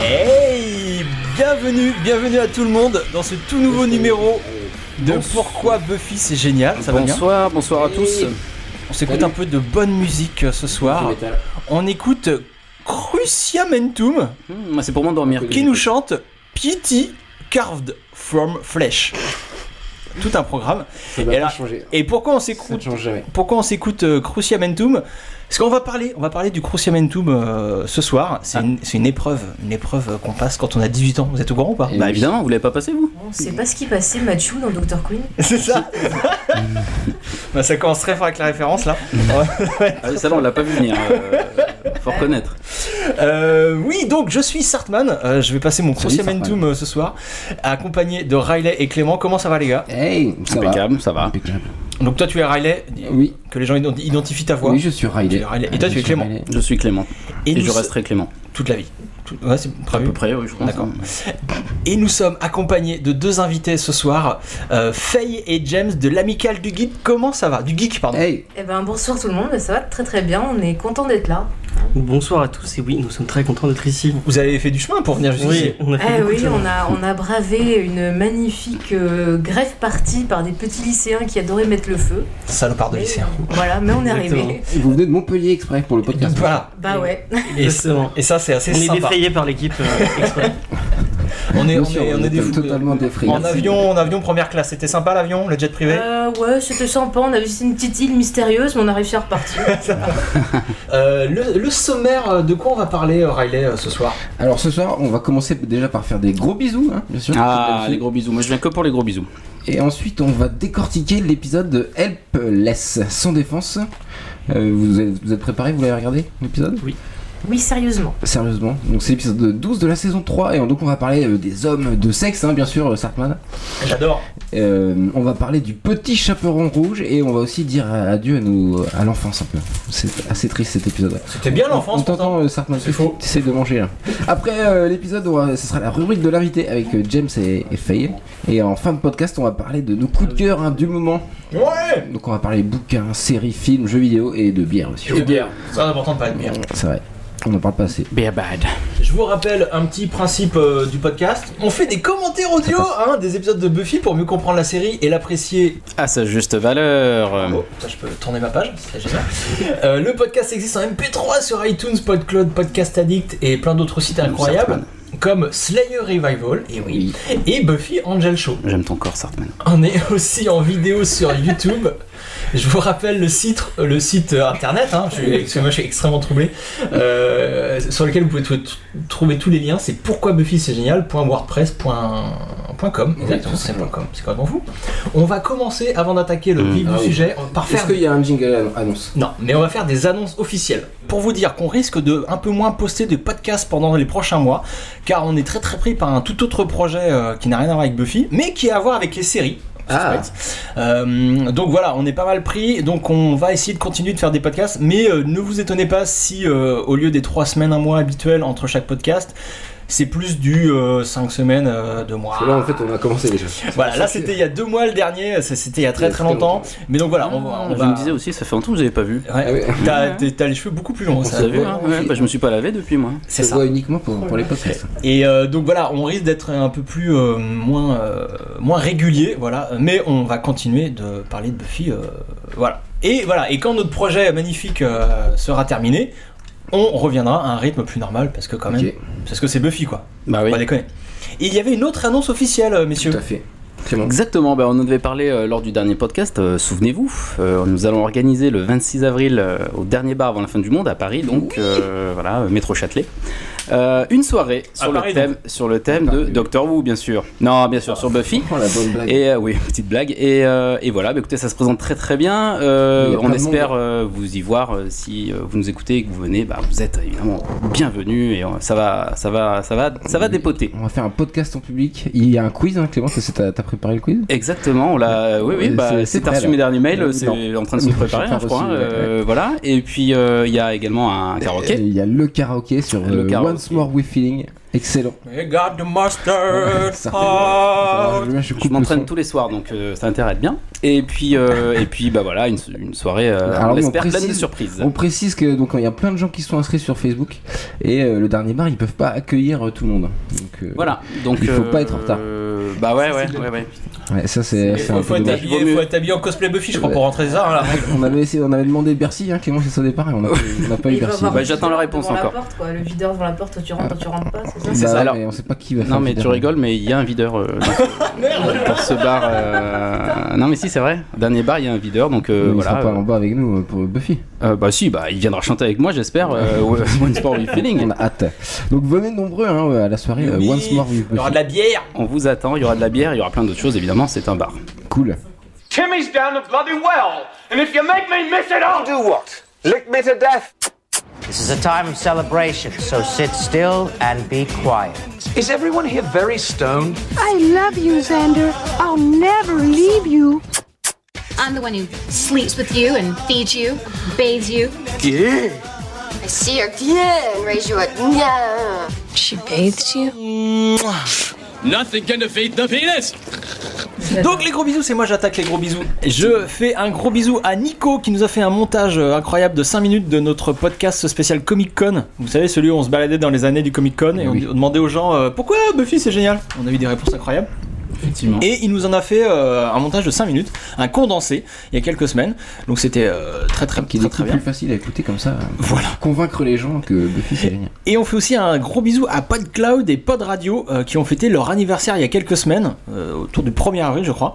Hey Bienvenue, bienvenue à tout le monde dans ce tout nouveau numéro de Pourquoi Buffy c'est génial, ça va bien bonsoir, bonsoir à tous. On s'écoute un peu de bonne musique euh, ce soir. On écoute Cruciamentum Hmm, c'est pour m'endormir. qui nous chante Pity Carved from Flesh. Tout un programme. Ça va Et pas là- changer. Et pourquoi on Ça ne s'écoute change jamais. pourquoi on s'écoute euh, Cruciamentum Parce qu'on va parler, on va parler du Cruciamentum euh, ce soir. C'est une, c'est une épreuve, une épreuve euh, qu'on passe quand on a 18 ans. Vous êtes au courant ou pas Et Bah oui. évidemment, vous l'avez pas passé vous On sait pas ce qui passait Machu dans Dr Queen. C'est ça Bah, Ça commence très fort avec la référence là. Ah, Ça là on l'a pas vu venir. euh, faut reconnaître. Euh, oui, donc je suis Sartman. Euh, je vais passer mon Salut, Cruciamentum euh, ce soir, accompagné de Riley et Clément. Comment ça va les gars Hey, ça va. Impeccable, ça va. Impeccable. Donc toi tu es Riley, Oui, que les gens ident- identifient ta voix. oui, je suis Tu Riley. es Riley. Et toi, Je tu es suis Clément. Riley. Je suis Clément. Et, nous je so- resterai Clément. toute la vie. Tout- Ouais, c'est prévu. près, oui, je pense. D'accord. Et nous sommes accompagnés de deux invités ce soir, euh, Faye et James de l'amicale du geek. Comment ça va Du geek, pardon. Hey, Eh ben bonsoir tout le monde, ça va très très bien, on est content d'être là. Bonsoir à tous et oui, nous sommes très contents d'être ici. Vous avez fait du chemin pour venir jusqu'ici. Oui, on a fait Eh beaucoup de oui, choses. on a, on a bravé une magnifique euh, grève partie par des petits lycéens qui adoraient mettre le feu. Salopard de hein. lycéen. Voilà, mais on est Exactement. arrivé. vous venez de Montpellier exprès pour le podcast. Voilà. Bah ouais. Et, Exactement. et ça, c'est assez On est sympa. défrayés par l'équipe euh, exprès. On est, on Monsieur, est- on est des fous. euh, totalement défrayés. En avion, en avion première classe. C'était sympa l'avion, le jet privé. Euh, ouais, c'était sympa, on a visité une petite île mystérieuse, mais on a réussi à repartir. Euh, le, le sommaire, euh, de quoi on va parler, euh, Riley, euh, ce soir Alors ce soir, on va commencer déjà par faire des gros bisous, hein, bien sûr. Ah, les gros bisous. Moi, je viens que pour les gros bisous. Et ensuite, on va décortiquer l'épisode de Helpless, sans défense. Euh, vous, êtes, vous êtes préparés Vous l'avez regardé l'épisode Oui, sérieusement. Sérieusement. Donc c'est l'épisode 12 de la saison 3 et donc on va parler euh, des hommes de sexe, hein, bien sûr, euh, Sarkman. J'adore. Euh, on va parler du petit chaperon rouge et on va aussi dire adieu à, nos, à l'enfance un peu. C'est assez triste cet épisode. C'était bien On l'enfance pourtant. t'entend, euh, Sarkman, C'est faux. T'essayes de manger là. Après euh, l'épisode, on va- ce sera la rubrique de l'invité avec euh, James et, et Faye. Et en fin de podcast, on va parler de nos coups de cœur hein, du moment. Ouais Donc on va parler bouquins, séries, films, jeux vidéo et de bière aussi. C'est important de pas être bien. C'est vrai, on n'en parle pas assez. Be a bad. Je vous rappelle un petit principe euh, du podcast. On fait des commentaires audio hein, des épisodes de Buffy pour mieux comprendre la série et l'apprécier. À sa juste valeur. euh, Oh, ça, je peux tourner ma page, c'est génial. Euh, le podcast existe en MP3 sur iTunes, PodCloud, Podcast Addict et plein d'autres sites incroyables comme Slayer Revival et, oui, et Buffy Angel Show. J'aime ton corps, Sartman. On est aussi en vidéo sur YouTube. Je vous rappelle le site, le site euh, internet, hein, je, suis- parce que moi je suis extrêmement troublé, euh, sur lequel vous pouvez t- t- trouver tous les liens, c'est pourquoi Buffy c'est génial, .wordpress.com, exactement, c'est .com, c'est complètement fou. On va commencer, avant d'attaquer le Mm. vif Ah du oui. sujet, on- par Est-ce faire... qu'il y a un jingle annon- annonce Non, mais on va faire des annonces officielles. Pour vous dire qu'on risque de un peu moins poster de podcasts pendant les prochains mois, car on est très très pris par un tout autre projet euh, qui n'a rien à voir avec Buffy, mais qui a à voir avec les séries. Ah. Euh, donc voilà, on est pas mal pris, donc on va essayer de continuer de faire des podcasts, mais euh, ne vous étonnez pas si euh, au lieu des trois semaines, un mois habituels entre chaque podcast, c'est plus du 5 semaines, 2 mois. Parce que là en fait on a commencé déjà. Voilà, là c'était il y a 2 mois le dernier, ça, c'était il y a très Il y a très très longtemps, mais donc voilà, Ah, on, va- on je va... me disais aussi, ça fait longtemps que vous avez pas vu. Ouais. Ah oui. T'as, t'es- t'as les cheveux beaucoup plus longs, On ça. Vous se avez vu, voit, hein on Ouais, se- bah, je me suis pas lavé depuis, moi. C'est On ça. voit uniquement pour, pour les podcasts. Et euh, donc voilà, on risque d'être un peu plus euh, moins euh, moins régulier, voilà. Mais on va continuer de parler de Buffy, euh, voilà. Et voilà. Et quand notre projet magnifique euh, sera terminé, on reviendra à un rythme plus normal parce que quand même, Ok, parce que c'est Buffy quoi. Bah On Pas déconner. Et il y avait une autre annonce officielle, euh, tout messieurs. à fait. Très bon. Exactement, bah, on en avait parlé euh, lors du dernier podcast, euh, souvenez-vous, euh, nous allons organiser le 26 avril euh, au dernier bar avant la fin du monde à Paris, donc euh, voilà, euh, métro Châtelet, Euh, une soirée À sur, Paris, le thème, sur le thème À de Paris, oui. Doctor Who, bien sûr. Non, bien sûr, sur Buffy. Oh la bonne blague. Et euh, oui, petite blague. Et, euh, et voilà, bah, écoutez, ça se présente très très bien. Euh, Il y a plein on de espère euh, vous y voir. euh, si euh, vous nous écoutez et que vous venez, bah, vous êtes évidemment bienvenus et euh, ça va, ça va, ça va, ça va dépoter. On va faire un podcast en public. Il y a un quiz, hein, Clément, c'est- t'as t'as préparé le quiz Exactement, on l'a. Oui, oui, C'est- bah, c'est c'est prêt, reçu là. Euh, mes derniers mails, Non. c'est en train de se Je préparer, hein, préfère je crois. aussi, ouais, euh, Voilà. Et puis, euh, il y a également un Et karaoké. Il y a le karaoké sur Le le karaoké. Once More with Feeling. Excellent. You got the mustard. Ça. Ah. Oh, Alors, je- je Je coupe le m'entraîne son. tous les soirs, donc euh, ça intéresse bien. Et puis, euh, et puis bah voilà, une, une soirée, euh, Alors, on on l'espère, précise- Oh. pleine de surprises. On précise que donc il y a plein de gens qui sont inscrits sur Facebook et euh, le dernier bar ils peuvent pas accueillir euh, tout le monde. Donc, euh, Voilà, donc. Il faut euh, pas être en retard. euh, bah ouais, ouais, ouais, ouais. ouais, ça c'est Il c'est faut, un faut peu être dommage. Vaut mieux. habillé, faut être habillé en cosplay Buffy, je crois, Ouais. pour rentrer ça. hein, Là. On avait essayé, on avait demandé Bercy, hein, Clément c'est son départ et on a, on a pas eu Il va Bercy. avoir Bah, le j'attends la videur réponse devant encore. La porte, quoi. Le videur devant la porte, toi tu rentres, toi tu rentres pas, c'est ça Bah c'est ça, ouais, alors. mais on sait pas qui va faire Non, mais le tu leader. rigoles, mais il y a un videur euh, dans ce- pour ce bar. euh, Non, mais si, c'est vrai. Dernier bar, il y a un videur, donc euh, Mais il voilà. sera pas euh, en bas avec nous euh, pour Buffy. euh, bah si, bah il viendra chanter avec moi, j'espère. euh, au- One Sport with Feeling. On a hâte. Donc venez nombreux hein, à la soirée euh, Oui, Once More with Il y aura de Buffy. la bière. On vous attend, il y aura de la bière, il y aura plein d'autres choses, évidemment, c'est un bar. Cool. Timmy's down the bloody well, and if you make me miss it, I'll do what? Lick me to death? This is a time of celebration, so sit still and be quiet. Is everyone here very stoned? I love you, Xander. I'll never leave you. I'm the one who sleeps with you and feeds you, bathes you. Yeah. I see her yeah, and raise you a yeah. She bathed you? Donc les gros bisous, c'est moi j'attaque les gros bisous. Je fais un gros bisou à Nico qui nous a fait un montage euh, incroyable de 5 minutes de notre podcast spécial Comic Con. Vous savez celui où on se baladait dans les années du Comic Con et on- Eh Oui. on, demandait aux gens euh, pourquoi Buffy c'est génial. On a eu des réponses incroyables. Effectivement. Et il nous en a fait euh, un montage de 5 minutes, un condensé il y a quelques semaines. Donc c'était euh, très très, Qui très, est très plus bien. facile à écouter comme ça. euh, Voilà. Convaincre les gens que Buffy c'est génial. Et on fait aussi un gros bisou à PodCloud et Pod Radio euh, qui ont fêté leur anniversaire il y a quelques semaines, euh, autour du 1er avril je crois.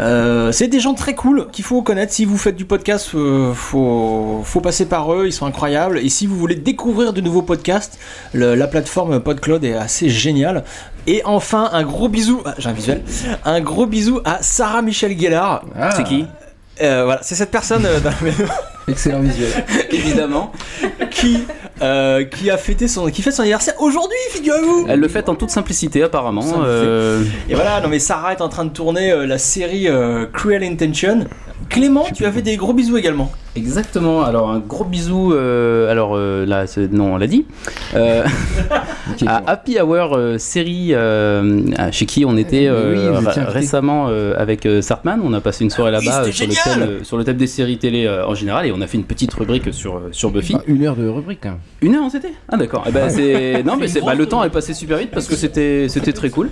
Euh, c'est des gens très cool qu'il faut connaître. Si vous faites du podcast, euh, faut, faut passer par eux, ils sont incroyables. Et si vous voulez découvrir de nouveaux podcasts, le- la plateforme PodCloud est assez géniale. Et enfin, un gros bisou, ah, j'ai un visuel, un gros bisou à Sarah Michel Gellar. Ah, C'est qui Euh, voilà, c'est cette personne euh, dans la maison Excellent visuel. Évidemment. qui, euh, qui a fêté son, qui fête son anniversaire aujourd'hui, figurez-vous. Elle le fait en toute simplicité, apparemment. Simplicité. euh, Et voilà, non mais Sarah est en train de tourner euh, la série euh, Cruel Intention. Clément, tu avais des gros bisous également. Exactement. Alors un gros bisou. euh, alors euh, là, c'est- non, on l'a dit. Euh, à Happy Hour euh, série euh, à- chez qui on était oui, euh, vous ré- étiez invité. récemment euh, avec euh, Sartman. On a passé une soirée Ah oui, là-bas euh, sur, c'était le génial thème, euh, sur le thème des séries télé euh, en général et on a fait une petite rubrique sur euh, sur Buffy. Bah, une heure de rubrique quand même. Une heure, on s'était Ah d'accord. Eh ben, c'est non mais c'est grosse bah, le temps est passé super vite parce que c'était c'était très cool.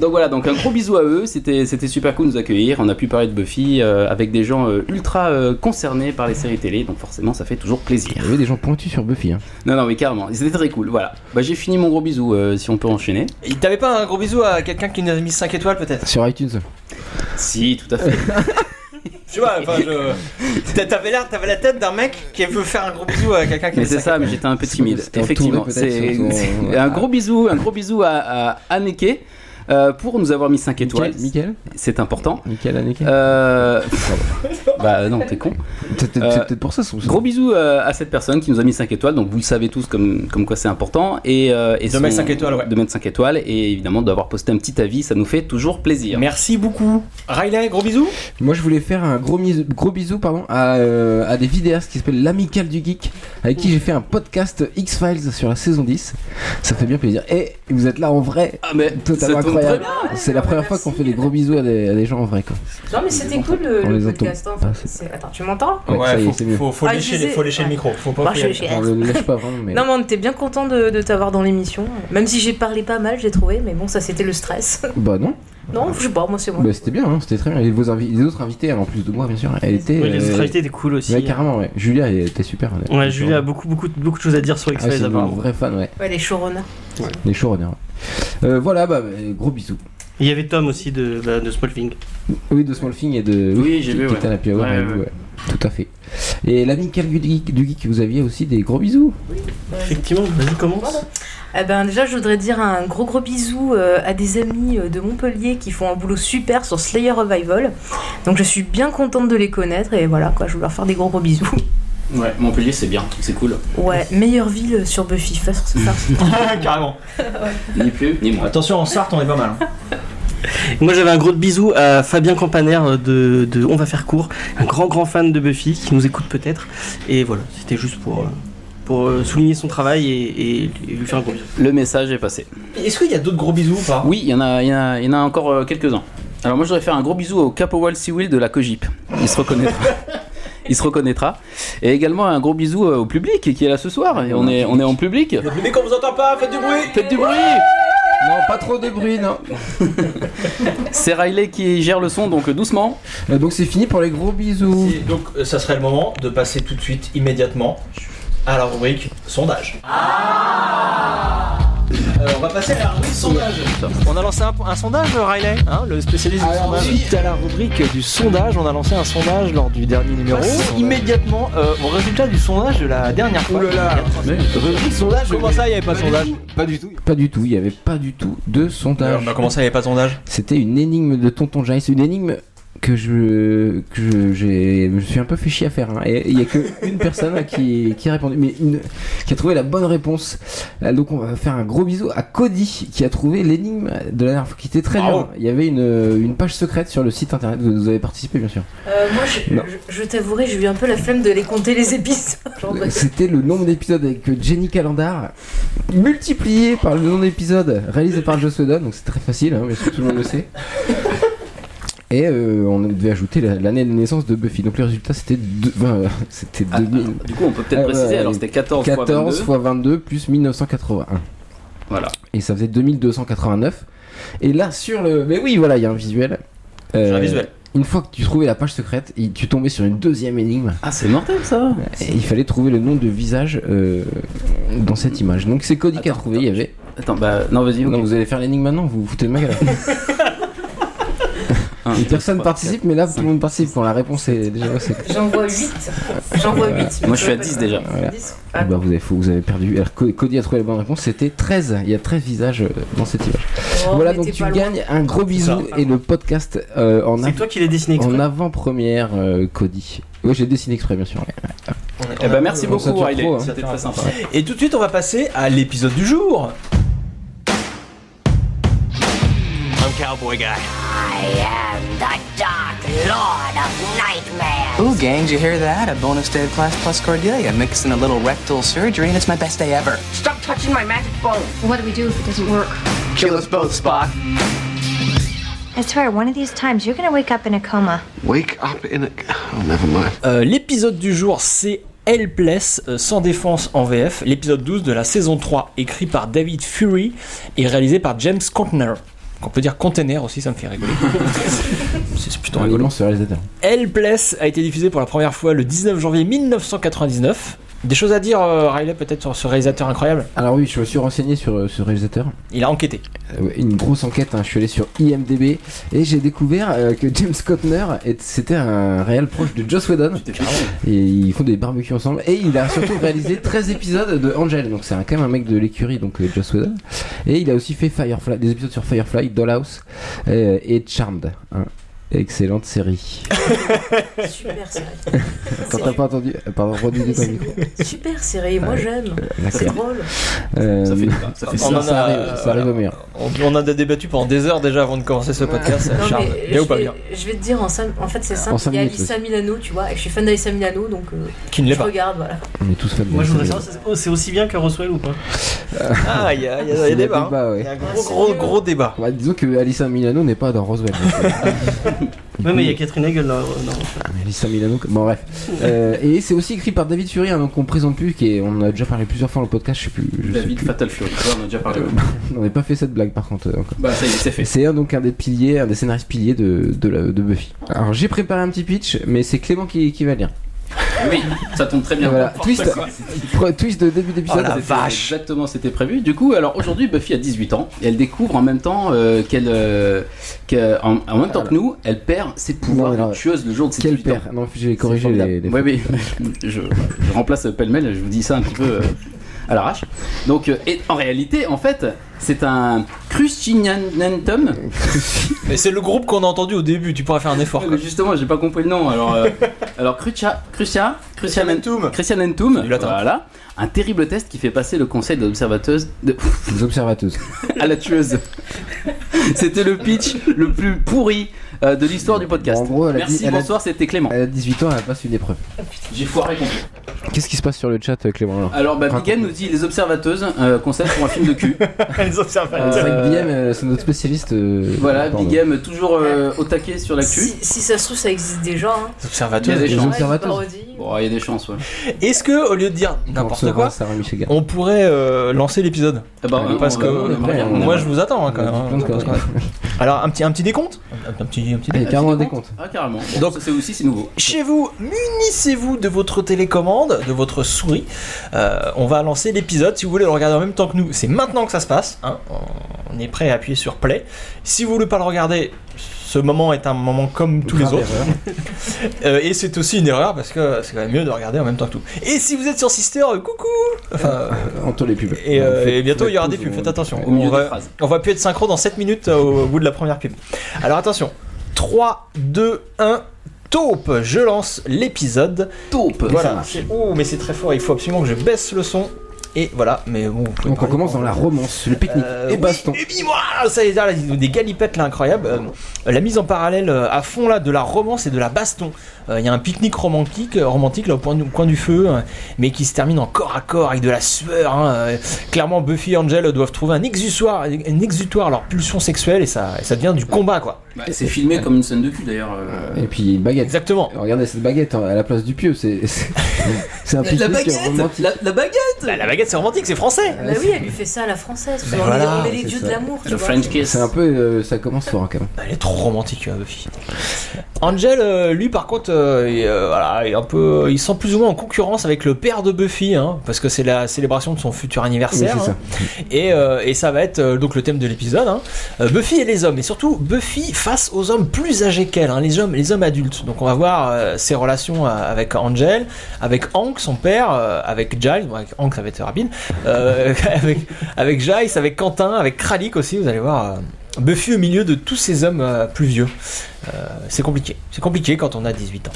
Donc voilà, donc un gros bisou à eux. C'était c'était super cool de nous accueillir. On a pu parler de Buffy euh, avec des gens euh, ultra euh, concernés par les séries télé, donc forcément ça fait toujours plaisir. Il y avait des gens pointus sur Buffy. Hein. Non non mais carrément, c'était très cool. Voilà. Bah j'ai fini mon gros bisou. euh, si on peut enchaîner. Il t'avait pas un gros bisou à quelqu'un qui nous a mis 5 étoiles peut-être Sur iTunes. Si tout à fait. Tu vois, enfin je. T'a- T'avais l'air, t'avais la tête d'un mec qui veut faire un gros bisou à quelqu'un qui Mais a mis c'est cinq ça, mais j'étais un peu C'est- timide. c'était entouré Effectivement, peut-être c'est sur ton- c'est- un gros bisou, un gros bisou à, à Anneke, euh, pour nous avoir mis 5 étoiles. Michael C'est important. Michael Anneke Euh... bah non, t'es con. C'est peut-être euh, c'est peut-être pour ça son Gros bisous euh, à cette personne qui nous a mis 5 étoiles, donc vous le savez tous comme, comme quoi c'est important. Et, euh, et De mettre cinq étoiles, ouais. De mettre 5 étoiles, et évidemment d'avoir posté un petit avis, ça nous fait toujours plaisir. Merci beaucoup. Riley, gros bisous. Moi, je voulais faire un gros, mis- gros bisou pardon, à, euh, à des vidéastes qui s'appellent l'Amicale du Geek, avec qui j'ai fait un podcast X-Files sur la saison 10. Ça fait bien plaisir. Et vous êtes là en vrai. Ah, mais Totalement ça tombe incroyable. très C'est la première fois qu'on fait des gros bisous à des, à des gens en vrai. Quoi. Non, mais c'était cool le, On le les entend. podcast. hein. Ah, Enfin, c'est- Attends, tu m'entends Ouais, ça y est, faut, c'est mieux. faut- faut Ah, je lécher, disais, les- faut lécher le ouais. micro. Faut pas Moi, faire- je suis- On le lâche pas vraiment, mais. Non, mais on était bien content de, de t'avoir dans l'émission. Même si j'ai parlé pas mal, j'ai trouvé, mais bon, ça c'était le stress. Bah non, non, je sais pas, moi c'est bon. bah, c'était bien, hein, c'était très bien. Et vos invi- les autres invités, en plus de moi, bien sûr, elle était. Oui, les euh, autres invités étaient cool aussi. hein. ouais, carrément, ouais. Julia, elle était super. elle- Ouais, Julie a beaucoup, beaucoup, beaucoup de choses à dire sur Ah, c'est X-Files une apparemment. vraie fan, ouais. Ouais, les showrunners. Les showrunners. Euh, voilà, bah, euh, gros bisous. Il y avait Tom aussi de, bah, de Smallving. Oui, de Small Thing et de. Oui, j'ai qui- vu, qui ouais. était à la Happy Hour, Ouais, on a ouais, vu, ouais. ouais. Tout à fait. Et l'ami Cal du geek, du Geek, vous aviez aussi des gros bisous. Effectivement, vas-y, commence. Eh ben déjà, je voudrais dire un gros gros bisou euh, à des amis euh, de Montpellier qui font un boulot super sur Slayer Revival. Donc je suis bien contente de les connaître et voilà quoi, je voulais leur faire des gros gros bisous. Ouais, Montpellier c'est bien, c'est cool. Ouais, meilleure ville euh, sur Buffy, faire sur ce faire. Carrément. Ni plus, ni moins. Attention en Sarthe, on est pas mal. hein. Moi j'avais un gros bisou à Fabien Campaner de, de On va faire court, un grand grand fan de Buffy qui nous écoute peut-être. Et voilà, c'était juste pour. euh, pour euh, souligner son travail et, et- et lui faire un gros bisou. Le message est passé. Est-ce qu'il y a d'autres gros bisous ou pas Oui, il y en a, il y en a, il y en a encore euh, quelques-uns. Alors moi, je voudrais faire un gros bisou au Capowal Sewell de la Cogip. Il se reconnaîtra. Il se reconnaîtra. Et également un gros bisou euh, au public qui est là ce soir. Et on est, on est en public. Le public, on vous entend pas, faites du bruit Faites du bruit Non, pas trop de bruit, non. C'est Riley qui gère le son, donc euh, doucement. Euh, Donc c'est fini pour les gros bisous. Si, Donc, euh, ça serait le moment de passer tout de suite, immédiatement, à la rubrique sondage. Euh, on va passer à la rubrique sondage. On a lancé un, un sondage, Riley, hein, le spécialiste du sondage. Suite à la rubrique du sondage, on a lancé un sondage lors du dernier numéro. Immédiatement euh, au résultat du sondage de la dernière fois. Rubrique sondage Comment ça, il n'y avait pas de sondage Pas du tout. Pas du tout, il n'y avait pas du tout de sondage. Comment ça, il n'y avait pas de sondage C'était une énigme de Tonton Jace, une énigme que je que je, j'ai- je me suis un peu fait chier à faire. hein. Et il y a que une personne là qui, qui a répondu, mais une qui a trouvé la bonne réponse. Euh, Donc on va faire un gros bisou à Cody qui a trouvé l'énigme de la dernière fois, qui était très Bravo. bien. Il y avait une, une page secrète sur le site internet. Vous, vous avez participé bien sûr. Euh, moi, je, Non. je- je t'avouerai, j'ai eu un peu la flemme de les compter les épisodes. Genre, bah, C'était le nombre d'épisodes avec euh, Jenny Calendar multiplié par le nombre d'épisodes réalisé par Joss Whedon. Donc c'est très facile, hein, mais tout le monde le sait. Et euh, on devait ajouter la- l'année de naissance de Buffy. Donc le résultat c'était deux- enfin, euh, c'était Ah, deux- Du coup, on peut peut-être Ah, ouais, préciser. ouais. Alors, c'était 14, 14 fois fois 22 plus 1981. 22. Voilà. Et ça faisait 2289. Et là sur le mais oui voilà il y a un visuel. J'ai Euh, un visuel. Une fois que tu trouvais la page secrète, il- tu tombais sur une deuxième énigme. Ah, c'est mortel ça Et il fallait trouver le nom de visage euh, dans cette image. Donc c'est Cody qui a Attends, trouvé, il y avait. Attends, bah, non, vas-y. ok. Non, vous allez faire l'énigme maintenant, vous vous foutez de ma gueule. Un, Et deux, personne trois, participe, mais là tout le monde participe. Bon, la réponse est déjà. c'est- J'en vois 8. J'en vois 8. Moi, je suis à 10 déjà. Voilà. Ah bah, vous avez faux, vous avez perdu. Alors, Co- Cody a trouvé la bonne réponse, c'était 13. Il y a 13 visages euh, dans cette image. oh, Oh, voilà, donc tu gagnes un gros bisou et le podcast euh, en, C'est av- toi qui l'as dessiné. en exprès. avant-première, euh, Cody. Oui, j'ai dessiné exprès, bien sûr. Eh ben, merci on beaucoup, s'attire Riley. trop, hein. C'était très sympa. Ah, Et tout de suite, on va passer à l'épisode du jour. Ooh, gangs, you hear that? A bonus day of class plus Cordelia. Mix in a little rectal surgery, and it's my best day ever. What do we do if it doesn't work? Kill us both, Spock. I swear, one of these times you're gonna wake up in a coma. Wake up in a. Oh, never mind. Euh, l'épisode du jour, c'est Helpless, euh, sans défense en VF, l'épisode 12 de la saison 3, écrit par David Fury et réalisé par James Contenner. On peut dire container aussi, ça me fait rigoler. c'est c'est plutôt Un rigolo. immense réalisateur. Helpless a été diffusé pour la première fois le 19 janvier 1999. Des choses à dire, euh, Riley, peut-être sur ce réalisateur incroyable Alors, oui, je me suis renseigné sur euh, ce réalisateur. Il a enquêté. Euh, une grosse enquête, hein. je suis allé sur IMDB et j'ai découvert euh, que James Cotner est- c'était un réel proche de Joss Whedon et ils font des barbecues ensemble et il a surtout réalisé 13 épisodes de Angel donc c'est un- quand même un mec de l'écurie donc euh, Joss Whedon et il a aussi fait Firefly, des épisodes sur Firefly, Dollhouse euh, et Charmed hein. excellente série Ah, Super serré. quand t'as pas entendu euh, pardon redis ton micro Super serré, moi Ouais. j'aime. C'est d'accord drôle. Euh, Ça fait euh, ça fait On ça, en ça a- arrive, ça arrive au meilleur On, on en a débattu pendant des heures déjà avant de commencer ce podcast. Non, Charles, mais bien je ou pas vais- bien Je vais te dire, en, cin- en fait, c'est simple. cinq Il y a minutes, Alissa Milano, tu vois, et je suis fan d'Alissa Milano, donc euh, Qui ne l'est je pas. regarde, voilà. on est tous fans de Moi, la je voudrais série. savoir, c'est- oh, c'est aussi bien que Roswell ou pas Ah, il y a, il y a- il y a C'est des le débats. hein. débat, ouais. Il y a un gros, gros, gros débat. Ouais, disons que Alissa Milano n'est pas dans Roswell. donc, euh, Ouais, mais il y a Catherine Hegel dans. dans- Elisa Milano, bon bref. Euh, et c'est aussi écrit par David Fury, hein, donc on présente plus, qui est, on en a déjà parlé plusieurs fois dans le podcast, je sais plus. Je sais David plus. Fatal Fury. Ouais, on a déjà parlé. On n'avait pas fait cette blague par contre. euh, encore. Bah, ça y est, c'est fait. C'est un, donc un des piliers, un des scénaristes piliers de, de, la- de Buffy. Alors j'ai préparé un petit pitch, mais c'est Clément qui, qui va le lire. Oui, ça tombe très bien. Voilà, twist. C'était- Pre- twist de début d'épisode. Oh la vache. Exactement, c'était prévu. Du coup, alors aujourd'hui, Buffy a 18 ans et elle découvre en même temps euh, qu'elle. euh, qu'elle- en, en même temps que nous, elle perd ses pouvoirs Non, alors, de tueuse le jour de ses Quel 18 ans. père Non, j'ai corrigé C'est les. formidable. les- Ouais, oui, je, je remplace pêle-mêle, je vous dis ça un petit peu euh, à l'arrache. Donc, euh, et en réalité, en fait, c'est un Crucianantum. Mais c'est le groupe qu'on a entendu au début, tu pourras faire un effort. Ouais, quoi. mais justement, j'ai pas compris le nom. Alors, euh, alors Crucia, Crucia, Crucianantum, Crucianantum, Du latin. voilà, un terrible test qui fait passer le conseil de l'observateuse de, Les observateuses. à la tueuse. C'était le pitch le plus pourri euh, de l'histoire du podcast. En gros, elle a Merci, dit- elle a- bonsoir, c'était Clément. Elle a 18 ans, elle passe une épreuve. J'ai foiré complet. Qu'est-ce qui se passe sur le chat, euh, Clément alors Alors, bah, Bigan nous dit Les Observateuses, euh, concept pour un film de cul. les observateurs. C'est vrai Euh, que Guillaume, euh, c'est notre spécialiste. euh, Voilà, pardon. Big Game toujours euh, au taquet sur l'actu. Si, si ça se trouve, ça existe déjà. Hein. Les Il y a observateurs. des Les gens. observateurs. Parodie. Bon, il y a des chances, ouais. Est-ce que, au lieu de dire On n'importe recevra quoi, Sarah Michigan. on pourrait euh, lancer l'épisode Ah bah, Allez, on- Parce on- que on- Ah, on- après, on- on- moi je vous attends hein, quand même. On a plein de hein. choses. Alors un petit, un petit décompte un, un petit, un petit Allez, décompte. carrément des comptes. Ah, carrément. Donc- Donc, c'est aussi, c'est nouveau. Chez vous, munissez-vous de votre télécommande, de votre souris. Euh, on va lancer l'épisode. Si vous voulez le regarder en même temps que nous, c'est maintenant que ça se passe. hein. On est prêt à appuyer sur play. Si vous voulez pas le regarder, ce moment est un moment comme tous les Grave autres. erreur. Euh, et c'est aussi une erreur parce que c'est quand même mieux de regarder en même temps que tout. Et si vous êtes sur Sister, euh, coucou Enfin, euh, Anto les pubs. et, euh, Faites- et bientôt il y aura des faites pubs, pause, faites on- attention. Au milieu on, des va, phrases. on va plus être synchro dans 7 minutes euh, au, bout de la première pub. Alors attention, 3, 2, 1, taupe Je lance l'épisode. Taupe. Voilà. Oh, mais c'est très fort, il faut absolument que je baisse le son. Et voilà, mais bon, vous pouvez Donc on parler commence pendant- dans la romance, le pique-nique euh, et oui, baston. et puis moi, ça y est, là, ils ont des galipettes là incroyables. Euh, la mise en parallèle euh, à fond là de la romance et de la baston. Euh, Il y a un pique-nique romantique, euh, romantique là au point du, au coin du feu, euh, mais qui se termine en corps à corps avec de la sueur. hein. Euh, clairement, Buffy et Angel doivent trouver un exutoire, un exutoire à leur pulsion sexuelle et ça, et ça devient du combat quoi. Bah, c'est filmé comme une scène de cul d'ailleurs. euh. Et puis il y a une baguette. Exactement. Regardez cette baguette hein, à la place du pieu, c'est c'est- c'est un La pique-nique baguette romantique. La, la baguette Bah, la baguette c'est romantique, c'est français. Bah oui, elle lui fait ça à la française. Ben on, est- voilà, on est les c'est dieux ça. de l'amour. tu Le vois. French kiss. C'est un peu, euh, ça commence fort hein, quand même. Bah, Elle est trop romantique, euh, Buffy. Angel, euh, lui, par contre, euh, il, euh, voilà, il est un peu, il sent plus ou moins en concurrence avec le père de Buffy, hein, parce que c'est la célébration de son futur anniversaire. Oui, c'est hein. et, euh, et ça va être euh, donc le thème de l'épisode. hein. Euh, Buffy et les hommes, et surtout Buffy face aux hommes plus âgés qu'elle, hein, les hommes, les hommes adultes. Donc on va voir euh, ses relations euh, avec Angel, avec Hank, son père, euh, avec Giles, bon, avec Hank ça va être rapide, euh, avec, avec Giles, avec Quentin, avec Kralik aussi. Vous allez voir. euh, Buffy au milieu de tous ces hommes euh, plus vieux. Euh, c'est compliqué. C'est compliqué quand on a 18 ans.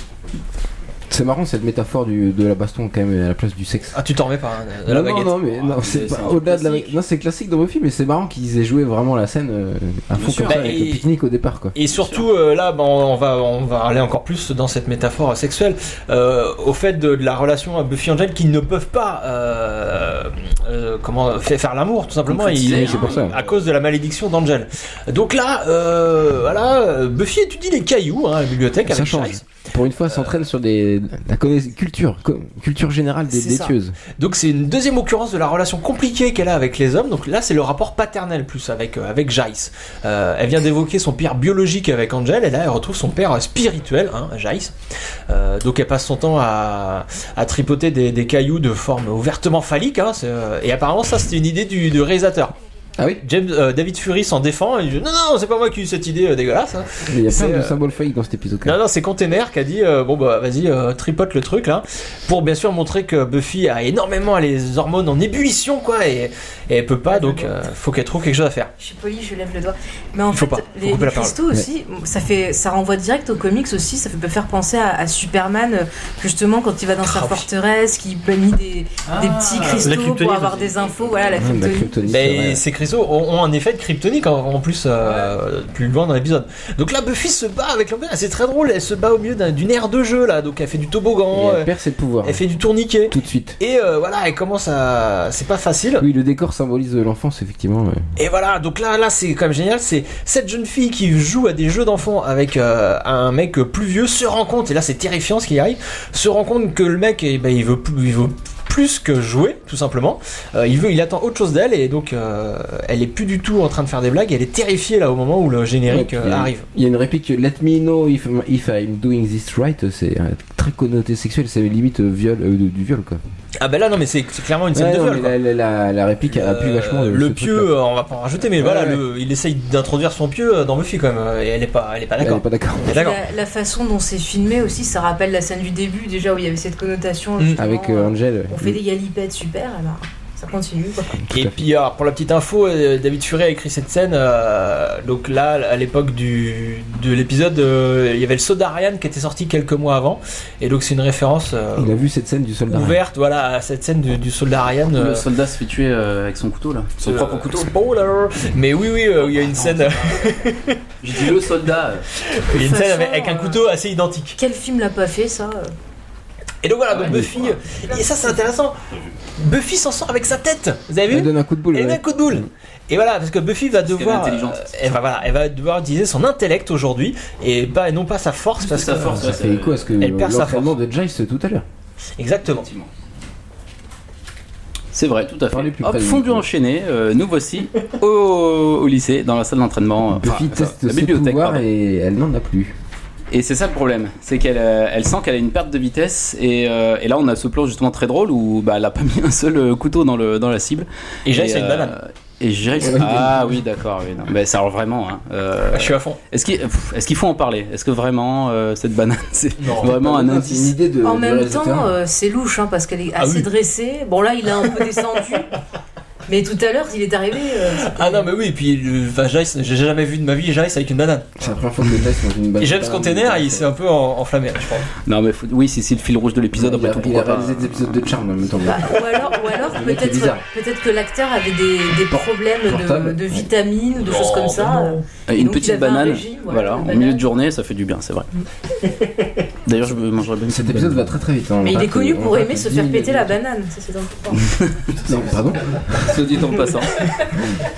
C'est marrant cette métaphore du, de la baston quand même à la place du sexe. Ah, tu t'en remets pas hein, de la non, non, baguette. non, mais Ah, non, mais c'est c'est pas un au-delà de la. classique. Non, c'est classique dans vos films, mais c'est marrant qu'ils aient joué vraiment la scène euh, à Bien fond sûr. comme ça Bah, avec et- le pique-nique au départ quoi. Et surtout, euh, là, ben, on, va, on va aller encore plus dans cette métaphore sexuelle, euh, au fait de, de la relation à Buffy et Angel qui ne peuvent pas euh, euh, comment, faire, faire l'amour, tout simplement, Concrétiser, Ils- hein, Oui, c'est pour ça. à cause de la malédiction d'Angel. Donc là, euh, voilà, euh, Buffy étudie les cailloux hein, à la bibliothèque Ça avec change. Giles. Pour une fois, s'entraîne sur des la connaiss- culture, co- culture générale des C'est ça. laitieuses. Donc c'est une deuxième occurrence de la relation compliquée qu'elle a avec les hommes. Donc là c'est le rapport paternel plus avec euh, avec Jace. Euh, elle vient d'évoquer son père biologique avec Angel et là elle retrouve son père spirituel, hein, Jace. Euh, donc elle passe son temps à, à tripoter des, des cailloux de forme ouvertement phallique. hein, c'est, euh, et apparemment ça c'était une idée du, du réalisateur. Ah oui, James, euh, David Fury s'en défend. Et il dit, non non c'est pas moi qui ai eu cette idée euh, dégueulasse. hein. mais il y a C'est, plein de euh, symboles failliques dans cet épisode. quand Non, non, c'est Container qui a dit euh, bon bah vas-y euh, tripote le truc là pour bien sûr montrer que Buffy a énormément les hormones en ébullition quoi et, et elle peut pas donc euh, faut qu'elle trouve quelque chose à faire. Je suis polie, je lève le doigt. Mais en Il faut fait, pas. Faut les, couper les la parole. cristaux aussi, ça, fait, ça renvoie direct aux comics aussi. Ça peut faire penser à, à Superman, euh, justement, quand il va dans Ah sa oui. Ah, forteresse, qui manie des, des petits cristaux kryptonite pour avoir des infos. Voilà, Mmh, la même. Ouais, Ah, de la kryptonite. kryptonite, c'est vrai. Mais ces cristaux ont, ont un effet de kryptonique en, en plus euh, plus loin dans l'épisode. Donc là Buffy se bat avec l'homme c'est très drôle elle se bat au milieu d'un- d'une aire de jeu là donc elle fait du Et toboggan, elle euh, perd ses pouvoirs elle fait du tourniquet hein. tout de suite. et euh, voilà elle commence à c'est pas facile. Oui, le décor symbolise euh, l'enfance effectivement. ouais. Et voilà, donc là, là, c'est quand même génial. C'est cette jeune fille qui joue à des jeux d'enfants avec euh, un mec plus vieux se rend compte, et là, c'est terrifiant ce qui arrive, se rend compte que le mec, eh ben, il veut plus, il veut plus que jouer, tout simplement. Euh, il veut, il attend autre chose d'elle, et donc euh, elle est plus du tout en train de faire des blagues. Elle est terrifiée là au moment où le générique Ouais, euh, puis, arrive. Il y a une réplique euh, Let me know if, if I'm doing this right. C'est euh, très connoté sexuel, c'est limite euh, viol, euh, du du viol quoi. Ah ben là, non, mais c'est c'est clairement une scène Ouais, de non, viol. mais quoi. la, la- la- la réplique elle appuie Euh, vachement. euh, le ce pieu, truc-là. euh, on va pas en rajouter, mais voilà, ouais. le- il essaye d'introduire son pieu euh, dans Buffy quand même, euh, et elle est pas, elle est pas Elle d'accord. est pas d'accord. Elle est d'accord. La, la façon dont c'est filmé aussi, ça rappelle la scène du début, déjà, où il y avait cette connotation. Mm. justement, Avec euh, euh, Angel. on fait des galipettes super, eh ben, ça continue. Quoi. Tout Et à fait. puis alors, pour la petite info, euh, David Furet a écrit cette scène. euh, donc là, à l'époque du de l'épisode, euh, il y avait le Soda Ryan qui était sorti quelques mois avant. Et donc c'est une référence euh, Il a vu cette scène du soldat. ouverte, voilà, à cette scène du, du Soda Ryan. Le euh, soldat se fait tuer euh, avec son couteau là. Son euh, propre couteau. Ah, Spoiler. Mais oui, oui, euh, il y a une scène, J'ai dit le soldat. euh. il y a une De toute scène façon, avec, avec un euh, couteau assez identique. Quel film l'a pas fait, ça Et donc voilà, donc Buffy. Et ça, c'est intéressant. Buffy s'en sort avec sa tête. Vous avez vu Elle donne un coup de boule. Elle met ouais. un coup de boule. ben, Et voilà, parce que Buffy va qu'elle devoir, est intelligente. euh, elle va voilà, elle va devoir utiliser son intellect aujourd'hui et pas et non pas sa force parce sa que force, Ça fait écho à ce que Elle perd sa l'entraînement de Giles tout à l'heure. exactement. C'est vrai, tout à fait. Parlez plus Hop, près du fondu micro. enchaîné, euh, nous voici au, au lycée, dans la salle d'entraînement. Buffy enfin, teste la ses bibliothèque. pouvoirs pardon. et elle n'en a plus. Et c'est ça le problème, c'est qu'elle euh, elle sent qu'elle a une perte de vitesse et, euh, et là on a ce plan justement très drôle où bah, elle a pas mis un seul euh, couteau dans, le, dans la cible. Et Giles, c'est une euh, banane. Et Giles, Ouais. ah oui d'accord, oui, non. Mais ça alors vraiment. Hein, euh, Ah, je suis à fond. Est-ce qu'il pff, est-ce qu'il faut en parler Est-ce que vraiment euh, cette banane c'est Non. vraiment un C'est une indice idée de. En du même réalisateur. temps, euh, c'est louche hein, parce qu'elle est Ah assez oui. dressée. Bon, là, il a un peu descendu. Mais tout à l'heure, il est arrivé. euh, c'était- Ah non mais oui, et puis euh, enfin, Giles, j'ai jamais vu de ma vie Giles avec une banane. c'est la première fois que le test dans une Et James Container, il s'est un peu en- enflammé, je pense. Non mais faut- oui, c'est c'est le fil rouge de l'épisode Il après a, tout il pourquoi a pas. hein. réalisé des épisodes de Charme en même temps. Bah, ou alors, ou alors Le mec est peut-être bizarre. peut-être que l'acteur avait des, des problèmes de, Portable. de vitamines ou de choses comme ça. euh. Et Une Donc, il petite avait un banane, régime, voilà, voilà, une en banane. milieu de journée, ça fait du bien, c'est vrai. D'ailleurs, je me mangerais bien. une Cet petite épisode banane. va très très vite. hein. Mais On il est rate- connu on pour rate aimer se 10 faire minutes. péter la banane. Ça, c'est important. Non, pardon. Soit dit en passant.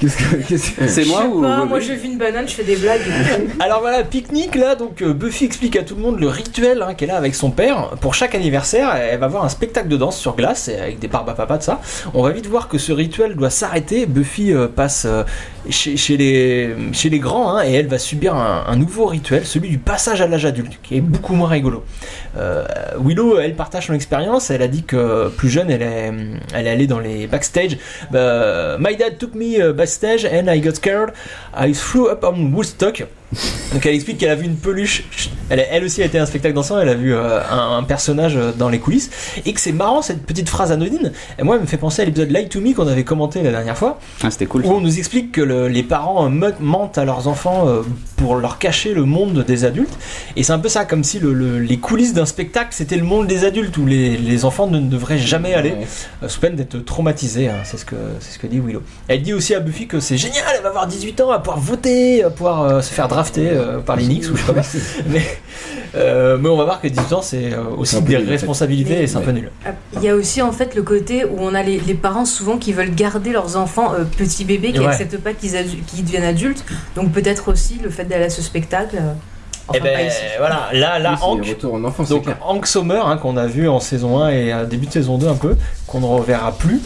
Qu'est-ce que. qu'est-ce que- C'est moi Je sais ou pas, oui, moi oui. j'ai vu une banane, je fais des blagues. Alors voilà, pique-nique là, donc euh, Buffy explique à tout le monde le rituel hein, qu'elle a avec son père. Pour chaque anniversaire, elle va voir un spectacle de danse sur glace, et avec des barbes à papa de ça. On va vite voir que ce rituel doit s'arrêter. Buffy euh, passe euh, chez, chez les, chez les grands hein, et elle va subir un, un nouveau rituel, celui du passage à l'âge adulte, qui est beaucoup moins rigolo. Euh, Willow, elle partage son expérience, elle a dit que plus jeune, elle est, elle est allée dans les backstage. Bah, My dad took me euh, backstage and I got scared. I threw up on Woodstock. Donc elle explique qu'elle a vu une peluche. Chut. Elle, elle aussi a été à un spectacle dansant. Elle a vu euh, un, un personnage euh, dans les coulisses et que c'est marrant cette petite phrase anodine. Et moi, elle me fait penser à l'épisode Lie to Me qu'on avait commenté la dernière fois, Ah, c'était cool. où on nous explique que le- les parents euh, me- mentent à leurs enfants euh, pour leur cacher le monde des adultes. Et c'est un peu ça, comme si le- le- les coulisses d'un spectacle c'était le monde des adultes où les, les enfants ne, ne devraient jamais aller Ouais. euh, sous peine d'être traumatisée, hein, c'est ce que c'est ce que dit Willow. Elle dit aussi à Buffy que c'est génial, elle va avoir 18 ans, elle va pouvoir voter, elle va pouvoir euh, se faire drafter euh, par les Knicks ou je sais pas. mais, euh, mais on va voir que 18 ans c'est euh, C'est aussi un peu des nul, en fait. responsabilités et c'est un peu nul. Ah, Il y a aussi en fait le côté où on a les, les parents souvent qui veulent garder leurs enfants euh, petits bébés, qui Ouais. n'acceptent pas qu'ils adu- qu'ils deviennent adultes. Donc peut-être aussi le fait d'aller à ce spectacle. euh, enfin, et ben pas ici. voilà, là là Oui, c'est Hank, retour en enfance, c'est Donc clair. Hank Sommer, hein, qu'on a vu en saison 1 et euh, début de saison 2 un peu, qu'on ne reverra plus,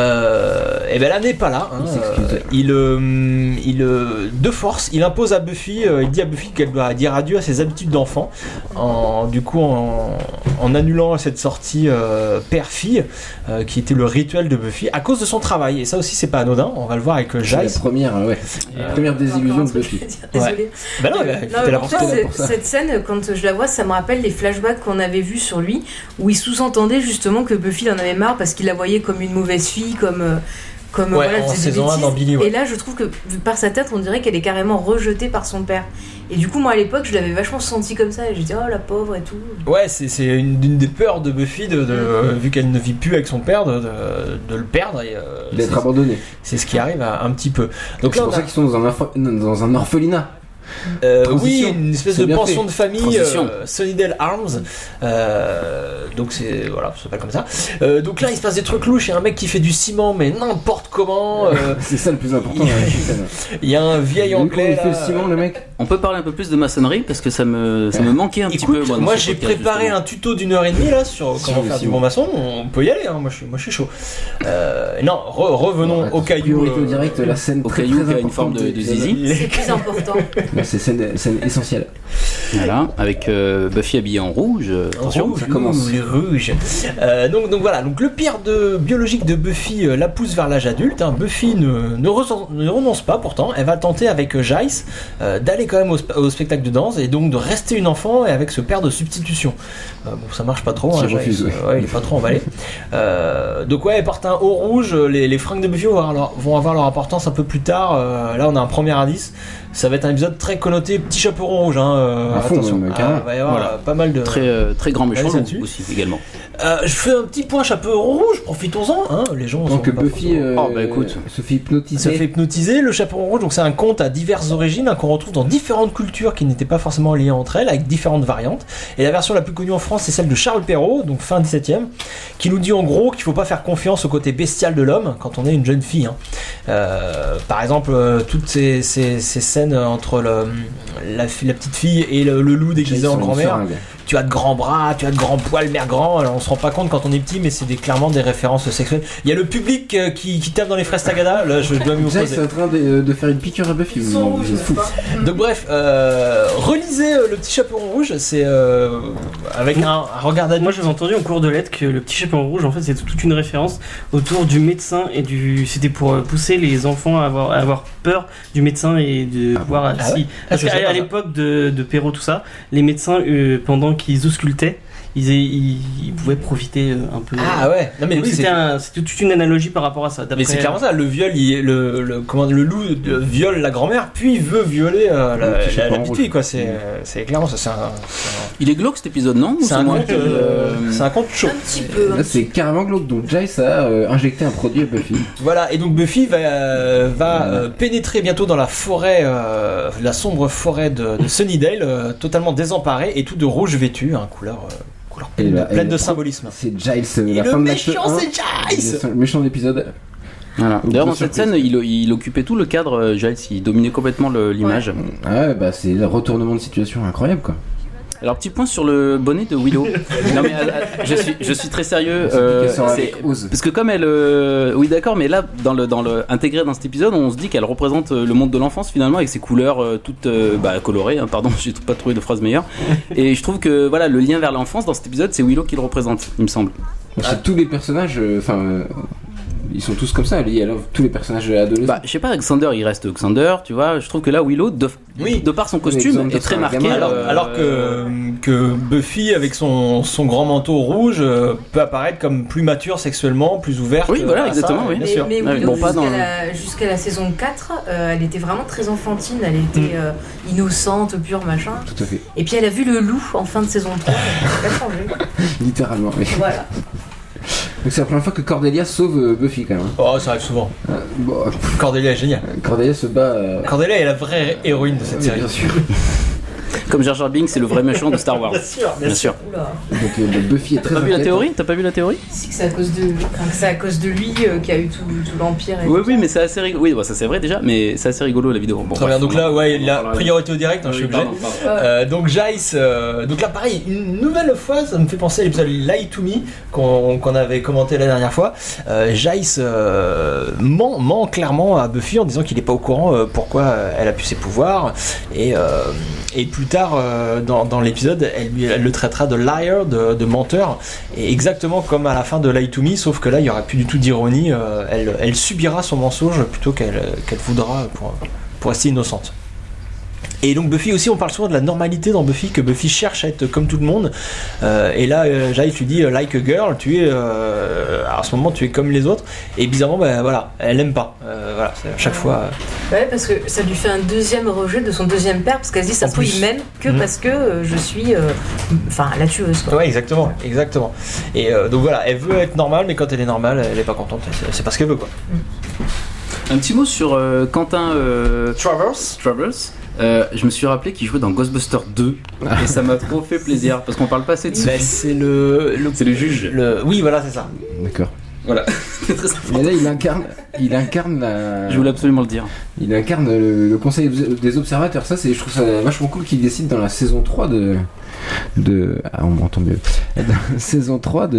euh, et ben là n'est pas là. hein. Il s'excuse. Euh, il, euh, il, euh, de force, il impose à Buffy, euh, il dit à Buffy qu'elle doit dire adieu à ses habitudes d'enfant, en, du coup en, en annulant cette sortie euh, père-fille, euh, qui était le rituel de Buffy, à cause de son travail. Et ça aussi c'est pas anodin, on va le voir avec euh, C'est Giles. la première, ouais. La première Encore désillusion un de truc, Buffy. je veux dire, désolée. Ben non, ben, Non, c'était mais la pour partie- toi, là c'est- pour ça. cette scène, quand je la vois, ça me rappelle les flashbacks qu'on avait vus sur lui, où il sous-entendait justement que Buffy il en avait marre parce qu'il la voyait comme une mauvaise fille, comme. euh, Comme, Ouais, euh, voilà, en faisait des saison un bêtises. dans Billy, ouais. Et là, je trouve que par sa tête, on dirait qu'elle est carrément rejetée par son père. Et du coup, moi à l'époque, je l'avais vachement senti comme ça. Et j'ai dit, oh la pauvre et tout. Ouais, c'est c'est une, une des peurs de Buffy, de, de- Mm. euh, vu qu'elle ne vit plus avec son père, de, de- de le perdre. et, euh, D'être c'est- abandonné. c'est ce qui arrive à- un petit peu. Donc Donc c'est là, on pour ça a, qu'ils sont dans un, orphe- non, dans un orphelinat. euh, oui, transition. une espèce C'est de bien pension fait. de famille, Transition. euh, Sunnydale Arms. Euh, donc c'est voilà, ça s'appelle comme ça. Euh, donc là, il se passe des trucs louches. Il y a un mec qui fait du ciment, mais n'importe comment. euh, C'est ça le plus important. il- dans la scène. Il y a un vieil Du coup, anglais. Il fait le là, ciment, le mec. On peut parler un peu plus de maçonnerie parce que ça me, ça me manquait un Ah, Écoute, petit peu. moi, dans ce j'ai podcast, préparé justement. un tuto d'une heure et demie là sur Si, comment oui, faire si, du oui. bon maçon. On peut y aller, hein, moi, je suis, moi je suis chaud. Euh, non, re- revenons Attends, au caillou. priorité au euh, direct, la scène au très, caillou très qui a une importante forme de- de du- zizi. C'est plus important. Ouais, C'est scène, scène essentielle. Voilà, avec euh, Buffy habillée en rouge. euh, attention. Rouge, ça commence. ouh, les rouges. Euh, donc, donc voilà, donc le pire de biologique de Buffy euh, la pousse vers l'âge adulte. hein. Buffy ne, ne, reson- ne renonce pas pourtant. Elle va tenter avec euh, Giles euh, d'aller quand même au, sp- au spectacle de danse et donc de rester une enfant et avec ce père de substitution. Euh, bon, ça marche pas trop. Qui Giles, refuse, ouais. euh, il est pas trop emballé. Euh, donc ouais, elle porte un haut rouge. euh, Les, les fringues de Buffy vont avoir leur, vont avoir leur importance un peu plus tard. Euh, là, on a un premier indice. Ça va être un épisode très connoté petit chaperon rouge. Hein, euh, À fond, attention. même, carrément. Ah, il va y avoir Voilà. euh, pas mal de Très, euh, très grand méchant Allez, là-dessus. aussi également. Euh, je fais un petit point chapeau rouge, profitons-en, hein, les gens. sont Donc pas Buffy forcément- euh, Oh, bah, écoute. se fait hypnotiser. Ça fait hypnotiser le chaperon rouge, donc c'est un conte à diverses origines hein, qu'on retrouve dans différentes cultures qui n'étaient pas forcément liées entre elles, avec différentes variantes. Et la version la plus connue en France, c'est celle de Charles Perrault, donc fin 17e, qui nous dit en gros qu'il faut pas faire confiance au côté bestial de l'homme quand on est une jeune fille. hein. Euh, par exemple, euh, toutes ces, ces- ces scènes entre le- la, fi- la petite fille et le, le loup déguisé en Sur une grand-mère, seringue. tu as de grands bras, tu as de grands poils, mère grand. Alors on se rend pas compte quand on est petit, mais c'est des- clairement des références sexuelles. Il y a le public euh, qui, qui tape dans les fraises Tagada. Là, je dois m'y Jack opposer. c'est en train de, de faire une piqûre à Buffy. Ils sont vous- rouges, vous êtes fous. Donc bref, euh, relisez euh, le petit chaperon rouge. C'est euh, avec un, un regard Moi, d'adulte. j'avais entendu en cours de lettres que le petit chaperon rouge, en fait, c'est toute une référence autour du médecin et du. C'était pour euh, pousser les enfants à avoir, à avoir peur du médecin et de pouvoir. Ah si. ouais Ah, Parce je savais qu'à pas à ça. l'époque de, de Perrault, tout ça, les médecins, euh, pendant qu'ils auscultaient, ils, ils, ils pouvaient profiter euh, un peu. Ah ouais. Non mais Donc, oui, c'était c'est- un- hein. c'était toute une analogie par rapport à ça. Mais d'après- euh, c'est clairement ça, le viol, il- le, le, comment, le loup euh, viole la grand-mère, puis veut violer euh, la, Le petit la, la chaperon petite fille, quoi. C'est euh, c'est clairement ça, c'est un, Il est glauque cet épisode, non Ou c'est un, moi conte, qui- euh, c'est un conte chaud. Un petit peu. hein. Là, c'est carrément glauque. Donc, Jace a euh, injecté un produit à Buffy. Voilà, et donc Buffy va, euh, va euh, pénétrer bientôt dans la forêt, euh, la sombre forêt de, de Sunnydale, euh, totalement désemparée et tout de rouge vêtu, hein, couleur, euh, couleur Et pleine, là, de- pleine et de là- symbolisme. C'est Giles, euh, Et la le fin de l'acte méchant, 1. c'est Jace Le méchant d'épisode. Voilà. D'ailleurs, dans cette Surprise. scène, il, il occupait tout le cadre, euh, Giles, il dominait complètement le- l'image. Ah ouais, bah c'est le retournement de situation incroyable quoi. Alors, petit point sur le bonnet de Willow. non, mais euh, je, suis, je suis très sérieux. euh, Qu'elle sort c'est- avec Oz. parce que comme elle, euh, oui d'accord, mais là dans le dans le intégré dans cet épisode, on se dit qu'elle représente euh, le monde de l'enfance finalement avec ses couleurs euh, toutes euh, bah, colorées. hein, pardon, j'ai pas trouvé de phrase meilleure. Et je trouve que voilà le lien vers l'enfance dans cet épisode, c'est Willow qui le représente, il me semble. Parce que tous les personnages, euh, enfin, euh, ils sont tous comme ça. lui, alors, tous les personnages adolescents. Bah, je sais pas, Xander, il reste Xander, tu vois. Je trouve que là, Willow, de, Oui. de par son Oui, costume, Xander, est très c'est un marqué. gamin, Alors, euh, alors que, que Buffy, avec son, son grand manteau rouge, euh, peut apparaître comme plus mature sexuellement, plus ouverte. euh, Oui, voilà, à ça, exactement, oui. Bien Mais, sûr. mais Ouais, Willow, bon, pas dans jusqu'à le- la, jusqu'à la saison 4, euh, elle était vraiment très enfantine, elle était Mm. euh, innocente, pure, machin. Bah. Tout à fait, Et puis elle a vu le loup en fin de saison 3, elle a changé. littéralement. oui. Voilà. Donc c'est la première fois que Cordelia sauve euh, Buffy quand même. hein. Oh, ça arrive souvent. Euh, bon, pff, Cordelia est géniale. Cordelia se bat. euh, Cordelia est la vraie héroïne de cette oui, série. bien sûr. Comme Jar Jar Binks, c'est le vrai méchant de Star Wars. sûr, Bien sûr. Oula. Donc euh, bah, Buffy est très. T'as pas vu la inquiète. théorie T'as pas vu la théorie Si que c'est à cause de, enfin, que c'est à cause de lui euh, qu'il y a eu tout, tout l'empire. Et Oui, tout oui, mais c'est assez rigolo. Oui, bah, ça c'est vrai déjà, mais c'est assez rigolo la vidéo. Bon, Très bref, bien, donc on- là, ouais, on en la parlera. priorité au direct, hein, je suis Oui, obligé. pardon, pardon. ça. Euh, donc Jace, euh, donc là pareil, une nouvelle fois, ça me fait penser à l'épisode Lie to Me qu'on qu'on avait commenté la dernière fois. Euh, Jace euh, ment, ment clairement à Buffy en disant qu'il n'est pas au courant euh, pourquoi euh, elle a pu ses pouvoirs. Et, euh, et plus tard euh, dans, dans l'épisode, elle, lui- elle le traitera de liar, de, de menteur, et exactement comme à la fin de Lie to Me, sauf que là il n'y aura plus du tout d'ironie, euh, elle, elle subira son mensonge plutôt qu'elle qu'elle voudra pour, pour rester innocente. Et donc Buffy aussi, on parle souvent de la normalité dans Buffy, que Buffy cherche à être comme tout le monde. Euh, et là, euh, Giles lui dit euh, like a girl, tu es euh, à ce moment tu es comme les autres. Et bizarrement, ben voilà, elle aime pas. Euh, voilà, c'est à chaque fois. euh, Ouais, parce que ça lui fait un deuxième rejet de son deuxième père, parce qu'elle se dit ça En se trouve, plus. il m'aime que Mhm. parce que euh, je suis. euh, Enfin, la tueuse, quoi. Ouais, exactement, exactement. Et euh, donc voilà, elle veut être normale, mais quand elle est normale, elle est pas contente. C'est- C'est parce qu'elle veut quoi. Un petit mot sur euh, Quentin euh, Travers. Travers. Euh, je me suis rappelé qu'il jouait dans Ghostbusters 2 et ça m'a trop fait plaisir parce qu'on parle pas assez de ça. Bah, c'est le, le C'est le juge. le- oui, voilà, c'est ça. D'accord. Voilà. C'est très simple. Mais là il incarne, il incarne la. Je voulais absolument le dire. Il incarne le, le conseil obs- des observateurs. Ça, c'est, je trouve ça vachement cool qu'il décide dans la saison 3 de. de ah, on m'entend mieux. Dans la saison 3 de,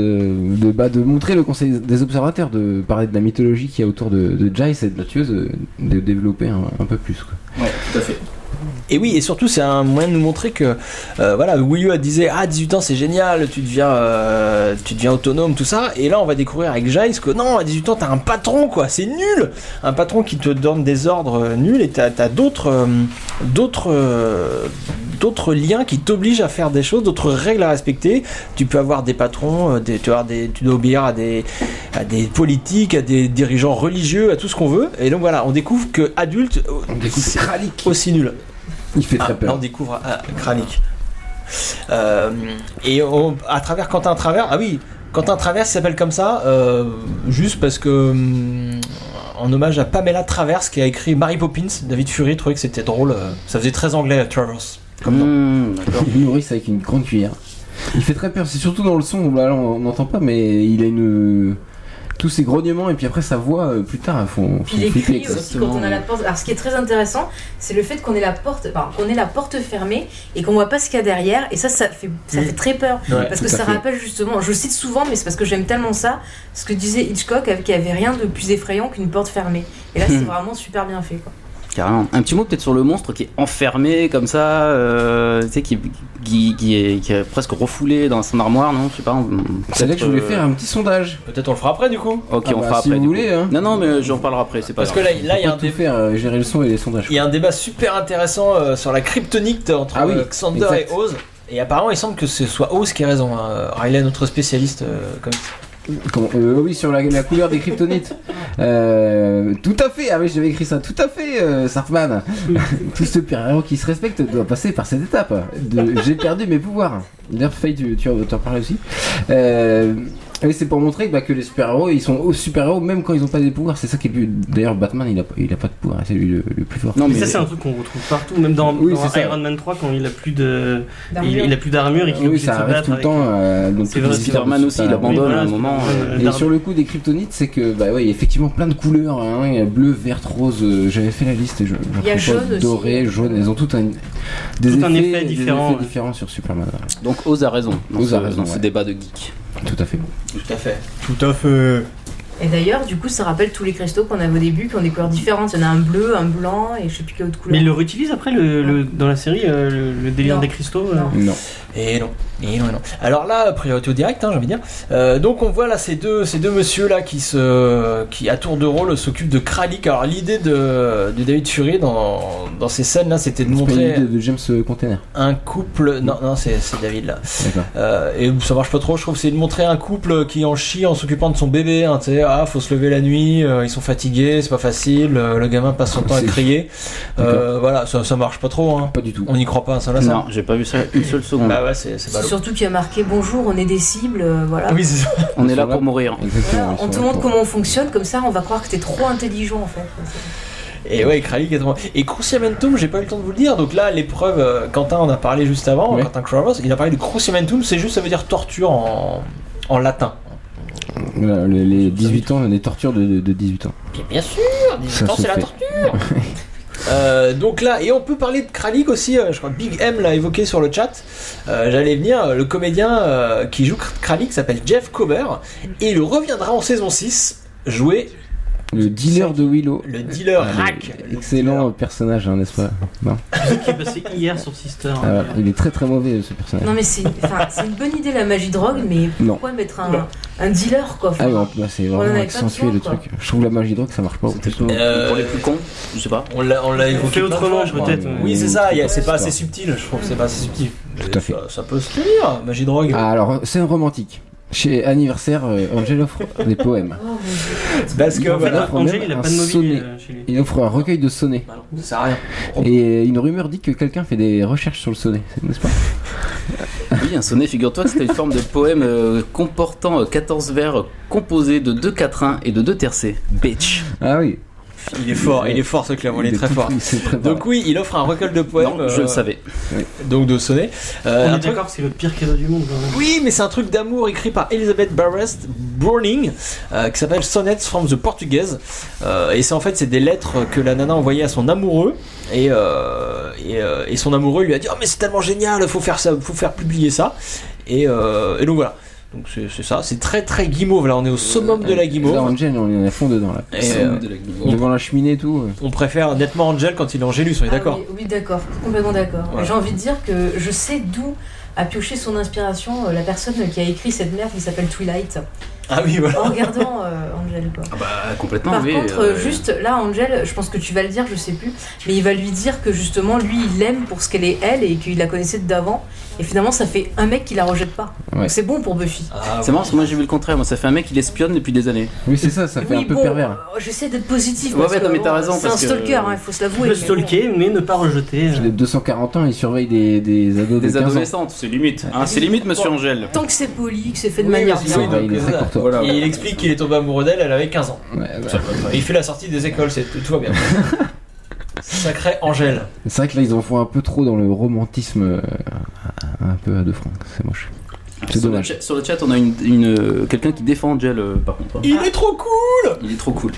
de, bah, de montrer le conseil des observateurs, de parler de la mythologie qu'il y a autour de, de Jace et de la tueuse, euh, de développer un, un peu plus. Quoi. Ouais, tout à fait. Et oui, et surtout, c'est un moyen de nous montrer que, euh, voilà, Will disait Ah, 18 ans, c'est génial, tu deviens, euh, tu deviens autonome, tout ça. Et là, on va découvrir avec Giles que non, à 18 ans, t'as un patron, quoi, c'est nul Un patron qui te donne des ordres euh, nuls et t'as t'as d'autres. euh, d'autres. euh, d'autres liens qui t'obligent à faire des choses, d'autres règles à respecter. Tu peux avoir des patrons, euh, des, tu, vas avoir des, tu dois obéir à des, à des politiques, à des dirigeants religieux, à tout ce qu'on veut. Et donc voilà, on découvre que adulte, euh, On découvre c'est Kralik. aussi nul. Il fait Ah, très là, on peur. découvre ah, Kranik. Euh, et on- à travers Quentin à travers, ah oui, Quentin Traverse s'appelle comme ça, euh, juste parce que. hum, En hommage à Pamela Traverse qui a écrit Mary Poppins, David Fury trouvait que c'était drôle. euh, Ça faisait très anglais, Traverse. Comme nom. Mmh, Il nourrisse avec une grande cuillère. Il fait très peur, c'est surtout dans le son, où là on on n'entend pas, mais il a une. Tous ses grognements, et puis après sa voix, euh, plus tard, font. Puis il écrit aussi quand on a la porte. Alors ce qui est très intéressant, c'est le fait qu'on ait la porte, enfin, qu'on ait la porte fermée et qu'on voit pas ce qu'il y a derrière. Et ça, ça fait, ça Mm. fait très peur Ouais, parce tout que à ça fait. rappelle justement. Je cite souvent, mais c'est parce que j'aime tellement ça. Ce que disait Hitchcock, avec- qu'il n'y avait rien de plus effrayant qu'une porte fermée. Et là, c'est Mm. vraiment super bien fait. Quoi. Carrément. Un petit mot peut-être sur le monstre qui est enfermé comme ça, euh, tu sais, qui, qui, qui est, qui est presque refoulé dans son armoire, non Je sais pas. on- on- C'est là que je voulais peut-être, faire euh, un petit sondage. Peut-être on le fera après du coup. Ok, Ah on bah, fera si après. vous du coup. voulez, hein. Non, non, mais j'en parlerai après, c'est pas Parce que grave. là, là, il y a un Tout faire, euh, gérer le son et les sondages. Il y a un débat super intéressant euh, sur la kryptonite entre Ah oui, euh, Xander exact. et Oz. Et apparemment, il semble que ce soit Oz qui a raison. hein. Riley, notre spécialiste, euh, comme Comment- euh, oui, sur la, la couleur des kryptonites. Euh, tout à fait, ah oui, j'avais écrit ça, tout à fait, euh, Sarfman. tout super-héros qui se respecte doit passer par cette étape. de J'ai perdu mes pouvoirs. D'ailleurs, Faye, tu, tu en tu en parlais aussi. Euh, oui, c'est pour montrer bah, que les super-héros, ils sont aux super-héros même quand ils n'ont pas des pouvoirs. C'est ça qui est plus. D'ailleurs, Batman, il a, pas- il a pas de pouvoir, c'est lui le, le plus fort. Non, mais, ça, c'est un truc qu'on retrouve partout, même dans, Oui, dans c'est ça. Iron Man 3, quand il a plus de. Il, D'armure. il a plus d'armure et Ah qu'il est oui, obligé de ça se arrive battre. tout le avec- temps. euh, dans C'est toutes vrai, les histoires c'est de Superman aussi, il super-héros. abandonne Oui, voilà, à un moment. c'est- euh, Et sur le coup des kryptonites, c'est que bah ouais, il y a effectivement plein de couleurs, hein, il y a bleu, vert, rose. euh, J'avais fait la liste et je. je Il y a propose jaune aussi. doré, jaune. Elles ont toutes un, des Tout un effets, effet des différent, effets ouais. différents sur Superman. ouais. Donc Oz a raison dans, Oz ce, a raison, dans ce ouais. débat de geek. Tout à fait. Tout à fait. Tout à fait. Et d'ailleurs, du coup, ça rappelle tous les cristaux qu'on avait au début, qui ont des couleurs différentes. Il y en a un bleu, un blanc et je sais plus quelle autre couleur. Mais il le réutilise après le, le- dans la série, euh, le, le délire Non. des cristaux. euh. Non. Non. Et Eh non, et non, et non. Alors là, priorité au direct, hein, j'ai envie de dire. Euh, donc on voit là ces deux, ces deux messieurs là qui se, qui à tour de rôle s'occupent de Kralik. Alors l'idée de, de David Fury dans, dans ces scènes là, c'était de C'est pas une montrer idée de James euh, Container. un couple. Non, non, c'est c'est David là. D'accord. Euh, et ça marche pas trop, je trouve. C'est de montrer un couple qui en chie en s'occupant de son bébé. Hein, tu sais, ah, faut se lever la nuit, euh, ils sont fatigués, c'est pas facile. euh, le gamin passe son temps à C'est- crier. Euh, voilà, ça, ça marche pas trop. Hein. Pas du tout. On n'y croit pas un seul instant. Non, j'ai pas vu ça Ah, une seule seconde. Bah ouais, c'est c'est C'est ballot. surtout qu'il y a marqué bonjour, on est des cibles, euh, voilà. Oui, c'est ça. on est Ils là sont là. pour mourir. Exactement. Voilà, ils on sont te là montre pour- comment on fonctionne, comme ça on va croire que t'es trop intelligent en fait. Et ouais, Kralik est trop- Et Cruciamentum, j'ai pas eu le temps de vous le dire. Donc là, l'épreuve, euh, Quentin en a parlé juste avant, Ouais. Quentin Cravos, il a parlé de Cruciamentum, c'est juste, ça veut dire torture en, en latin. Voilà, les, les 18 ans, les tortures de, de- de 18 ans. Bien, bien sûr, Ça attends, se c'est la fait. torture. Euh, donc là, et on peut parler de Kralik aussi, euh, je crois que Big M l'a évoqué sur le chat, Euh, j'allais venir, euh, le comédien euh, qui joue Kr- Kralik s'appelle Jeff Comer, et il reviendra en saison 6 jouer Le dealer de Willow. le dealer Ah, le- Rack. Excellent personnage, hein, n'est-ce pas Non. qui est passé hier sur Sister. Ah, voilà, il est très très mauvais ce personnage. Non mais c'est enfin, c'est une bonne idée la magie drogue, mais Non. pourquoi mettre un, un dealer quoi enfin, Ah oui, en plus, c'est On en vraiment avait pas accentué besoin, le quoi. truc. Je trouve la magie drogue, ça marche pas. C'était plutôt Euh, pour les plus cons, je sais pas. On l'a, on l'a évoqué fait plein de autrement, fois, je crois. peut-être, ouais. Oui, c'est ça. il y a- C'est Ouais. pas assez subtil. Je trouve que c'est pas assez subtil. Tout Mais à fait. Ça, ça peut se tenir. Magie drogue. Ah, alors, c'est un romantique. Chez Anniversaire, euh, Angel offre des poèmes. oh, mon Dieu. Parce que il en fait voilà, un- problème, Angel, il a pas de mobile sonnet. euh, chez lui. Il offre un recueil de sonnets. ça sert à rien. Et euh, une rumeur dit que quelqu'un fait des recherches sur le sonnet, n'est-ce pas Oui, un sonnet, figure-toi que c'était une forme de poème euh, comportant euh, 14 vers composés de deux quatrains et de deux tercets. Bitch. Ah oui. Il est fort. Il est fort ce Clermont. Il est très tout fort. pris, C'est très fort. Donc oui, il offre un recueil de poèmes. non, je euh, le savais. Donc de sonnet. Euh, On un est truc- d'accord que c'est le pire cadeau du monde. quand même. Oui, mais c'est un truc d'amour écrit par Elizabeth Barrest Browning euh, qui s'appelle Sonnets from the Portugaise. Euh, et c'est en fait c'est des lettres que la nana envoyait à son amoureux et euh, et, euh, et son amoureux lui a dit oh mais c'est tellement génial, faut faire ça, faut faire publier ça. Et, euh, et donc voilà. Donc c'est c'est ça, c'est très très guimauve là, on est au summum de la euh, Là, guimauve. Angel, on est à fond dedans, là. Et, euh, Devant la cheminée et tout. euh. on préfère nettement Angel quand il est en Gélus, on est Ah d'accord. oui, oui, d'accord, complètement d'accord. Ouais. J'ai envie de dire que je sais d'où a pioché son inspiration euh, la personne qui a écrit cette merde qui s'appelle Twilight Ah oui voilà. en regardant euh, Angel quoi. Ah bah, complètement, Par oui, contre, euh, euh, juste là, Angel, je pense que tu vas le dire, je sais plus, mais il va lui dire que justement, lui, il l'aime pour ce qu'elle est elle et qu'il la connaissait d'avant Et finalement, ça fait un mec qui la rejette pas. Ouais. Donc C'est bon pour Buffy. c'est marrant, parce que moi j'ai vu le contraire. Moi, ça fait un mec qui l'espionne depuis des années. Oui, c'est ça, ça Oui, bon, euh, J'essaie d'être positif. Ouais, parce ouais, non, que, mais t'as bon, raison, C'est un parce que- stalker, hein, il faut se l'avouer. Le mais bon. stalker, mais ne pas rejeter. euh. Il a 240 ans, il surveille des, des ados Des de 15 ans. adolescentes, c'est limite. hein, c'est limite, monsieur Angèle. Tant que c'est poli, que c'est fait de Oui, manière mais bien. sinon, il est donc, très euh, courtois. voilà. Et il explique qu'il est tombé amoureux d'elle, elle avait 15 ans. Ça va pas. Il fait la sortie des écoles, c'est tout va bien. Sacré Angèle. C'est vrai que là, ils en font un peu trop dans le romantisme euh, un peu à deux francs. C'est moche. C'est Sur le, dommage. chat, sur le chat, on a une, une, euh, quelqu'un qui défend Angel euh, par contre. hein. Il est trop cool Il est trop cool.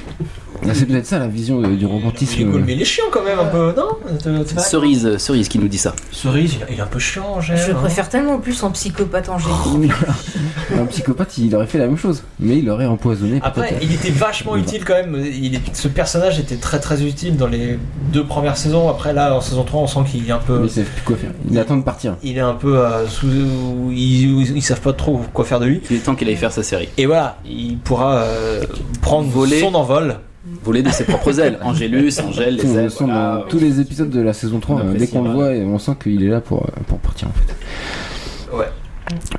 Ah, c'est peut-être ça la vision euh, du romantisme. Il est cool, mais il est chiant quand même un peu, non Euh, Cerise, euh, cerise qui nous dit ça. Cerise, il est un peu chiant, Angèle. Je le hein. préfère tellement plus en psychopathe angélique. Oh, Un psychopathe, il aurait fait la même chose, mais il aurait empoisonné. Après, peut-être. Ah, il était vachement utile quand même. Il est- ce personnage était très très utile dans les deux premières saisons. Après, là, en saison 3, on sent qu'il est un peu. Mais il sait plus quoi faire. Il attend de partir. Il est un peu euh, sous. Ils, ils- ils savent pas trop quoi faire de lui. Il est temps qu'il aille faire sa série. Et voilà, il pourra euh, prendre Voler. son envol. Voler de ses propres ailes. Angélus, Angèle, On les le ailes. sent voilà. dans tous les épisodes de la saison 3, ah, On hein, dès qu'on le appréciera. voit, et on sent qu'il est là pour, euh, pour partir en fait. Ouais.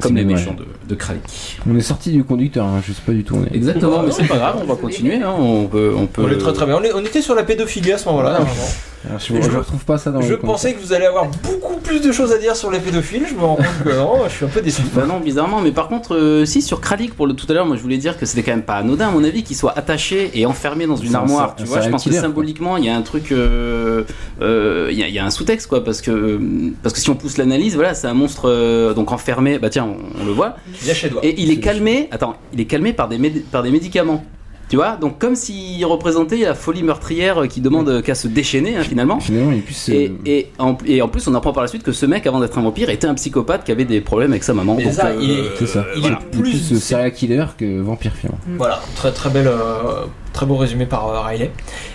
Comme C'est les dommage. méchants de, de Kravik. On est sorti du conducteur, hein, je sais pas du tout. on est- Exactement, mais c'est pas grave, on va continuer. hein, On peut. On peut On est très très bien. On, est- on était sur la pédophilie à ce moment-là. normalement. Alors, je, je retrouve pas ça dans Je le pensais que vous allez avoir beaucoup plus de choses à dire sur les pédophiles. Je me rends compte que non, je suis un peu déçu. Bah non, bizarrement, mais par contre, euh, si sur Kravik, pour le tout à l'heure, moi je voulais dire que c'était quand même pas anodin, à mon avis, qu'il soit attaché et enfermé dans une C'est un armoire. ser- Tu un vois, je serial pense que killer, quoi. symboliquement, il y a un truc, euh, euh, il y, a- il y a un sous-texte, quoi, parce que euh, parce que si on pousse l'analyse, voilà, c'est un monstre euh, donc enfermé. Bah tiens, on, on le voit. Lâchez-toi. Et il est calmé. Attends, il est calmé par des méd- par des médicaments. Tu vois, donc comme s'il représentait la folie meurtrière qui demande euh, qu'à se déchaîner hein, finalement. Finalement, il est plus. euh, Et, et, en, et en plus, on apprend par la suite que ce mec, avant d'être un vampire, était un psychopathe qui avait des problèmes avec sa maman. Mais Donc, ça, euh, il est- C'est ça. il est voilà. Il est plus plus- euh, serial killer que vampire finalement. Voilà, très très belle, euh, très beau résumé par euh, Riley.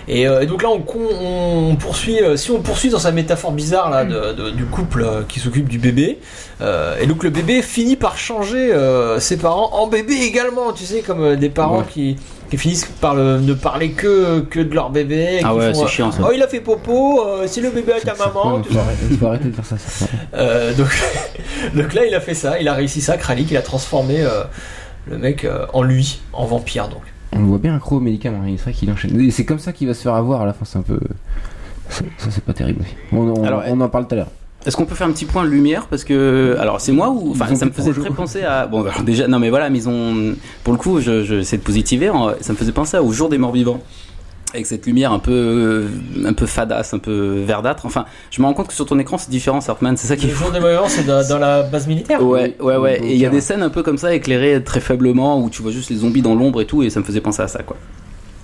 Et, euh, et donc là, on, con- on poursuit. euh, si on poursuit dans sa métaphore bizarre Mm. là de- de- du couple euh, qui s'occupe du bébé, euh, et donc le bébé finit par changer euh, ses parents en bébé également. Tu sais, comme euh, des parents Ouais. qui, qui finissent par le- ne parler que que de leur bébé. et Ah qui ouais, font, c'est euh, chiant, ça. Oh, il a fait popo. euh, c'est le bébé à ta maman. Ouais, tout faut ça. arrêter, faut arrêter de faire ça. ça. Euh, donc, donc là, il a fait ça. Il a réussi ça. Kralik, il a transformé euh, le mec euh, en lui, en vampire donc. On le voit bien accro aux médicaments, hein, c'est vrai qu'il enchaîne. Et c'est comme ça qu'il va se faire avoir à la fin, c'est un peu. Ça, ça, c'est pas terrible. On, on- Alors, on en parle tout à l'heure. Est-ce qu'on peut faire un petit point lumière Parce que, alors, c'est moi ou. Enfin, Ils ont ça me plus faisait trop très joué. penser à. Bon, alors, déjà, non, mais voilà, mais ils ont. Pour le coup, je, je, c'est de positiver. hein, Ça me faisait penser au jour des morts vivants. Avec cette lumière un peu, euh, un peu fadasse, un peu verdâtre. Enfin, je me rends compte que sur ton écran, c'est différent, Sartman. C'est ça qui Le est fou. jour des voyants, c'est dans, dans la base militaire. Ouais, ouais, ouais. Ou- ou Et il y a bien. des scènes un peu comme ça, éclairées très faiblement, où tu vois juste les zombies dans l'ombre et tout, et ça me faisait penser à ça, quoi.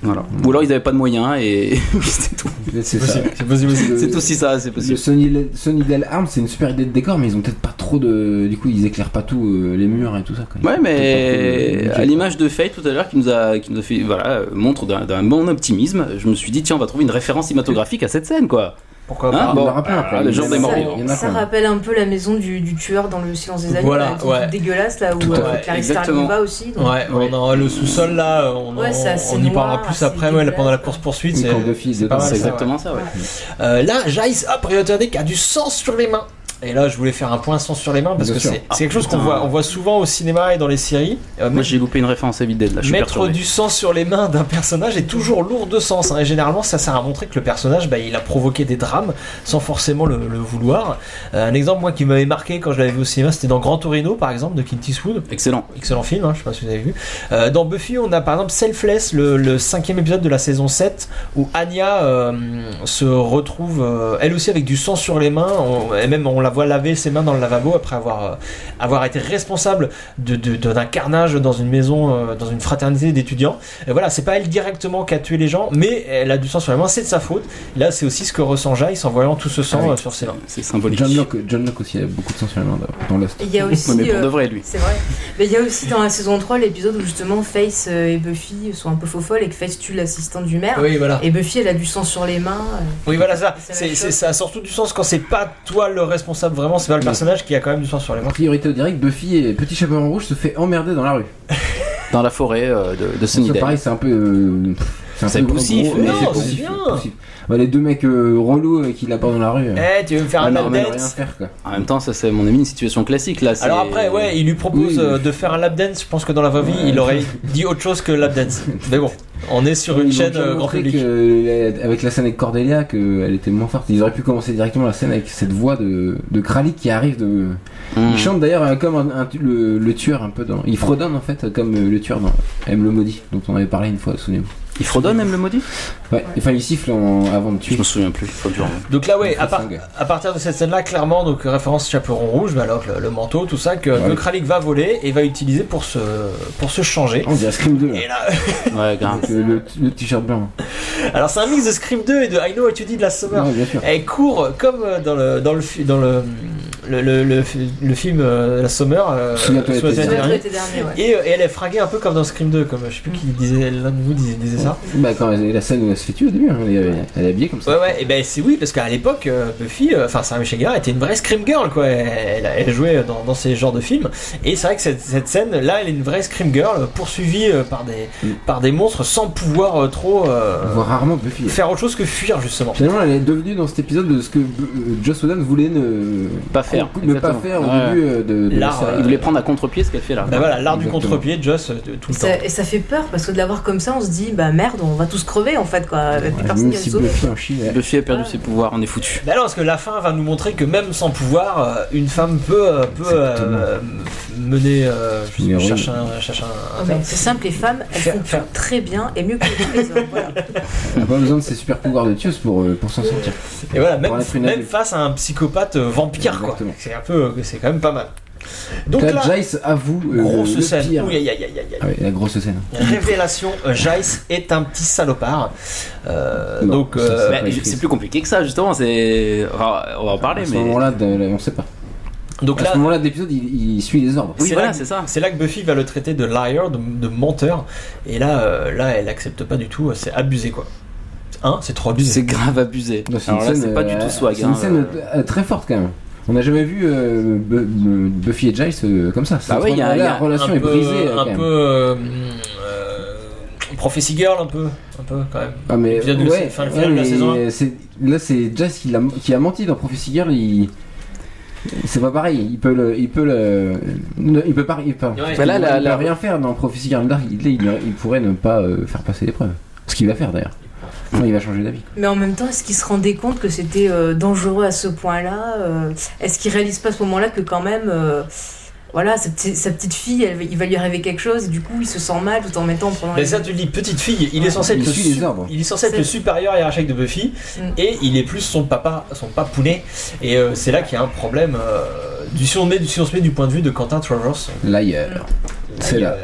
Voilà. Ou alors ils avaient pas de moyens et c'était tout. C'est ça. C'est possible. Le- C'est aussi ça, c'est Le possible. Sunny- Sunnydale Arms, c'est une super idée de décor, mais ils ont peut-être pas trop de. Du coup, ils éclairent pas tout euh, les murs et tout ça. Quoi. Ils Ouais, ont peut-être pas mais trop de budget. à l'image de Faye tout à l'heure qui nous a, qui nous a fait, voilà, euh, montre d'un d'un bon optimisme, je me suis dit, tiens, on va trouver une référence cinématographique à cette scène, quoi. Pourquoi Hein, pas Il y en bon, aura plein, après. le Il y genre en des a- morts ça, il y en a ça plein. rappelle un peu la maison du, du tueur dans le Silence des Agneaux, Voilà, la petite ouais. dégueulasse là où Tout à euh, fait, Clarice exactement. Starling va aussi. donc. Ouais, on en- le sous-sol là, on, en- Ouais, c'est assez on y parlera noir, plus assez après, ouais, là, pendant la course poursuite. Une C'est corps de fille c'est dedans, pas mal, C'est ça, ouais. exactement ça, Ah, ouais. Euh, là, Jace, hop, Predator Deck a du sang sur les mains. Et là, je voulais faire un point sang sur les mains parce Bien que sûr. c'est Ah, c'est quelque chose qu'on putain. voit, on voit souvent au cinéma et dans les séries. Euh, Moi, j'ai loupé une référence à Evil Dead, là, je suis Mettre perturbé. du sang sur les mains d'un personnage est toujours lourd de sens. hein. Et généralement, ça sert à montrer que le personnage, bah, il a provoqué des drames sans forcément le, le vouloir. Euh, un exemple, moi, qui m'avait marqué quand je l'avais vu au cinéma, c'était dans Grand Torino, par exemple, de Clint Eastwood. Excellent. Excellent film, hein, je sais pas si vous avez vu. Euh, dans Buffy, on a par exemple Selfless, le, le cinquième épisode de la saison 7, où Anya euh, se retrouve, euh, elle aussi, avec du sang sur les mains. On- et même, on la voit laver ses mains dans le lavabo après avoir, euh, avoir été responsable de- de- de- d'un carnage dans une maison, euh, dans une fraternité d'étudiants. Et voilà, c'est pas elle directement qui a tué les gens, mais elle a du sang sur les mains, c'est de sa faute. Là, c'est aussi ce que ressent Jace en voyant tout ce sang Ah oui. euh, sur ses mains. C'est symbolique. John Locke, John Locke aussi, il a beaucoup de sens sur les mains dans- dans Lost. Et il y a aussi. Ouais, mais pour euh, de vrai, lui. C'est vrai. Mais il y a aussi dans la saison 3 l'épisode où justement Face euh, et Buffy sont un peu faux folles et que Face tue l'assistante du maire. Oui, voilà. Et Buffy elle a du sang sur les mains. euh. Oui, voilà ça. C'est la C'est, même c'est- chose. ça a surtout du sens quand c'est pas toi le responsable vraiment, c'est pas le personnage qui a quand même du sens sur les mains. Priorité au direct, Buffy et Petit Chaperon Rouge se fait emmerder dans la rue. Dans la forêt euh, de, de Ça, Sunnydale. pareil, c'est un peu. euh, pff, un C'est peu gros- poussif, gros- mais- non, c'est poussif, bien. poussif. Bah, les deux mecs euh, relous euh, qui l'abordent dans la rue. euh. Eh, tu veux me faire Ah, un non, lap mais rien dance faire, quoi. En même temps, ça c'est à mon ami une situation classique là. c'est- Alors après, ouais, il lui propose Oui. euh, de faire un lap dance. Je pense que dans la vraie vie, Ouais. il aurait dit autre chose que lap dance. Mais bon, on est sur une Ils ont chaîne déjà euh, grand montré public. que, euh, avec la scène avec Cordelia, qu'elle était moins forte. Ils auraient pu commencer directement la scène avec cette voix de, de Kralik qui arrive de. Hmm. Mm. Il chante d'ailleurs euh, comme un- un tu- le, le tueur un peu dans. Il fredonne en fait euh, comme euh, le tueur dans Aime le maudit, dont on avait parlé une fois, souvenez-vous. Il fredonne, Aime le maudit Ouais, enfin il siffle en- avant de tuer. Je me souviens plus, faut que je remonte. Donc là, ouais, à, part- sangue. à partir de cette scène-là, clairement, donc référence chaperon rouge, bah alors, le, le manteau, tout ça, que, que Ouais. Kralik va voler et va utiliser pour se, pour se changer. On dirait Scream 2. là. Et là, Ouais, grave. Avec, euh, le, le t-shirt blanc. alors c'est un mix de Scream 2 et de I Know What You Did Last Summer. Ouais, bien sûr. Elle court comme euh, dans le dans le fi- dans le le, le, le fi- le film euh, La Summer. euh, Souviens-toi Souviens-toi l'été l'été Souviens-toi dernier. l'été dernier, ouais. Et, euh, et elle est fraguée un peu comme dans Scream 2, comme euh, je sais plus qui disait, l'un de vous disait, disait ça. Bah quand elle- la scène où elle se fait tuer au début, hein, elle, est- elle est habillée comme ça. Ouais, ouais, et ben c'est oui, parce qu'à l'époque, euh, Buffy, euh, enfin Sarah Michelle Gellar était une vraie Scream Girl, quoi. Elle, elle- elle jouait dans, dans ces genres de films. Et c'est vrai que cette, cette scène, là, elle est une vraie Scream Girl, euh, poursuivie euh, par, des, Mm. par des monstres sans pouvoir euh, trop euh, On voit rarement Buffy. faire autre chose que fuir, justement. Finalement, elle est devenue dans cet épisode de ce que Bu- euh, Joss Whedon voulait ne Pas faire, ne pas exactement. faire au Ouais. début euh, de, de la L'art, série. Il voulait prendre à contre-pied ce qu'elle fait là. Bah voilà, l'art du Exactement. contre-pied, Joss, euh, tout Et le temps. ça, et ça fait peur parce que de l'avoir comme ça, on se dit bah merde, on va tous crever en fait quoi. Plus Ouais, personne même qui va si nous sauver. Buffy en Chine, elle- Buffy a perdu ses pouvoirs, on est foutu. Bah non, parce que la fin va nous montrer que même sans pouvoir, euh, une femme peut, euh, peut euh, mener. euh, je sais- je Numéro cherche une. un, je cherche un- un Ouais, terme. C'est simple, les femmes, elles Faire- font faire- tout très bien et mieux que tous les hommes. Voilà. elle a pas besoin de ses super pouvoirs de tueuse pour, euh, pour s'en sortir. Et voilà, même, Pour être une même adulte. face à un psychopathe euh, vampire, quoi. Exactement. C'est un peu, euh, c'est quand même pas mal. Donc là, là, Jace avoue euh, grosse le scène. pire. Ouh, aïe, aïe, aïe, aïe, aïe. Ah oui, la grosse scène. Révélation, euh, Jace est un petit salopard. Euh, Non, donc, ça, euh, ça, bah, ouais, Mais c'est- c'est plus compliqué que ça, justement. C'est. enfin, on va en parler, à ce mais. moment-là, de- là, on sait pas. donc à là, ce moment-là de l'épisode, il, il suit les ordres. Oui, c'est voilà, là- c'est ça. c'est là que Buffy va le traiter de liar, de, de menteur. Et là, euh, là, elle accepte pas du tout. euh, C'est abusé, quoi. Hein, c'est trop abusé. C'est grave abusé. Non, Alors là, c'est pas du euh, tout swag. C'est hein. une scène euh, très forte quand même. On n'a jamais vu euh, Bu- euh, Buffy et Giles euh, comme ça. Bah ouais, Entre- y a- là, y a la relation un est peu, brisée. euh, un quand même. peu euh, euh, Prophecy Girl, un peu, un peu quand même. Ah, mais, L'épisode de la- ouais, enfin, le ouais, final de la mais saison un. c'est- Là, c'est Giles qui, l'a- qui a menti dans Prophecy Girl. Il... C'est pas pareil. Il peut le. Il peut le. ne- Il peut pas. Il peut, Ouais. Bah là, il la- peut la- rien faire dans Prophecy Girl. Là, il, il- il pourrait ne pas euh, faire passer l'épreuve. Ce qu'il va faire d'ailleurs. Enfin, il va changer d'avis. Mais en même temps, est-ce qu'ils se rendaient compte que c'était euh, dangereux à ce point-là euh, Est-ce qu'ils réalisent pas à ce moment-là que quand même, euh, voilà, sa, petite- sa petite fille, elle, il va lui arriver quelque chose et du coup, il se sent mal tout en mettant en prenant. Mais les- ça, tu le dis, petite fille, il est censé être, Il le, suit les su- ordres. il est censé être le supérieur hiérarchique de Buffy, Mm. et il est plus son papa, son papounet. Et euh, c'est là qu'il y a un problème. euh, du, si, on met, du- si on se met du point de vue de Quentin Travers. L'ailleurs. C'est là.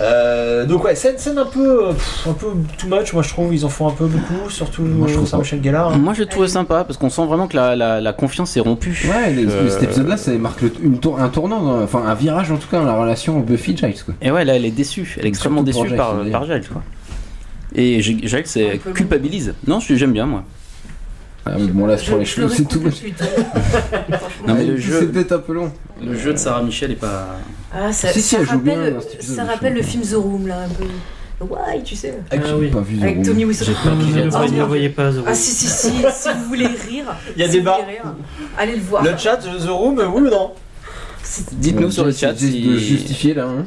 Euh, donc, ouais, scène, scène un peu, euh, pff, un peu too much, moi je trouve. Ils en font un peu beaucoup, surtout euh, Moi, je trouve Mm. Sarah pas. Michelle Gellar. Moi, je trouve sympa parce qu'on sent vraiment que la, la- la confiance est rompue. Ouais, les- Euh, cet épisode-là, ça marque le- une tour- un tournant, dans- enfin un virage en tout cas dans la relation Buffy Giles. Quoi. Et ouais, là, elle est déçue. Elle est extrêmement Surtout pour déçue Jack, par, d'ailleurs. par Giles, quoi. Et G- Giles, c'est Un peu long. culpabilise. Non, je- j'aime bien, moi. Ah, mais bon, là, je prends les le cheveux, c'est tout. réécoute tout de suite. Franchement. Non, mais le C'est jeu, peut-être un peu long. le jeu de Sarah Michel est pas. Ah, ça, Si, si, ça elle joue bien rappelle, dans cet épisode, ça je rappelle le trouve. film The Room, là, un peu. Why, tu sais. Ah, Ah oui. Pas vu Avec The Tommy Room. Wiseau. Non, vous ne le Ah, voyez- ne le voyez pas, The Ah Room. si si si, si vous voulez rire, Il y a si des vous bars. voulez rire, allez le voir. Le chat, The Room, oui ou non Dites-nous sur le J'essaie chat de si. justifier là. hein.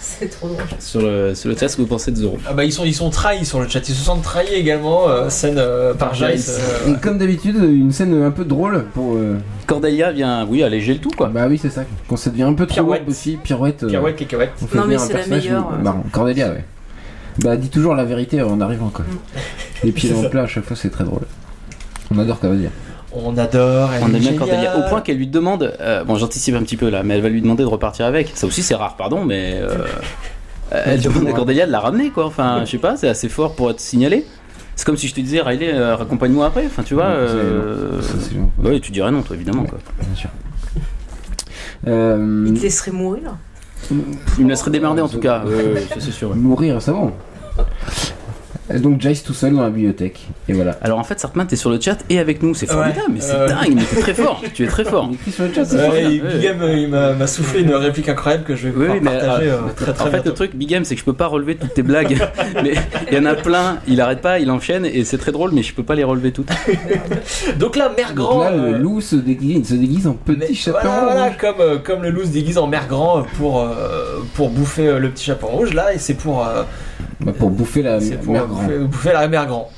C'est trop drôle. Sur le, sur le chat, ce que vous pensez de Zoro. Ah bah ils sont, ils sont trahis sur le chat, ils se sentent trahis également, euh, scène euh, par Par Giles. Giles. euh, Et comme d'habitude, une scène un peu drôle pour. euh, Cordelia vient, oui, alléger le tout, quoi. Bah oui, c'est ça. Quand ça devient un peu trop Pirouette. woke aussi, pirouette. euh, Cacahuète, cacahuète. On fait Non, mais venir un c'est la personnage meilleure, qui- euh. marrant. Cordelia, ouais. Bah dis toujours la vérité en arrivant quoi. Mm. Les pieds C'est dans ça. le plat à chaque fois, c'est très drôle. On adore Cordelia. On adore, elle On est aime bien géniale. Cordelia. Au point qu'elle lui demande, euh, bon j'anticipe un petit peu là, mais elle va lui demander de repartir avec. Ça aussi c'est rare, pardon, mais euh, euh, elle demande à Cordelia de la ramener quoi. Enfin, je sais pas, c'est assez fort pour être signalé. C'est comme si je te disais, Riley, euh, raccompagne-moi après. Enfin, tu vois. Ouais, c'est- euh, Ça, c'est long, bah oui, tu dirais non, toi, évidemment. Quoi. bien sûr. Euh, Il te laisserait mourir. Il me laisserait démerder en tout cas. Ouais, c'est sûr. Mourir, ça va. Donc Jace tout seul dans la bibliothèque. Et voilà. Alors en fait, Sartman, t'es sur le chat et avec nous. C'est formidable, mais c'est dingue, mais t'es très fort. Tu es très fort. sur le chat, c'est Ouais, formidable. et Ouais. Guillaume euh, il m'a m'a soufflé une réplique incroyable que je vais Oui, pouvoir oui, mais partager euh, euh, très très en fait, bientôt. le truc, Big Game, c'est que je peux pas relever toutes tes blagues. mais il y en a plein, il arrête pas, il enchaîne, et c'est très drôle, mais je peux pas les relever toutes. Donc là, mère Donc grand. là, euh, le loup se déguise, se déguise en petit chaperon. Voilà, voilà, comme, euh, comme le loup se déguise en mère grand pour, euh, pour bouffer euh, le petit chapeau rouge, là, et c'est pour, euh, Bah, pour bouffer la c'est pour mère grand. bouffer, bouffer la mère grand.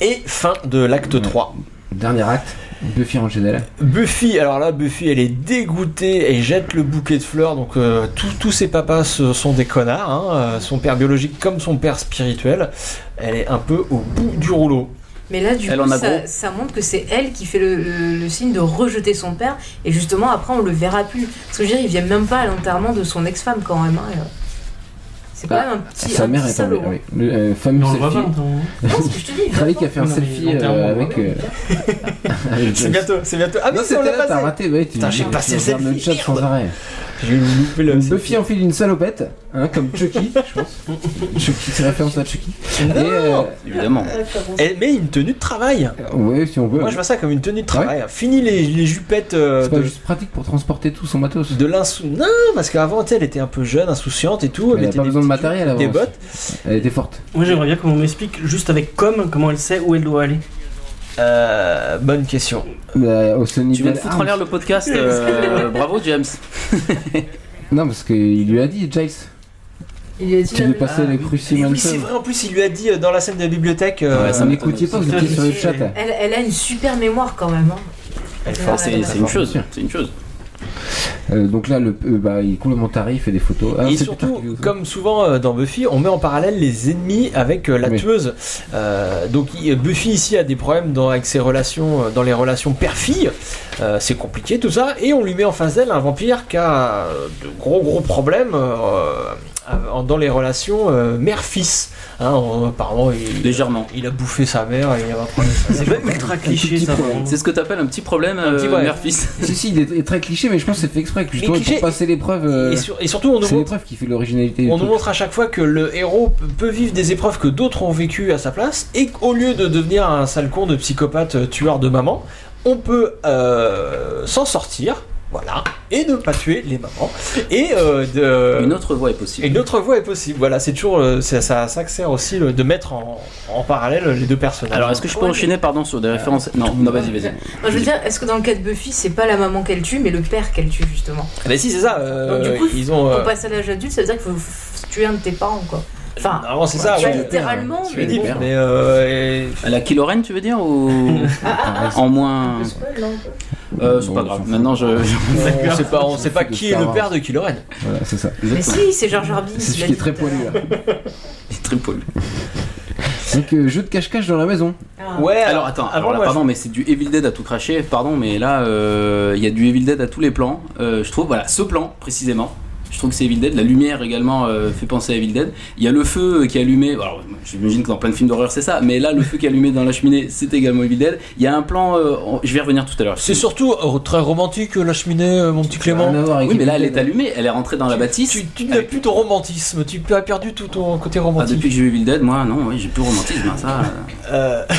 Et fin de l'acte 3. Dernier acte, Buffy Angel. Buffy, alors là, Buffy, elle est dégoûtée et jette le bouquet de fleurs. Donc, euh, tous- tous ses papas ce sont des connards, hein, euh, son père biologique comme son père spirituel. Elle est un peu au bout du rouleau. Mais là, du Elle coup, en a ça, gros. ça montre que c'est elle qui fait le, le- le signe de rejeter son père. Et justement, après, on le verra plus. Parce que je veux dire, il vient même pas à l'enterrement de son ex-femme quand même. hein, et, euh, C'est Bah, quand même un petit. Sa un mère petit est tombée. salaud, hein. Oui. Le euh, fameux Mais on le voit selfie. pas, non Non, ce que je te dis, il Khalik a fait un Non, mais selfie euh, l'enterrement, avec. euh, avec C'est bientôt, c'est bientôt. Ah, mais Non, c'est on l'a c'était là, passé. t'as raté. ouais, tu- Putain, j'ai tu passé le regardes selfie, le chat sans merde. arrêt. J'ai loupé le. Buffy enfile une salopette, hein, comme Chucky, je pense. Chucky, c'est référence à Chucky. Ah Et, euh, Évidemment. Elle met une tenue de travail. ouais, si on veut. Moi, je vois ça comme une tenue de travail. Fini les, les jupettes euh, C'est pas de, juste pratique pour transporter tout son matos. de l'insou. Non, parce qu'avant, tu sais, elle était un peu jeune, insouciante et tout. Elle a mettait pas des besoin de hein. petits- matériel avant. Des bottes. Elle était forte. Moi j'aimerais bien qu'on m'explique juste avec com comment elle sait où elle doit aller. Euh, bonne question. Là, Bah, au Sony Tu viens de foutre en l'air le podcast. euh, bravo, James. Non, parce qu'il lui a dit, Giles. Il lui a dit. Tu veux passer le Mais crucifix oui, c'est vrai, en plus, il lui a dit euh, dans la scène de la bibliothèque. euh, Ouais, ça Vous m'étonne n'écoutiez pas, aussi. vous étiez sur le chat. Elle, elle a une super mémoire quand même. hein. Elle est Enfin, forte. c'est c'est une chose. C'est une chose. Euh, donc là, le, euh, bah, il coule mon tarif, il fait des photos. Ah, Et c'est Peter surtout, qui- comme souvent euh, dans Buffy, on met en parallèle les ennemis avec euh, la Oui. tueuse. Euh, donc il- Buffy ici a des problèmes dans, avec ses relations, euh, dans les relations père-fille. Euh, c'est compliqué tout ça. Et on lui met en face d'elle un vampire qui a euh, de gros gros problèmes euh, dans les relations euh, mère-fils. Hein, on- apparemment, il, Légèrement. il a bouffé sa mère. et Il avait un problème. C'est pas ultra cliché petit ça. problème. vraiment. C'est ce que t'appelles un petit problème, euh, petit problème. mère-fils. Si, si, il est- il est très cliché, mais je pense que c'est fait exprès. que Justement, cliché- pour passer l'épreuve. euh, Et, sur- et surtout, on nous C'est montre l'épreuve qui fait l'originalité. du On nous truc. montre à chaque fois que le héros p- peut vivre des épreuves que d'autres ont vécues à sa place, et qu'au lieu de devenir un sale con de psychopathe euh, tueur de maman, on peut euh, s'en sortir, voilà, et ne pas tuer les mamans. Et euh, de... Une autre voie est et possible. une autre voie est possible. Voilà, c'est toujours euh, c'est ça, ça que sert aussi le- de mettre en, en parallèle les deux personnages. Alors, est-ce que je peux Ouais. enchaîner, pardon, sur des références Non, non, vas-y, vas-y. Moi, je veux dire, est-ce que dans le cas de Buffy, c'est pas la maman qu'elle tue, mais le père qu'elle tue justement Ah bah si, c'est ça. euh, Donc, du coup, ils ont. euh, Pour passer à l'âge adulte, ça veut dire qu'il faut f- tuer un de tes parents quoi. Enfin, Normalement, c'est ça. pas ouais. littéralement, Tu l'as mais. dit, bon. mais, euh, et- La Killoren, tu veux dire ou en moins euh, C'est pas grave. Maintenant, je. on sait pas, on sait pas fout de qui est Star le Wars. hein. père de Killoran. Voilà, c'est ça. Mais si, c'est George Hardy. C'est il celui l'a qui est dit très tout à l'heure. poilu là. Très poil. Donc, euh, jeu de cache-cache dans la maison. Ah. Ouais. Alors attends, avant, alors là, moi, pardon, mais c'est du Evil Dead à tout cracher, pardon, mais là, euh, il y a du Evil Dead à tous les plans. Euh, je trouve, voilà, ce plan précisément. Je trouve que c'est Evil Dead. La lumière également euh, fait penser à Evil Dead. Il y a le feu euh, qui est allumé. Alors, j'imagine que dans plein de films d'horreur, c'est ça. Mais là, le feu qui est allumé dans la cheminée, c'est également Evil Dead. Il y a un plan. euh, on- je vais y revenir tout à l'heure. C'est surtout euh, très romantique, euh, la cheminée, euh, mon petit Clément. Rien à voir avec Oui, mais là, elle Evil est Dead. allumée. Elle est rentrée dans la bâtisse. Tu, tu n'as plus ton romantisme, tu as perdu tout ton côté Ah, romantique. depuis que j'ai vu Evil Dead, moi, non, oui, j'ai plus de romantisme. hein, ça. euh. Euh,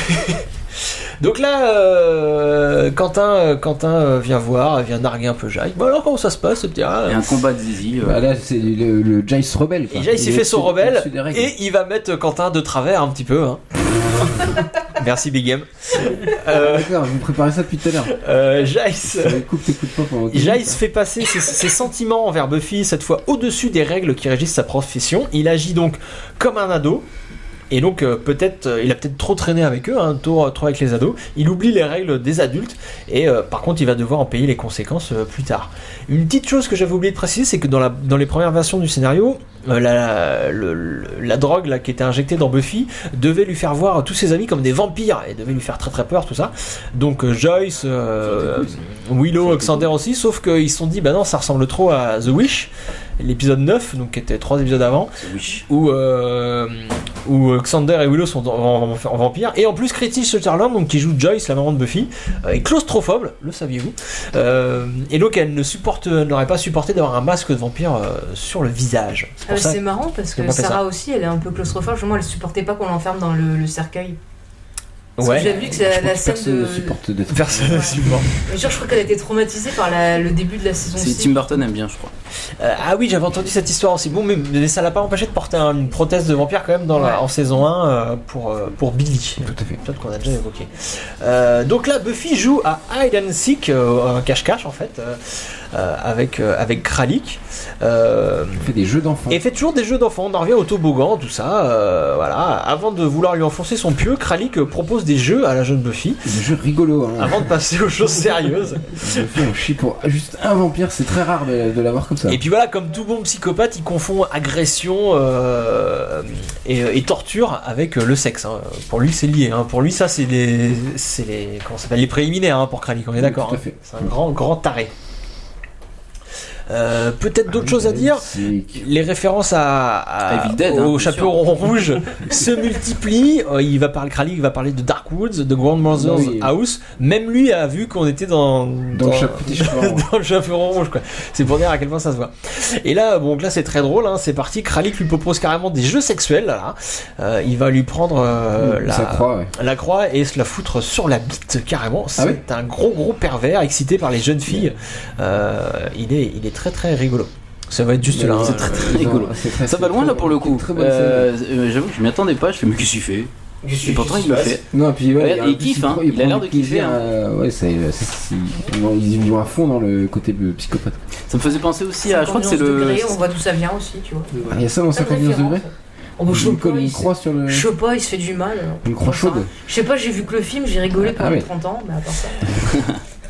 Donc là, euh, Quentin, euh, Quentin euh, vient voir, vient narguer un peu Jacques. Bon alors comment ça se passe, ce petit ah, Il y a un combat de zizi. euh. Bah, là, c'est le, le Jace rebelle. quoi. Et Jacques s'est Il est fait son au-dessus- rebelle au-dessus des règles. et il va mettre Quentin de travers un petit peu. hein. Merci Big Game. Euh, D'accord, je vous préparais ça depuis tout à l'heure. euh, Jace- Euh, Coupe tes coups de poing pendant. Giles fait passer ses, ses sentiments envers Buffy, cette fois au-dessus des règles qui régissent sa profession. Il agit donc comme un ado. Et donc euh, peut-être, euh, il a peut-être trop traîné avec eux, hein, trop, trop avec les ados. Il oublie les règles des adultes et euh, par contre, il va devoir en payer les conséquences euh, plus tard. Une petite chose que j'avais oublié de préciser, c'est que dans, la, dans les premières versions du scénario, euh, la, le- le- la drogue là, qui était injectée dans Buffy devait lui faire voir tous ses amis comme des vampires et devait lui faire très très peur, tout ça. Donc euh, Joyce, euh, Willow, Xander aussi, sauf qu'ils se sont dit, bah non, ça ressemble trop à The Wish. l'épisode 9, donc qui était trois épisodes avant, où, euh, où euh, Xander et Willow sont en, en- en vampire. Et en plus, Kriti Sutherland, donc, qui joue Joyce, la maman de Buffy, euh, est claustrophobe, le saviez-vous. Euh, et donc, elle ne supporte, elle n'aurait pas supporté d'avoir un masque de vampire euh, sur le visage. C'est Ah pour bah, ça c'est marrant parce qu'on que fait ça. Sarah aussi, elle est un peu claustrophobe. Justement, elle supportait pas qu'on l'enferme dans le, le cercueil. Parce que Ouais. j'ai vu que la, la scène personne de. ne supporte de Personne ne supporte. Mais Genre, je crois qu'elle a été traumatisée par la- le début de la saison Si 6. Tim Burton aime bien, je crois. Euh, ah oui, j'avais entendu cette histoire aussi. Bon, mais, mais ça l'a pas empêché de porter un- une prothèse de vampire quand même dans la, en saison 1 euh, pour, euh, pour Billy. Tout à fait. Peut-être qu'on a déjà évoqué. Euh, donc là, Buffy joue à Hide and Seek, euh, un cache-cache en fait, euh, euh, avec, euh, avec Kralik. Euh, fait des jeux d'enfants. Et fait toujours des jeux d'enfants. On en revient au toboggan, tout ça. euh, voilà. Avant de vouloir lui enfoncer son pieu, Kralik euh, propose des jeux à la jeune Buffy. Des jeux rigolos. Ah. hein. Avant de passer aux choses sérieuses. Buffy, on chie pour juste un vampire, c'est très rare de, de l'avoir comme ça. Et puis voilà, comme tout bon psychopathe, il confond agression euh, et, et torture avec euh, le sexe. hein. Pour lui, c'est lié. hein. Pour lui, ça, c'est les, c'est les, comment ça s'appelle, les préliminaires hein, pour Kralik. On est d'accord. tout à hein. fait. C'est un grand, grand taré. Euh, Peut-être Ah d'autres choses à bah dire. Les références à, à- Evil Dead, hein, au bien chapeau sûr. rond rouge se multiplient. Euh, il va parler Kralik, il va parler de Dark Woods, de Grand Mother's Oui. House. Même lui a vu qu'on était dans Dans le chapeau- petit chapeau rond. dans le chaperon rouge quoi. C'est pour dire à quel point ça se voit. Et là, bon, donc là c'est très drôle, hein, c'est parti. Kralik lui propose carrément des jeux sexuels. Là, Euh, il va lui prendre euh, Mmh, la, sa croix, ouais. la croix et se la foutre sur la bite carrément. C'est Ah oui un gros gros pervers excité par les jeunes filles. Euh, il est il est très très rigolo. Ça va être juste là. hein. C'est très très rigolo. c'est très- Ça va loin là pour le coup. bonne Euh, euh, J'avoue que je m'y attendais pas, je fais mais qu'est-ce qu'il fait Et pourtant il me fait. Non, puis ouais, Ouais, y a il un petit kiffe, hein. pro- Il a prend l'air du de kiffer, plaisir, hein. euh, ouais, c'est- c'est- ils vont- ils vont à fond dans le côté euh, psychopathe. Ça me faisait penser aussi à. ah, Je crois que c'est 51 le. degrés, on voit d'où ça vient aussi, tu vois. Ah, Il y a ça dans 51 degrés Oh, bah, je sais Il pas, colle une il croix sur le. Je sais pas, il se fait du mal. Une croix chaude. Je sais pas, j'ai vu que le film, j'ai rigolé Ah pendant oui. 30 ans, mais à part ça.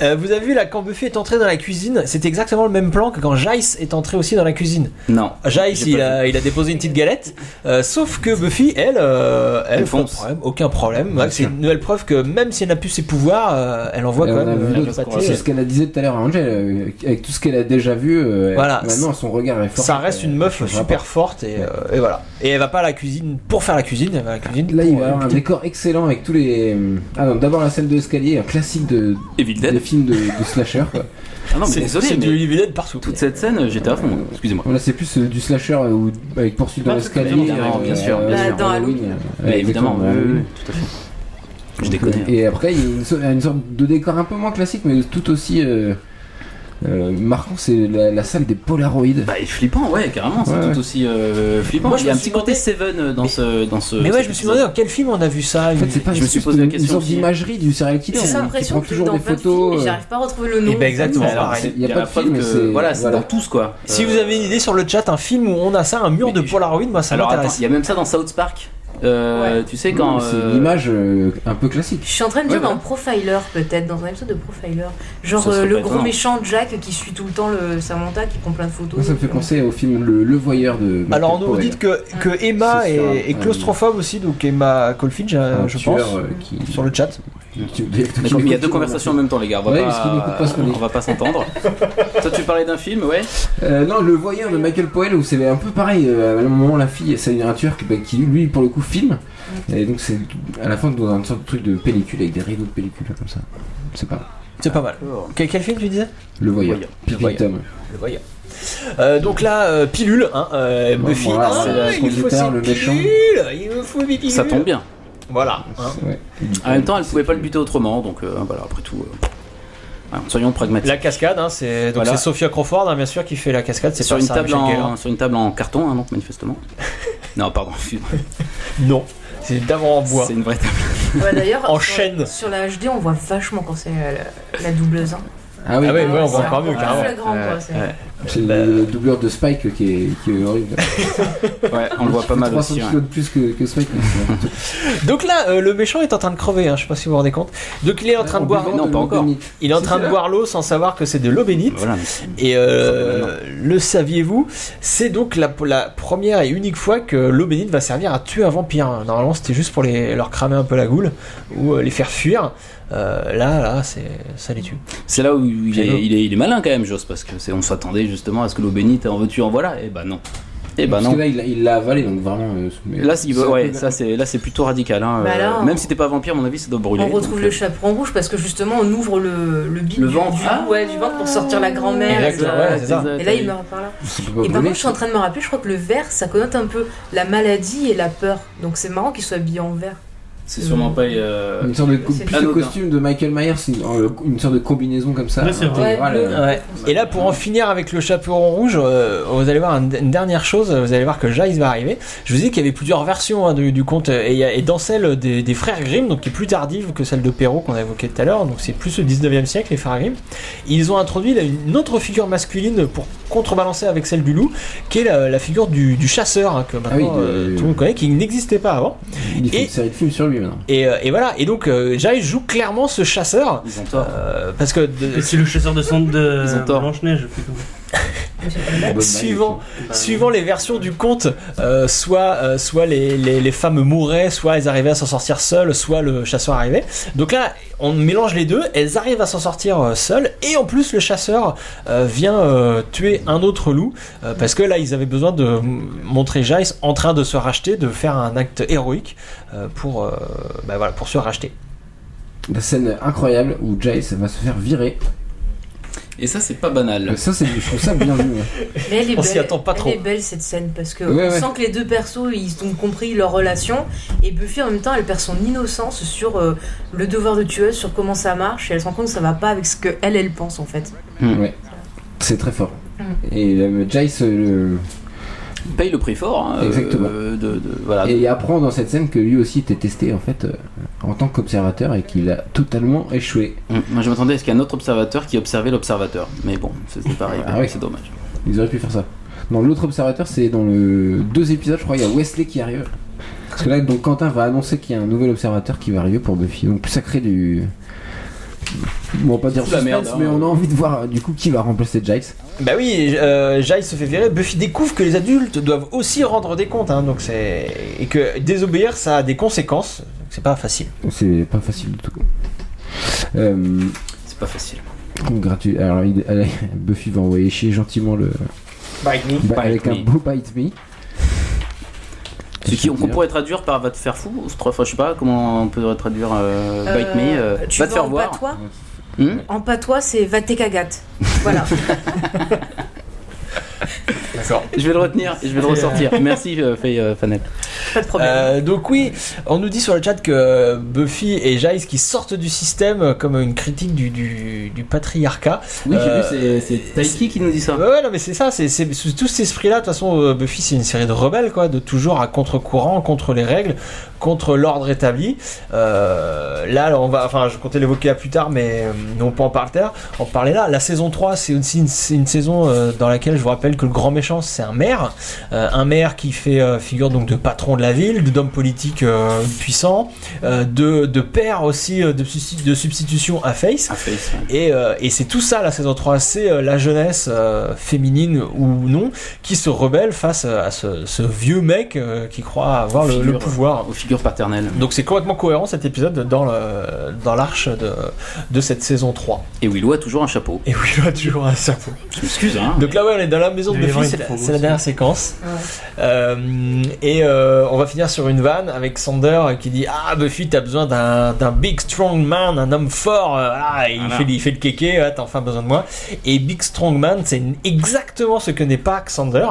Euh, vous avez vu là quand Buffy est entré dans la cuisine, c'est exactement le même plan que quand Jace est entré aussi dans la cuisine. Non. Jace, J'ai il pas a, il a déposé une petite galette, euh, sauf que Buffy, elle, euh, elle, pas de Défonce. problème, aucun problème. Voilà, C'est une nouvelle preuve que même si elle n'a plus ses pouvoirs, euh, elle envoie Et quand on a même vu euh, d'autres, la parce que sympathie. C'est ce qu'elle a disait tout à l'heure à Angel, euh, avec tout ce qu'elle a déjà vu. euh, Voilà. Maintenant, son regard est fort. Ça reste une meuf super forte et, euh, et voilà. Et elle va pas à la cuisine pour faire la cuisine, elle va à la cuisine. Là, il pour, va euh, y avoir un décor excellent avec tous les. Ah non, d'abord la scène de l'escalier, un classique de Evil Dead. des films de, de slasher. quoi. Ah non mais C'est- désolé, c'est mais du Livy Dead partout. toute cette scène j'étais à fond. Excusez-moi. Là, c'est plus euh, du slasher euh, où- avec poursuite dans Ah, l'escalier. bien euh, sûr, bien sûr, bien sûr. Dans Halloween. Ouais, Mais évidemment, euh, exactement, oui, Halloween. oui, tout à fait. Je déconne. hein. Et après, il y a une, so- une sorte de décor un peu moins classique, mais tout aussi euh, euh, marquant, c'est la, la salle des Polaroids. Bah, et flippant, ouais, carrément, c'est Ouais, tout ouais. aussi euh, flippant. Moi, je Il y a me un suis petit côté Seven euh, dans ce. Dans ce Mais ouais, cet je me suis épisode. demandé dans quel film on a vu ça. En fait, c'est pas Je me juste suis posé la une- question une sorte aussi. d'imagerie du serial killer. J'ai qui l'impression prend que dans toujours des plein de films, mais photos. euh, j'arrive pas à retrouver le nom. Eh ben, exactement. Alors, pareil. c'est- Il y a pas de preuve film, mais que- c'est- Voilà, c'est voilà. dans tous, quoi. Si Euh, vous avez une idée sur le chat, un film où on a ça, un mur mais de je- Polaroid, moi ça Alors, attends, m'intéresse. il y a même ça dans South Park. Euh, Tu sais, quand. Non, mais C'est euh, une image euh, un peu classique. Je suis en train de dire Ouais, voilà. dans Profiler peut-être, dans un épisode de Profiler. Genre Ça serait euh, pas le gros étonnant. méchant Jack qui suit tout le temps le Samantha qui prend plein de photos. Moi, ça me fait penser au film Le, Le Voyeur de. Michael Bah, Alors on nous Powell. dit que, que Emma C'est est, sur un- est claustrophobe aussi, donc Emma Colfinch, euh, Un je tueur, pense, euh, qui- sur le chat. qui- qui- D'accord, mais il y a deux conversations en même temps, les gars. On va Ouais, parce qu'il n'écoute pas, pas ce qu'on dit. on va pas s'entendre. Toi, tu parlais d'un film, ouais. Euh, non, le voyeur de Michael Powell où c'est un peu pareil. euh, à un moment, la fille, c'est un tueur qui, bah, qui, lui, pour le coup, filme. Et donc, c'est à la fin dans un sorte de truc de pellicule avec des rideaux de pellicule comme ça. C'est pas mal. C'est pas mal. Que- quel film tu disais le voyeur. Voyeur. Puis Voyeur. Tom. Le voyant. donc là, euh, pilule, hein, euh, Bon, Buffy. Bah, voilà, Ah, c'est la il me faut conducteur, cette le méchant. pilule, il me faut mes pilules. Ça tombe bien. Voilà. hein. Ouais. En même temps, elle pouvait pas le buter autrement, donc euh, voilà, après tout. euh, voilà, soyons pragmatiques. La cascade, hein, c'est donc Voilà. c'est Sophia Crawford, hein, bien sûr, qui fait la cascade. C'est Sur pas une, Sarah table Michelle Gellar. en, sur une table en carton, hein, donc manifestement. non, pardon, excuse-moi. Non, c'est une table en bois. c'est une vraie table. Ouais, bah, d'ailleurs, En sur- chaîne. Sur la HD, on voit vachement quand c'est la, la- la doubleuse. hein. Ah oui, Ah ouais, ouais, on c'est voit encore mieux, un carrément. flagrant, quoi, Ouais, c'est- ouais. c'est bah, le doubleur de Spike qui est, qui est horrible. Ouais, on le voit pas mal 300 aussi. ouais. kilos de plus que, que Spike. Donc là, euh, le méchant est en train de crever. hein, je sais pas si vous vous rendez compte. Donc il est en train de boire. buvant Non, de pas l'eau encore. bénite. Il est en Si, train c'est de là. boire l'eau sans savoir que c'est de l'eau bénite. Voilà, mais- Et euh, le saviez-vous C'est donc la, la première et unique fois que l'eau bénite va servir à tuer un vampire. Normalement, c'était juste pour les, leur cramer un peu la goule ou euh, les faire fuir. euh, là, là, c'est, ça les tue. C'est là où il est, Piano. il est- il est malin quand même, Joss, parce que c'est- on s'attendait justement à ce que l'eau bénite, en veux-tu, en voilà. Et bah non. Et bah Parce non. que là, il l'a- il l'a avalé, donc vraiment. euh, mais- Là, c'est- ouais, ça c'est là c'est plutôt radical. hein. Bah Euh, là, on- Même si t'es pas vampire, à mon avis, ça doit brûler. On retrouve donc, euh, le chaperon rouge parce que justement on ouvre le, le bide Le du, ventre. du- ouais, du ventre pour sortir la grand-mère. Ah. Exact, etc. ouais, c'est ça. Et là il meurt par là. Bah, Ça peut pas Et par brûler. contre je suis en train de me rappeler, je crois que le vert ça connote un peu la maladie et la peur. Donc c'est marrant qu'il soit habillé en vert. C'est sûrement pas. euh, Une sorte de co- c'est plus de anodin. costume de Michael Myers, une, euh, une sorte de combinaison comme ça. intégrale, euh, Ouais. Et là, pour en finir avec le chaperon rouge, euh, vous allez voir un- une dernière chose. Vous allez voir que Jace va arriver. Je vous ai dit qu'il y avait plusieurs versions hein, du, du conte, et, il y a- et dans celle des, des frères Grimm, donc qui est plus tardive que celle de Perrault qu'on a évoquée tout à l'heure, donc c'est plus le 19e siècle, les frères Grimm. Ils ont introduit là, une autre figure masculine pour contrebalancer avec celle du loup, qui est la, la figure du, du chasseur, hein, que maintenant Ah oui, de- euh, tout le monde connaît, qui n'existait pas avant. Il fait Et- une série de films sur lui maintenant. Et, euh, et voilà, et donc euh, Jace joue clairement ce chasseur. Euh, parce que. de- Et C'est le chasseur de cendres Ils ont de euh, tort. Blanche-Neige. plutôt. suivant, Euh, suivant les versions du conte, euh, soit, euh, soit les, les, les femmes mouraient, soit elles arrivaient à s'en sortir seules, soit le chasseur arrivait. Donc là, on mélange les deux, elles arrivent à s'en sortir euh, seules, et en plus le chasseur euh, vient euh, tuer un autre loup, euh, parce que là, ils avaient besoin de m- montrer Jace en train de se racheter, de faire un acte héroïque euh, pour, euh, bah voilà, pour se racheter. La scène incroyable où Jace va se faire virer. Et ça, c'est pas banal. Ça, c'est, je trouve ça bien vu. hein. Mais elle est On belle. s'y attend pas elle trop. est belle cette scène parce que Ouais, on ouais. sent que les deux persos ils ont compris leur relation et Buffy en même temps elle perd son innocence sur euh, le devoir de tueuse, sur comment ça marche et elle se rend compte que ça va pas avec ce que elle elle pense en fait. Ouais. C'est très fort. Mm. Et euh, Jace euh, Paye le prix fort. hein, euh, de, Exactement. Ah, de- voilà. le- et il apprend dans cette scène que lui aussi était testé en fait euh, en tant qu'observateur et qu'il a totalement échoué. Mm. Moi, je m'attendais à ce qu'il y ait un autre observateur qui observait l'observateur. Mais bon, c'était pareil. Ah oui. C'est dommage. Ils auraient pu faire ça. Dans l'autre observateur, c'est dans le deux épisodes, je crois, il y a Wesley qui arrive. Parce que là, donc Quentin va annoncer qu'il y a un nouvel observateur qui va arriver pour Buffy. Donc ça crée du. Bon, on va pas dire C'est la suspense, merde, hein. mais on a envie de voir euh, du coup qui va remplacer Jace. Bah oui, euh, Giles se fait virer. Buffy découvre que les adultes doivent aussi rendre des comptes, hein, donc c'est et que désobéir ça a des conséquences. donc C'est pas facile. C'est pas facile du tout. Euh, C'est pas facile. gratu- Alors, il- elle- Buffy va envoyer chier gentiment le. Bah, avec un me. beau bite me. Ce qui- on C'est-à-dire- pourrait traduire par va te faire fou, ou se tra- enfin, je sais pas comment on peut traduire euh, Euh, bite me, euh, tu va te vas faire en voir. patois Hmm En patois c'est va te cagate. Voilà. D'accord. je vais le retenir, et je vais le ressortir. Merci euh, Faye euh, Fanel. Pas de problème. Euh, donc oui, on nous dit sur le chat que Buffy et Giles qui sortent du système euh, comme une critique du, du, du patriarcat. Oui, j'ai Euh, vu, c'est- c'est Taiki qui nous dit ça. Ouais, ouais, non, mais c'est ça, c'est c'est- sous tout cet esprit-là. De toute façon, euh, Buffy, c'est une série de rebelles, quoi, de toujours à contre-courant, contre les règles, contre l'ordre établi. Euh, là, on va, enfin, je comptais l'évoquer là plus tard, mais euh, on peut en parler, là. en parler là. La saison 3, c'est aussi une, c'est une saison euh, dans laquelle je vous rappelle que le grand méchant, c'est un maire. Euh, un maire qui fait euh, figure donc de patron de la ville, d'homme politique euh, puissant, euh, de, de père aussi, euh, de, substitu- de substitution à Face. Ah, Faye, c'est- Et, euh, et c'est tout ça la saison 3, c'est euh, la jeunesse euh, féminine ou non qui se rebelle face euh, à ce, ce vieux mec euh, qui croit avoir le, le Figure. pouvoir. aux figures paternelles. Donc c'est complètement cohérent cet épisode dans le- dans l'arche de, de cette saison 3. Et Willow a toujours un chapeau. Et oui, il a toujours un chapeau. Je m'excuse, hein. Donc là ouais, on est dans la maison de Il doit y avoir Buffy, une c'est la, promo c'est la aussi. dernière séquence. Ouais. Euh, et euh, on va finir sur une vanne avec Sander qui dit Ah Buffy, t'as besoin d'un d'un big strong man, un homme fort. euh, Ah, il, Voilà. fait, il fait le kéké, ah, t'as enfin besoin de moi. Et big strong man, c'est exactement ce que n'est pas Xander,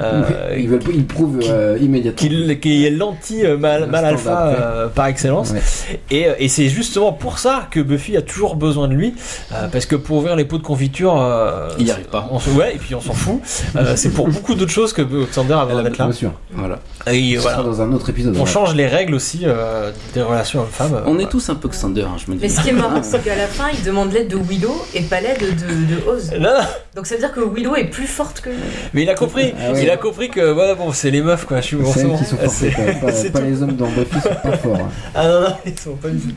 euh, ils, veulent, ils prouvent euh, immédiatement. qui, qui est l'anti-mal Le standard, alpha ouais. euh, par excellence. Ouais. Et, euh, et c'est justement pour ça que Buffy a toujours besoin de lui, euh, parce que pour ouvrir les pots de confiture, euh, Il y arrive pas. On se, ouais, et puis on s'en fout. Euh, c'est pour beaucoup d'autres choses que Xander a besoin d'être là. Bien sûr. Voilà. Et Ce voilà. sera dans un autre épisode. On voilà. change les règles aussi euh, des relations hommes-femmes. euh, On voilà. est tous un peu Xander, hein, je me dis. Mais ce qui est marrant, c'est qu'à la fin, il demande l'aide de Willow et pas l'aide de, de Oz. Non, non, Donc ça veut dire que Willow est plus forte que lui. mais il a compris. Ah ouais. Il a compris que voilà, bon, c'est les meufs quoi. Je suis bon, C'est c'est elles bon. qui sont fortes, C'est- quoi. pas, c'est pas tout. les hommes dans Buffy sont pas forts. hein. Ah non, non, ils sont pas du tout.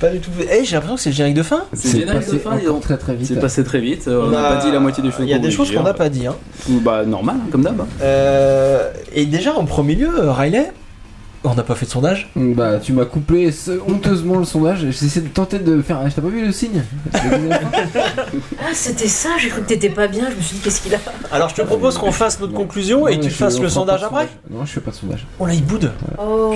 Pas du tout. Eh, j'ai l'impression que c'est le générique de fin. C'est génial, passé de fin, dis encore donc. très très vite. C'est passé très vite, euh, on n'a a- pas dit la moitié des choses. Il y a des choses qu'on n'a n'a pas dit. Hein. Bah, normal, hein, comme d'hab. Euh, et déjà en premier lieu, euh, Riley, On n'a pas fait de sondage Mm, Bah, tu m'as coupé ce- honteusement le sondage. J'essaie de tenter de faire. T'as pas vu le signe Ah, c'était ça, j'ai cru que t'étais pas bien, je me suis dit qu'est-ce qu'il a. Alors je te propose qu'on fasse notre conclusion et que tu fasses le sondage après Non, je fais pas de sondage. Oh là, il boude Oh.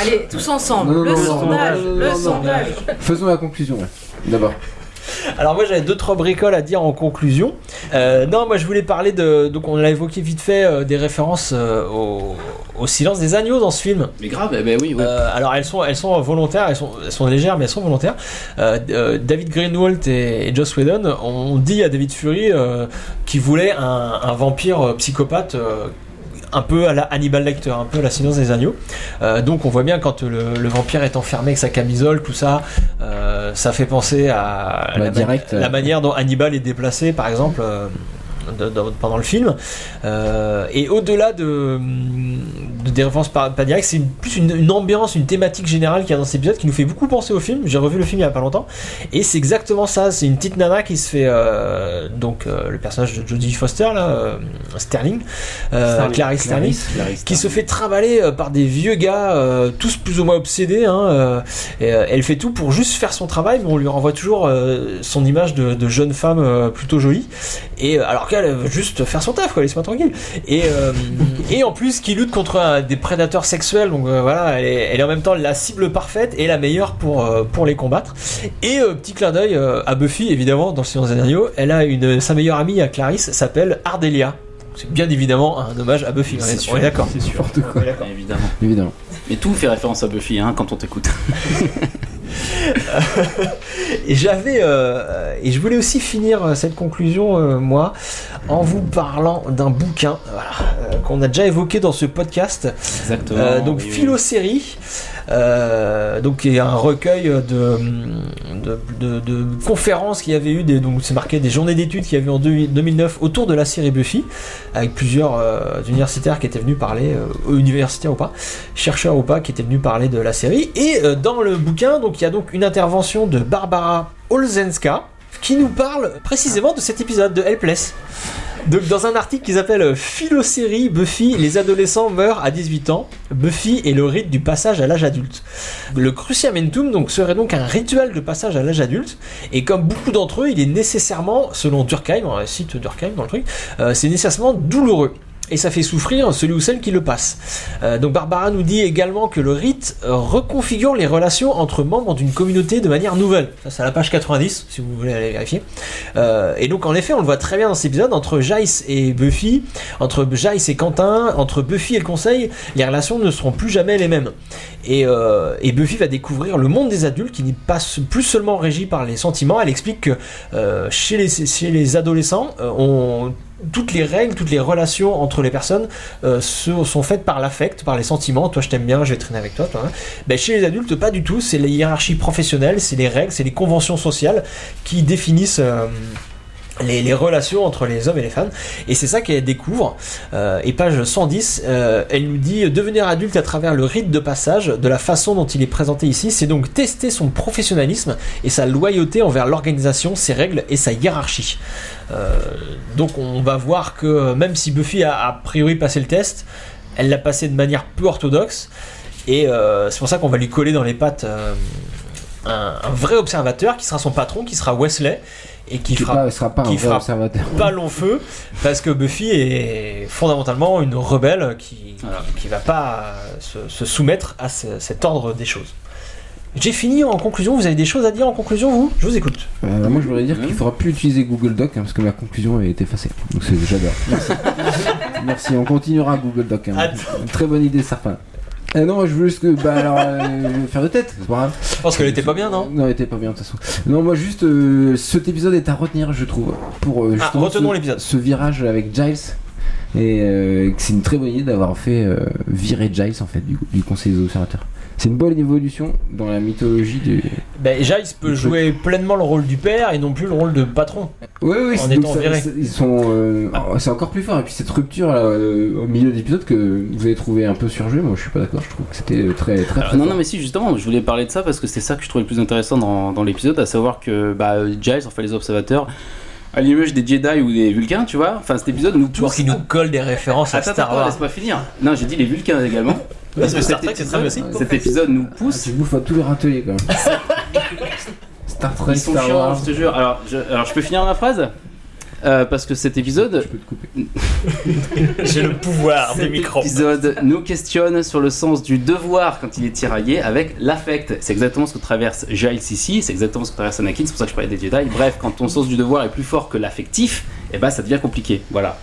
Allez, tous ensemble, Non, non, le non, non, sondage, non, non, le non, non, sondage. Faisons la conclusion, ouais. D'abord. Alors moi j'avais deux trois bricoles à dire en conclusion. Euh, non moi je voulais parler de donc on l'a évoqué vite fait euh, des références euh, au, au silence des agneaux dans ce film. Mais grave, eh ben oui, oui. Euh, alors elles sont elles sont volontaires, elles sont, elles sont légères mais elles sont volontaires. Euh, euh, David Greenwald et, et Joss Whedon ont dit à David Fury euh, qu'il voulait un, un vampire euh, psychopathe. euh, un peu à la Hannibal Lecter, un peu à la silence des agneaux. Euh, donc on voit bien quand le, le vampire est enfermé avec sa camisole, tout ça, euh, ça fait penser à Bah, la, direct, euh. la manière dont Hannibal est déplacé, par exemple. euh, de- dans- pendant le film Euh, et au-delà de, mm, de des références pas, pas directes c'est une- plus une, une ambiance une thématique générale qu'il y a dans cet épisode qui nous fait beaucoup penser au film j'ai revu le film il y a pas longtemps et c'est exactement ça c'est une petite nana qui se fait euh, donc euh, le personnage de Jodie Foster là euh, Sterling, euh, Sterling. Clarice Sterling Clarisse, qui se fait trimballer euh, par des vieux gars, euh, tous plus ou moins obsédés. hein, euh, et, euh, elle fait tout pour juste faire son travail, mais on lui renvoie toujours euh, son image de, de jeune femme euh, plutôt jolie. Et euh, alors qu'elle veut juste faire son taf, quoi, laisse-moi tranquille. Et, euh, et en plus, qui lutte contre euh, des prédateurs sexuels. Donc euh, voilà, elle est, elle est en même temps la cible parfaite et la meilleure pour euh, pour les combattre. Et euh, petit clin d'œil euh, à Buffy, évidemment, dans le Silence des Agneaux, elle a une sa meilleure amie à Clarisse s'appelle Ardelia. C'est bien évidemment un hommage à Buffy. on est- C'est sûr. on est d'accord. C'est sûr. N'importe quoi. Évidemment. Évidemment. Mais tout fait référence à Buffy hein, quand on t'écoute. Et j'avais euh, et je voulais aussi finir euh, cette conclusion euh, moi en vous parlant d'un bouquin voilà, euh, qu'on a déjà évoqué dans ce podcast Exactement. Euh, donc oui, oui. Philosérie euh, donc il y a un recueil de, de, de- de conférences qu'il y avait eu des, donc c'est marqué des journées d'études qu'il y avait eu en 2000 2009 autour de la série Buffy avec plusieurs euh, universitaires qui étaient venus parler euh, universitaires ou pas chercheurs ou pas qui étaient venus parler de la série et euh, dans le bouquin donc il y a donc une intervention de Barbara Olzenska qui nous parle précisément de cet épisode de Helpless donc, dans un article qui s'appelle Philosérie, Buffy, les adolescents meurent à 18 ans. Buffy est le rite du passage à l'âge adulte. Le cruciamentum donc, serait donc un rituel de passage à l'âge adulte. Et comme beaucoup d'entre eux, il est nécessairement, selon Durkheim, on cite Durkheim dans le truc, euh, c'est nécessairement douloureux. Et ça fait souffrir celui ou celle qui le passe. Euh, donc Barbara nous dit également que le rite euh, reconfigure les relations entre membres d'une communauté de manière nouvelle. Ça, c'est à la page 90, si vous voulez aller vérifier. Euh, et donc en effet, on le voit très bien dans cet épisode, entre Jace et Buffy, entre Jace et Quentin, entre Buffy et le Conseil, les relations ne seront plus jamais les mêmes. Et, euh, et Buffy va découvrir le monde des adultes qui n'est pas se- plus seulement régi par les sentiments. Elle explique que euh, chez, les, chez les adolescents, euh, on- toutes les règles, toutes les relations entre les personnes euh, se- sont faites par l'affect, par les sentiments. Toi, je t'aime bien, je vais traîner avec toi. toi, hein. Ben, chez les adultes, pas du tout. C'est les hiérarchies professionnelles, c'est les règles, c'est les conventions sociales qui définissent. euh, les, les relations entre les hommes et les femmes. Et c'est ça qu'elle découvre. Euh, et page 110, euh, elle nous dit devenir adulte à travers le rite de passage, de la façon dont il est présenté ici, c'est donc tester son professionnalisme et sa loyauté envers l'organisation, ses règles et sa hiérarchie. Euh, donc on va voir que même si Buffy a a priori passé le test, elle l'a passé de manière peu orthodoxe. Et euh, c'est pour ça qu'on va lui coller dans les pattes euh, un, un vrai observateur qui sera son patron, qui sera Wesley, et qui Qui fera pas- sera pas un qui vrai fera- observateur. pas long feu parce que Buffy est fondamentalement une rebelle qui, Voilà. qui va pas se, se soumettre à ce- cet ordre des choses. J'ai fini en conclusion, vous avez des choses à dire en conclusion vous Je vous écoute. Euh, moi, je voudrais dire Mmh. qu'il faudra plus utiliser Google Doc hein, parce que ma conclusion a été effacée. Donc, c'est j'adore. Merci. Merci. On continuera Google Doc. hein. Attends. Très bonne idée, Sarpin. Euh, non, moi, je voulais juste que. Bah, alors, euh, je vais faire de tête, c'est pas grave. Je pense qu'elle était pas bien non Non, elle était pas bien de toute façon. Non, moi juste, euh, cet épisode est à retenir, je trouve, pour euh, Ah, justement retenons ce- l'épisode. Ce virage avec Giles. Et euh, que c'est une très bonne idée d'avoir fait euh, virer Giles en fait du, du conseil des observateurs. C'est une bonne évolution dans la mythologie du. Ben Giles peut Le jouer pleinement le rôle du père et non plus le rôle de patron. Oui, oui, En c'est- étant ça- viré. Ah. ça- ils sont. euh, oh, C'est encore plus fort. Et puis cette rupture là, euh, au milieu de l'épisode que vous avez trouvé un peu surjouée, moi je suis pas d'accord. Je trouve que c'était euh, très très. Alors, très non, fort. non, mais si, justement, je voulais parler de ça parce que c'est ça que je trouvais le plus intéressant dans, dans l'épisode, à savoir que bah, Giles, enfin les observateurs, à l'image des Jedi ou des Vulcains, tu vois, enfin cet épisode nous Toujours pousse. qu'il nous colle des références à Attends, Star attends, Wars. laisse pas finir. Non, j'ai dit les Vulcains également. Parce que Star Trek, c'est très aussi. Cet épisode nous pousse. Ah, tu bouffes à tous les râteliers quand même. Star Trek, Ils sont Star chiants, hein. Wars. je te jure. Alors, je, alors, je peux finir ma phrase Euh, parce que cet épisode, j'ai le pouvoir des micros. Cet épisode nous questionne sur le sens du devoir quand il est tiraillé avec l'affect. C'est exactement ce que traverse Giles ici, c'est exactement ce que traverse Anakin, c'est pour ça que je parlais des Jedi. Bref, quand ton sens du devoir est plus fort que l'affectif, et ben ça devient compliqué. Voilà.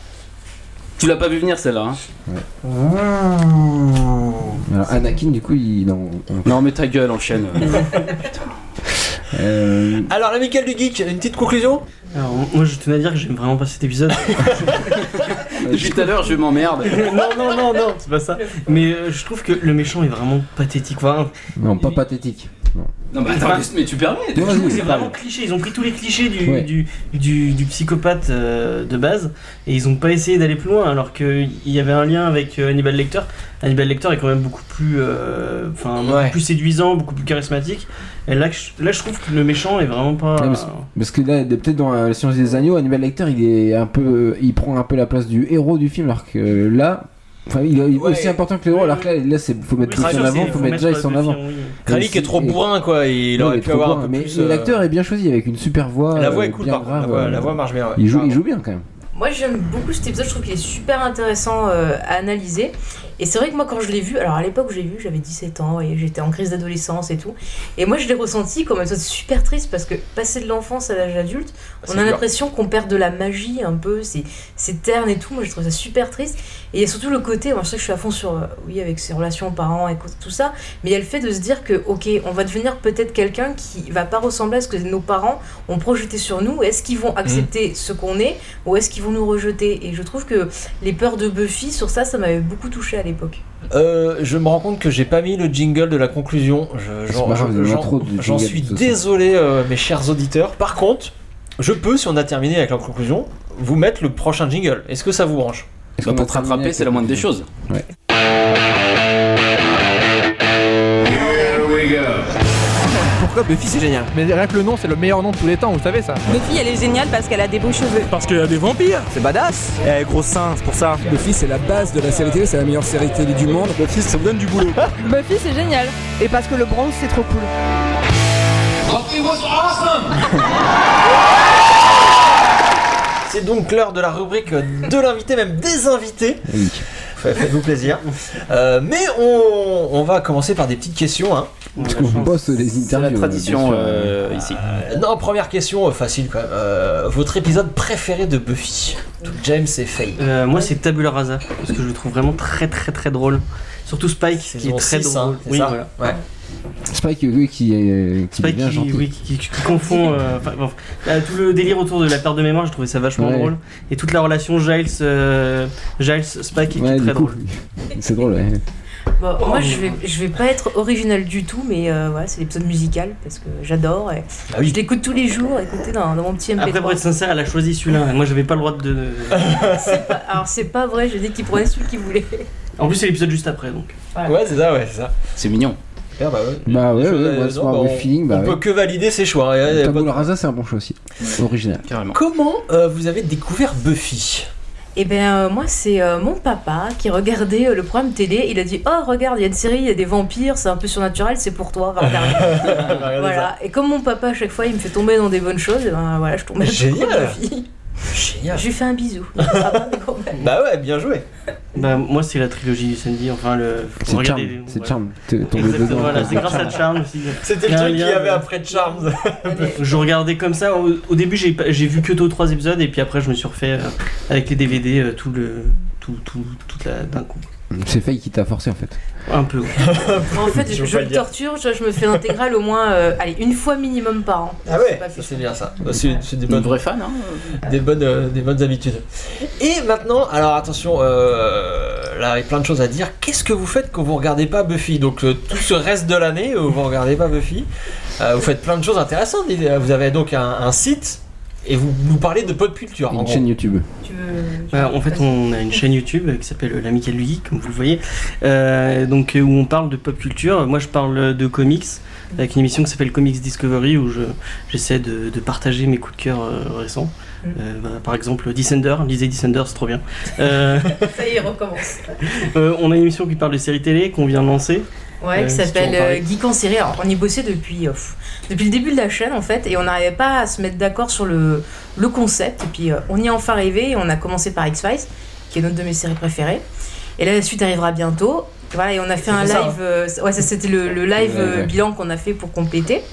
Tu l'as pas vu venir celle-là. hein. Alors Anakin, du coup, il euh, en. Non mais ta gueule, enchaîne. Euh, Alors, l'amical du geek, une petite conclusion Alors, moi, je tenais à dire que j'aime vraiment pas cet épisode. Depuis tout à l'heure, je m'emmerde. non, non, non, non, c'est pas ça. Mais euh, je trouve que le méchant est vraiment pathétique. Enfin, Non, pas pathétique. Non. Non mais attends, mais- mais tu permets Non, vas-y, c'est vas-y. vraiment cliché. Ils ont pris tous les clichés du, Ouais. du, du- du psychopathe euh, de base et ils ont pas essayé d'aller plus loin alors qu'il y avait un lien avec euh, Hannibal Lecter. Hannibal Lecter est quand même beaucoup plus, euh, enfin, beaucoup Ouais. plus séduisant, beaucoup plus charismatique. Et là, je- là, je trouve que le méchant est vraiment pas. Ouais, mais c'est- Parce que là, peut-être dans euh, La Science des Agneaux, Hannibal Lecter, il est un peu, il prend un peu la place du héros du film, alors que là, enfin, il est Ouais. aussi important que le héros, alors que là, là, c'est, faut mettre Luffy Oui, c'est en sûr, avant, c'est- faut mettre pas Jace en de avant. film, oui. Kralik c'est- est trop et- bourrin, quoi. Il Non, aurait est pu trop avoir bon, un peu mais, plus. mais euh, l'acteur est bien choisi avec une super voix. La voix euh, est cool, bien par contre. La grave, voix- euh, la voix marche bien. ouais. Il joue, il joue bien quand même. Moi j'aime beaucoup cet épisode, je trouve qu'il est super intéressant euh, à analyser. Et c'est vrai que moi quand je l'ai vu, alors à l'époque où je l'ai vu, j'avais 17 ans et j'étais en crise d'adolescence et tout. Et moi je l'ai ressenti comme un épisode super triste parce que passer de l'enfance à l'âge adulte, C'est on a dur. l'impression qu'on perd de la magie un peu, c'est c'est terne et tout. Moi je trouve ça super triste. Et il y a surtout le côté, moi je sais que je suis à fond sur, euh, oui, avec ses relations parents et co- tout ça, mais il y a le fait de se dire que, ok, on va devenir peut-être quelqu'un qui va pas ressembler à ce que nos parents ont projeté sur nous. Est-ce qu'ils vont accepter ce qu'on est ou est-ce qu'ils vont nous rejeter Et je trouve que les peurs de Buffy sur ça, ça m'avait beaucoup touché à l'époque. Euh, je me rends compte que j'ai pas mis le jingle de la conclusion. Je- C'est j'en- pas grave, je- il y en a j'en- trop de J'en jingles, suis de toute façon. désolé, euh, mes chers auditeurs. Par contre, je peux, si on a terminé avec la conclusion, vous mettre le prochain jingle. Est-ce que ça vous branche Est-ce Bah, qu'on pour a te terminé rattraper, avec c'est la moindre des choses. Pourquoi Buffy c'est génial Mais rien que le nom, c'est le meilleur nom de tous les temps, vous savez ça Buffy, elle est géniale parce qu'elle a des beaux cheveux. Parce qu'il y a des vampires C'est badass Eh gros sein, c'est pour ça Buffy c'est la base de la série télé, c'est la meilleure série télé du monde. Buffy ça me donne du boulot Buffy, c'est génial. Et parce que le bronze, c'est trop cool. C'est donc l'heure de la rubrique euh, de l'invité, même des invités. Oui. Fa- Faites-vous plaisir. Euh, mais on, on va commencer par des petites questions. hein. Parce qu'on bosse les interviews. bien Tradition sûr. euh, ici. Euh, Non, première question euh, facile quand même. Euh, votre épisode préféré de Buffy Tout James et Faye. Euh, moi, c'est Tabula Rasa parce que je le trouve vraiment très, très, très drôle. Surtout Spike, qui est Saison très 6, hein, drôle. c'est oui, ça voilà. Ouais. Spike, oui, qui est, qui est Spike bien qui, gentil. oui, qui, qui- qui confond euh, enfin, bon, euh, tout le délire autour de la perte de mémoire, je trouvais ça vachement Ouais. drôle. Et toute la relation Giles, euh, Giles Spike qui Ouais, est du très coup, drôle. c'est drôle. ouais. Bon, Bah, Oh, moi, je vais, je vais pas être original du tout, mais euh, voilà, c'est l'épisode musical parce que j'adore. et Ah oui. Je l'écoute tous les jours, écoutez dans, dans mon petit MP3. Après, pour être sincère, elle a choisi celui-là. Moi, j'avais pas le droit de. C'est pas- alors, c'est pas vrai, j'ai dit qu'il prenait celui qu'il voulait. En plus, c'est l'épisode juste après, donc. Ouais, c'est ça, ouais, c'est ça. C'est mignon. Ah, bah, ouais. Bah Les ouais, choses, ouais, euh, ouais, non, c'est un bah, bon on- feeling. on Bah, peut ouais. que valider ses choix. hein, y a pas de- Tabula Rasa, c'est un bon choix aussi. Original. Carrément. Comment euh, vous avez découvert Buffy Et bien, euh, moi, c'est euh, mon papa qui regardait euh, le programme télé. Il a dit Oh, regarde, il y a une série, il y a des vampires, c'est un peu surnaturel, c'est pour toi, va regarder. Ah, bah, voilà. Et comme mon papa, à chaque fois, il me fait tomber dans des bonnes choses, eh ben, voilà, je tombe dans Génial. Buffy. Génial. Je lui fais un bisou. ben. Bah ouais, bien joué. Bah, moi, c'est la trilogie du samedi. Enfin, le. faut C'est regarder Charm. les- C'est ouais. Charm. T'es tombé Exactement, dedans. voilà, c'est quoi. grâce à Charm aussi. C'était le Il y a un truc qu'il y lien, avait euh, après Charms. Je regardais comme ça. Au, au début, j'ai pas- j'ai vu que deux trois épisodes, et puis après, je me suis refait euh, avec les DVD euh, tout le tout tout toute la d'un coup. C'est Faye qui t'a forcé en fait. Un peu. oui. en fait, Je je, veux je pas le dire. torture, je, je me fais l'intégrale au moins euh, allez, une fois minimum par an. Ah ouais, ça, c'est bien ça. C'est c'est des Une bonnes, vraie fan, hein des bonnes, euh, des bonnes habitudes. Et maintenant, alors attention, euh, là, il y a plein de choses à dire. Qu'est-ce que vous faites quand vous regardez pas Buffy Donc euh, tout ce reste de euh, l'année, euh, vous regardez pas Buffy. Euh, vous faites plein de choses intéressantes. Vous avez donc un, un site. et vous nous parlez de pop culture. en Une gros. chaîne YouTube. Voilà, Bah, en fait, on a une chaîne YouTube qui s'appelle euh, L'Amical du Geek, comme vous le voyez, euh, donc euh, où on parle de pop culture. Moi, je parle de comics avec une émission qui s'appelle Comics Discovery où je- j'essaie de, de partager mes coups de cœur euh, récents. Euh, bah, par exemple, Descender, lisez Descender, c'est trop bien. Euh, Ça y est, recommence. euh, on a une émission qui parle de séries télé qu'on vient de lancer. Ouais, Euh, qui si tu veux en s'appelle parler. euh, Geek en série. Alors, on y bossait depuis, euh, pff, depuis le début de la chaîne, en fait, et on n'arrivait pas à se mettre d'accord sur le, le concept. Et puis, euh, on y est enfin arrivé, et on a commencé par X-Files, qui est notre de mes séries préférées. Et là, la suite arrivera bientôt. Voilà, et on a fait un C'était live. ça, hein. euh, ouais, ça, c'était le, le live Ouais, euh, ouais. bilan qu'on a fait pour compléter.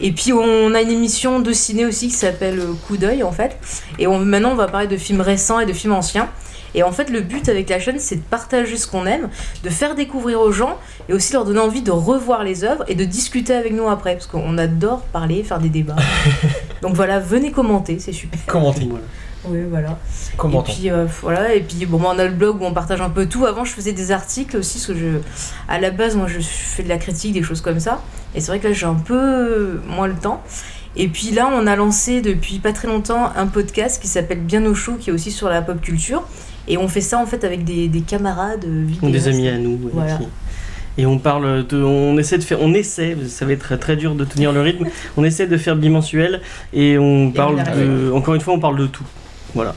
Et puis on a une émission de ciné aussi qui s'appelle euh, Coup d'œil en fait. Et on, maintenant on va parler de films récents et de films anciens. Et en fait le but avec la chaîne c'est de partager ce qu'on aime, de faire découvrir aux gens et aussi leur donner envie de revoir les œuvres et de discuter avec nous après parce qu'on adore parler, faire des débats. Donc voilà, venez commenter, c'est super. Commentez. Oui, voilà. Commentons. Et puis euh, voilà, et puis bon, bah, on a le blog où on partage un peu tout. Avant, je faisais des articles aussi, parce que je, à la base, moi, je fais de la critique, des choses comme ça. Et c'est vrai que là, j'ai un peu euh, moins le temps. Et puis là, on a lancé depuis pas très longtemps un podcast qui s'appelle Bien au chaud, qui est aussi sur la pop culture. Et on fait ça en fait avec des, des camarades euh, vidéastes. des amis à nous. ouais, Voilà. qui- Et on parle de, on essaie de faire, on essaie, ça va être très dur de tenir le rythme. on essaie de faire bimensuel et on parle on y de, arrive. encore une fois, on parle de tout. Voilà.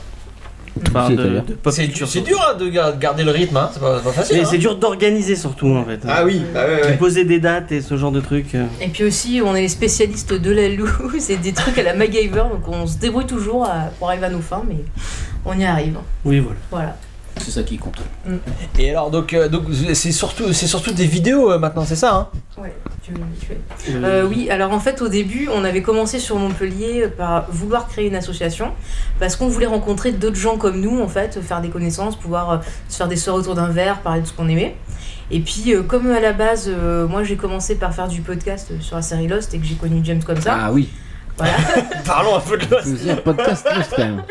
On parle de- de pop C'est culture. c'est dur hein, de gar- garder le rythme, hein, c'est pas, c'est pas facile. Mais hein. c'est dur d'organiser surtout en fait. Ah oui, bah ouais, De ouais. poser des dates et ce genre de trucs. euh. Et puis aussi, on est les spécialistes de la loose et des trucs à la MacGyver, donc on se débrouille toujours à- pour arriver à nos fins, mais on y arrive. Oui, voilà. Voilà. C'est ça qui compte. Et alors, donc, euh, donc c'est surtout, c'est surtout des vidéos euh, maintenant, c'est ça hein Ouais, tu veux- tu veux- Euh, oui, alors en fait au début on avait commencé sur Montpellier euh, par vouloir créer une association parce qu'on voulait rencontrer d'autres gens comme nous en fait, faire des connaissances, pouvoir euh, se faire des soirées autour d'un verre, parler de ce qu'on aimait. Et puis euh, comme à la base euh, moi j'ai commencé par faire du podcast euh, sur la série Lost et que j'ai connu James comme ça. Ah oui. Parlons un peu de Lost. podcast Lost quand même.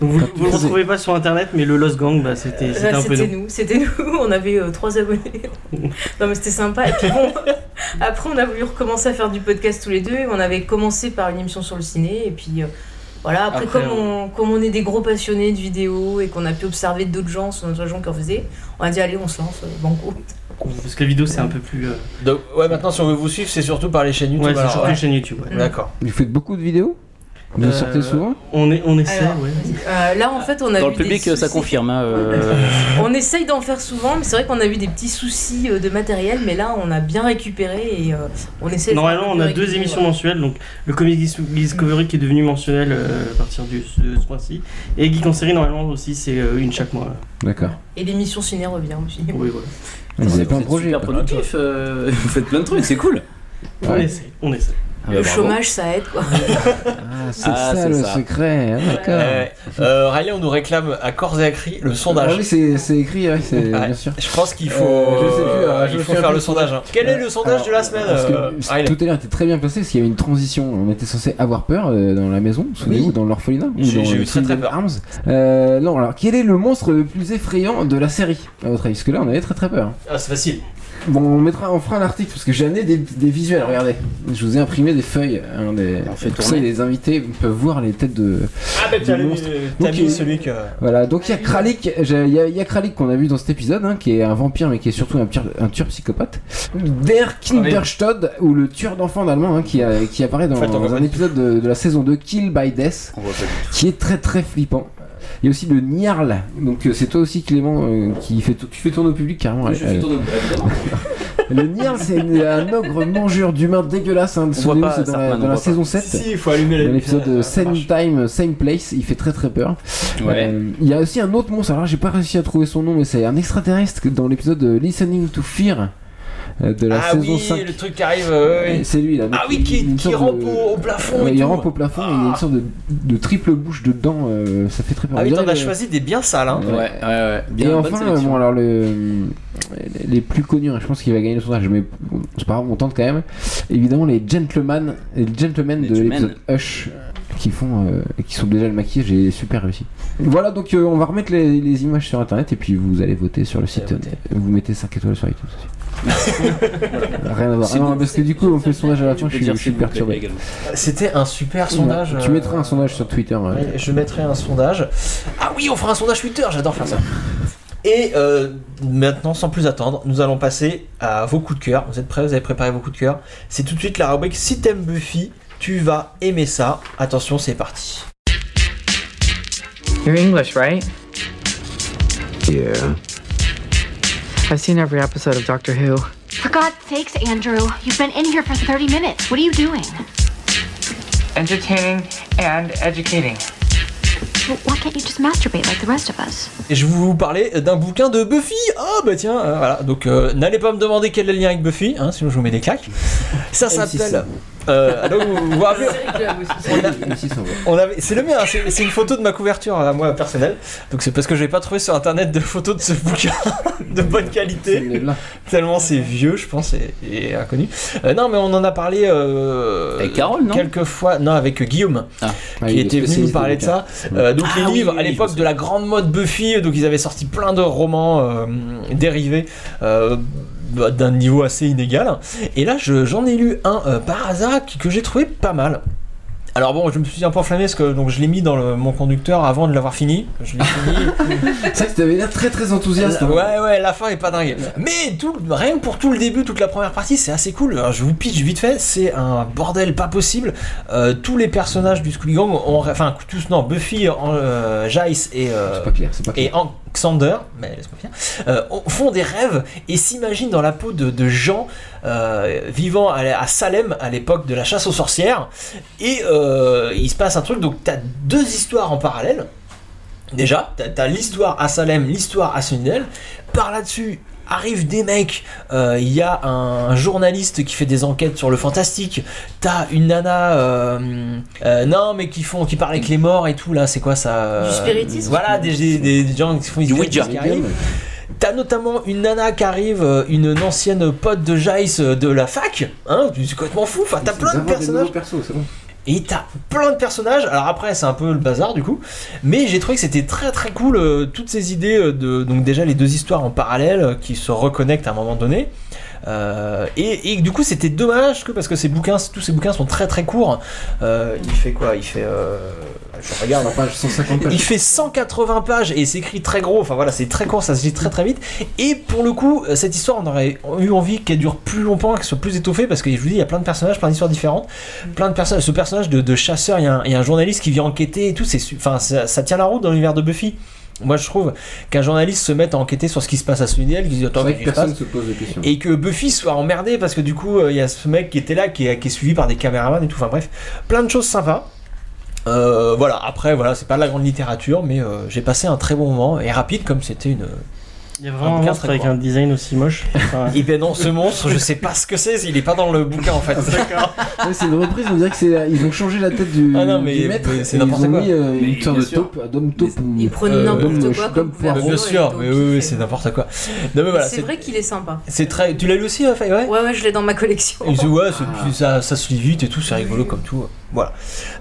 Donc, vous, vous le retrouvez pas sur internet, mais le Lost Gang, bah, c'était Là, c'était un peu Euh, C'était nous. nous, c'était nous, on avait euh, trois abonnés. non mais c'était sympa. Et puis bon, après on a voulu recommencer à faire du podcast tous les deux. On avait commencé par une émission sur le ciné et puis euh, voilà. Après, Après, comme, on, comme on est des gros passionnés de vidéos et qu'on a pu observer d'autres gens sur notre région qui en faisaient, on a dit allez on se lance, euh, banco. Parce que la vidéo, c'est un peu plus. euh, Donc, ouais, maintenant, si on veut vous suivre, c'est surtout par les chaînes YouTube. Ouais, c'est alors, surtout les chaînes YouTube, ouais. D'accord. Vous faites beaucoup de vidéos Vous Euh, sortez souvent On, est, on essaie, Alors, ouais. Euh, là en fait on a Dans eu le public, des euh, ça soucis. confirme. hein, euh, On essaye d'en faire souvent, mais c'est vrai qu'on a eu des petits soucis euh, de matériel, mais là on a bien récupéré et euh, on essaie. de Normalement, faire on a plus deux régulier, émissions voilà. mensuelles, donc le Comic Dis- Discovery qui est devenu mensuel euh, à partir du, de ce mois-ci, et Geek en série, normalement aussi, c'est euh, une chaque mois. D'accord. Et l'émission ciné revient aussi. Oui, voilà. Vous avez pas un êtes projet super quoi. productif, euh, vous faites plein de trucs, c'est cool. On Ouais. essaie, on essaie. Ah bah, le bravo. chômage, ça aide quoi. Ah, c'est Ah, ça c'est le ça. secret. hein, D'accord. Euh, euh, Riley, on nous réclame à corps et à cri le sondage. Ah oui, c'est c'est écrit, ouais, c'est Ouais, bien sûr. Je pense qu'il faut, Euh, je sais plus, euh, je il me faut souviens faire plus le du sondage. hein. Quel est le sondage de la semaine Euh, Parce que euh, c- Riley tout à l'heure était très bien placé parce qu'il y avait une transition. On était censé avoir peur euh, dans la maison, souvenez-vous, dans l'orphelinat. ou J'ai- dans j'ai le eu très, très Kingdom Arms. Euh, non, alors quel est le monstre le plus effrayant de la série à votre avis Parce que là on avait très très peur. Ah, c'est facile. Bon, on mettra en fera un article parce que j'en ai des, des visuels. Regardez, je vous ai imprimé des feuilles. hein, des... fait Comme ça, tourner. les invités peuvent voir les têtes de. Ah, bah, t'as des mis, monstres. t'as Donc, mis il- celui que. Voilà, donc il y a Kralik, j'ai- il y a, il y a Kralik qu'on a vu dans cet épisode, hein, qui est un vampire mais qui est surtout un, pire- un tueur psychopathe. Der Kinderstod, ou le tueur d'enfants allemand, hein, qui, a- qui apparaît dans, En fait, on voit dans pas un du épisode de, de la saison 2, Kill by Death, qui est très très flippant. Il y a aussi le Niarl, donc euh, c'est toi aussi Clément euh, qui fait tou- tu fais tourner au public carrément. Oui, je euh, fais tourner au public, évidemment. le Niarl, c'est une- un ogre mangeur d'humains dégueulasse. Hein, voit Souvenez-vous, pas, c'est dans Sartman, la, on dans voit la pas. saison 7. Si, si, il faut allumer la Dans lumière, l'épisode de ça Same Time, Same Place, il fait très très peur. Ouais. Euh, il y a aussi un autre monstre, alors j'ai pas réussi à trouver son nom, mais c'est un extraterrestre que dans l'épisode de Listening to Fear euh, de la ah saison oui, 5. le truc qui arrive. euh, oui. C'est lui là. Ah oui, qui- qui rampe au- au plafond Ouais, et il tout. rampe au plafond et il y a une sorte de, de triple bouche de dents. euh, ça fait très peur. Ah oui, On t'en dirait as le- choisi des bien sales. Hein. Ouais, ouais, Bien, et bonne enfin, euh, sélection. bon, alors le, euh, les plus connus, hein, je pense qu'il va gagner le sondage, mais bon, c'est pas grave, on tente quand même. Évidemment, les gentlemen, les gentlemen de gentlemen. l'épisode Hush. qui font euh, et qui sont déjà le maquillage est super réussi. Voilà, donc euh, on va remettre les, les images sur internet et puis vous allez voter sur le site. Ah, Vous mettez 5 étoiles sur iTunes aussi. Voilà. Rien à voir. Ah S'il non, vous parce que du coup, on fait le sondage à la fin, je suis, je suis perturbé. C'était un super sondage. Tu euh, mettras un sondage sur Twitter. hein. ouais. ouais, Je mettrai un sondage. Ah oui, on fera un sondage Twitter, j'adore faire ça. Et euh, maintenant, sans plus attendre, nous allons passer à vos coups de cœur. Vous êtes prêts Vous avez préparé vos coups de cœur C'est tout de suite la rubrique Si t'aimes Buffy, tu vas aimer ça. Attention, c'est parti. You're English, right? Yeah. I've seen every episode of Doctor Who. For God's sakes, Andrew, you've been in here for 30 minutes. What are you doing? Entertaining and educating. Well, why can't you just masturbate like the rest of us? Et je vais vous parler d'un bouquin de Buffy. Ah bah tiens, euh, voilà. Donc euh, n'allez pas me demander quel est le lien avec Buffy, hein, sinon je vous mets des claques. Ça M6. s'appelle. Euh, donc vous vous rappelez On a- on avait- C'est le mien, hein, c'est c'est une photo de ma couverture à moi personnelle. Donc c'est parce que j'ai pas trouvé sur internet de photos de ce bouquin de bonne qualité. Tellement c'est vieux, je pense, et, et inconnu. Euh, non, mais on en a parlé. euh, Avec Carole, non Quelques fois. Non, avec Guillaume, Ah, qui il est était venu nous spécialiste parler de des ça. bouquins. Euh, donc Ah les oui, livres, oui, à oui, l'époque de la grande mode Buffy, euh, donc ils avaient sorti plein de romans euh, dérivés. euh, bah, d'un niveau assez inégal. Et là, je- j'en ai lu un euh, par hasard qui- que j'ai trouvé pas mal. Alors bon, je me suis un peu enflammé parce que donc je l'ai mis dans le- mon conducteur avant de l'avoir fini. Je l'ai fini. C'est vrai que tu avais l'air très très enthousiaste. La- ouais, ouais, la fin est pas dingue. Mais tout, rien que pour tout le début, toute la première partie, c'est assez cool. Alors, je vous pitch vite fait, c'est un bordel pas possible. Euh, tous les personnages du Squid Gang ont. Enfin, tous, non, Buffy, euh, Jace et. euh, Et Xander, mais laisse-moi finir, euh, ont- font des rêves et s'imaginent dans la peau de, de gens euh, vivant à, à Salem à l'époque de la chasse aux sorcières. Et euh, il se passe un truc, donc t'as deux histoires en parallèle. Déjà, t'as t'as l'histoire à Salem, l'histoire à Sunnydale. Par là-dessus, arrivent des mecs. euh, Il y a un, un journaliste qui fait des enquêtes sur le fantastique. T'as une nana, euh, euh, non mais qui font, qui parle avec les morts et tout là. C'est quoi ça euh, Du spiritisme Voilà, des, des- des- des gens qui font du Ouija. qui arrivent. T'as notamment une nana qui arrive, euh, une ancienne pote de Jace euh, de la fac, hein, c'est complètement fou, enfin t'as plein de personnages. Et t'as plein de personnages, alors après c'est un peu le bazar du coup, mais j'ai trouvé que c'était très très cool euh, toutes ces idées euh, de. Donc déjà les deux histoires en parallèle euh, qui se reconnectent à un moment donné. Euh, et, et du coup c'était dommage que parce que ces bouquins, tous ces bouquins sont très très courts. Euh, il fait quoi Il fait. euh, Je regarde. hein. Page 150 pages. Il fait 180 pages et c'est écrit très gros. Enfin voilà, c'est très court, ça se lit très très vite. Et pour le coup, euh, cette histoire, on aurait eu envie qu'elle dure plus longtemps, qu'elle soit plus étoffée, parce que je vous dis, il y a plein de personnages, plein d'histoires différentes, plein de personnages. Ce personnage de, de chasseur, il y, a un, il y a un journaliste qui vient enquêter et tout. C'est, su- enfin, ça, ça tient la route dans l'univers de Buffy. Moi, je trouve qu'un journaliste se mette à enquêter sur ce qui se passe à Sunnydale, qui dit C'est attends, vrai qu'est-ce qui que se personne passe se pose des questions. et que Buffy soit emmerdé parce que du coup euh, il y a ce mec qui était là qui est, qui est suivi par des caméramans et tout enfin bref plein de choses sympas Euh, voilà après voilà c'est pas de la grande littérature mais euh, j'ai passé un très bon moment et rapide comme c'était une euh, Il y a vraiment un bouquin monstre très avec court. un design aussi moche. Enfin, et ben non ce monstre je sais pas ce que c'est il est pas dans le bouquin en fait Ouais, c'est une reprise, on dirait que c'est ils ont changé la tête du, Ah non, mais- du maître. mais c'est et ils n'importe ont quoi. mis euh, Mais une sorte bien de sûr. taupe, d'homme taupe. Ils prenaient Euh, n'importe d'homme- quoi d'homme comme couverture. poireau. bien sûr mais oui, oui, c'est n'importe quoi non mais voilà c'est vrai qu'il est sympa. c'est très tu l'as lu aussi hein, Faye ouais Ouais, ouais, je l'ai dans ma collection. Il se- ouais, c'est- puis ça, ça se lit vite et tout, c'est rigolo comme tout. euh, Voilà.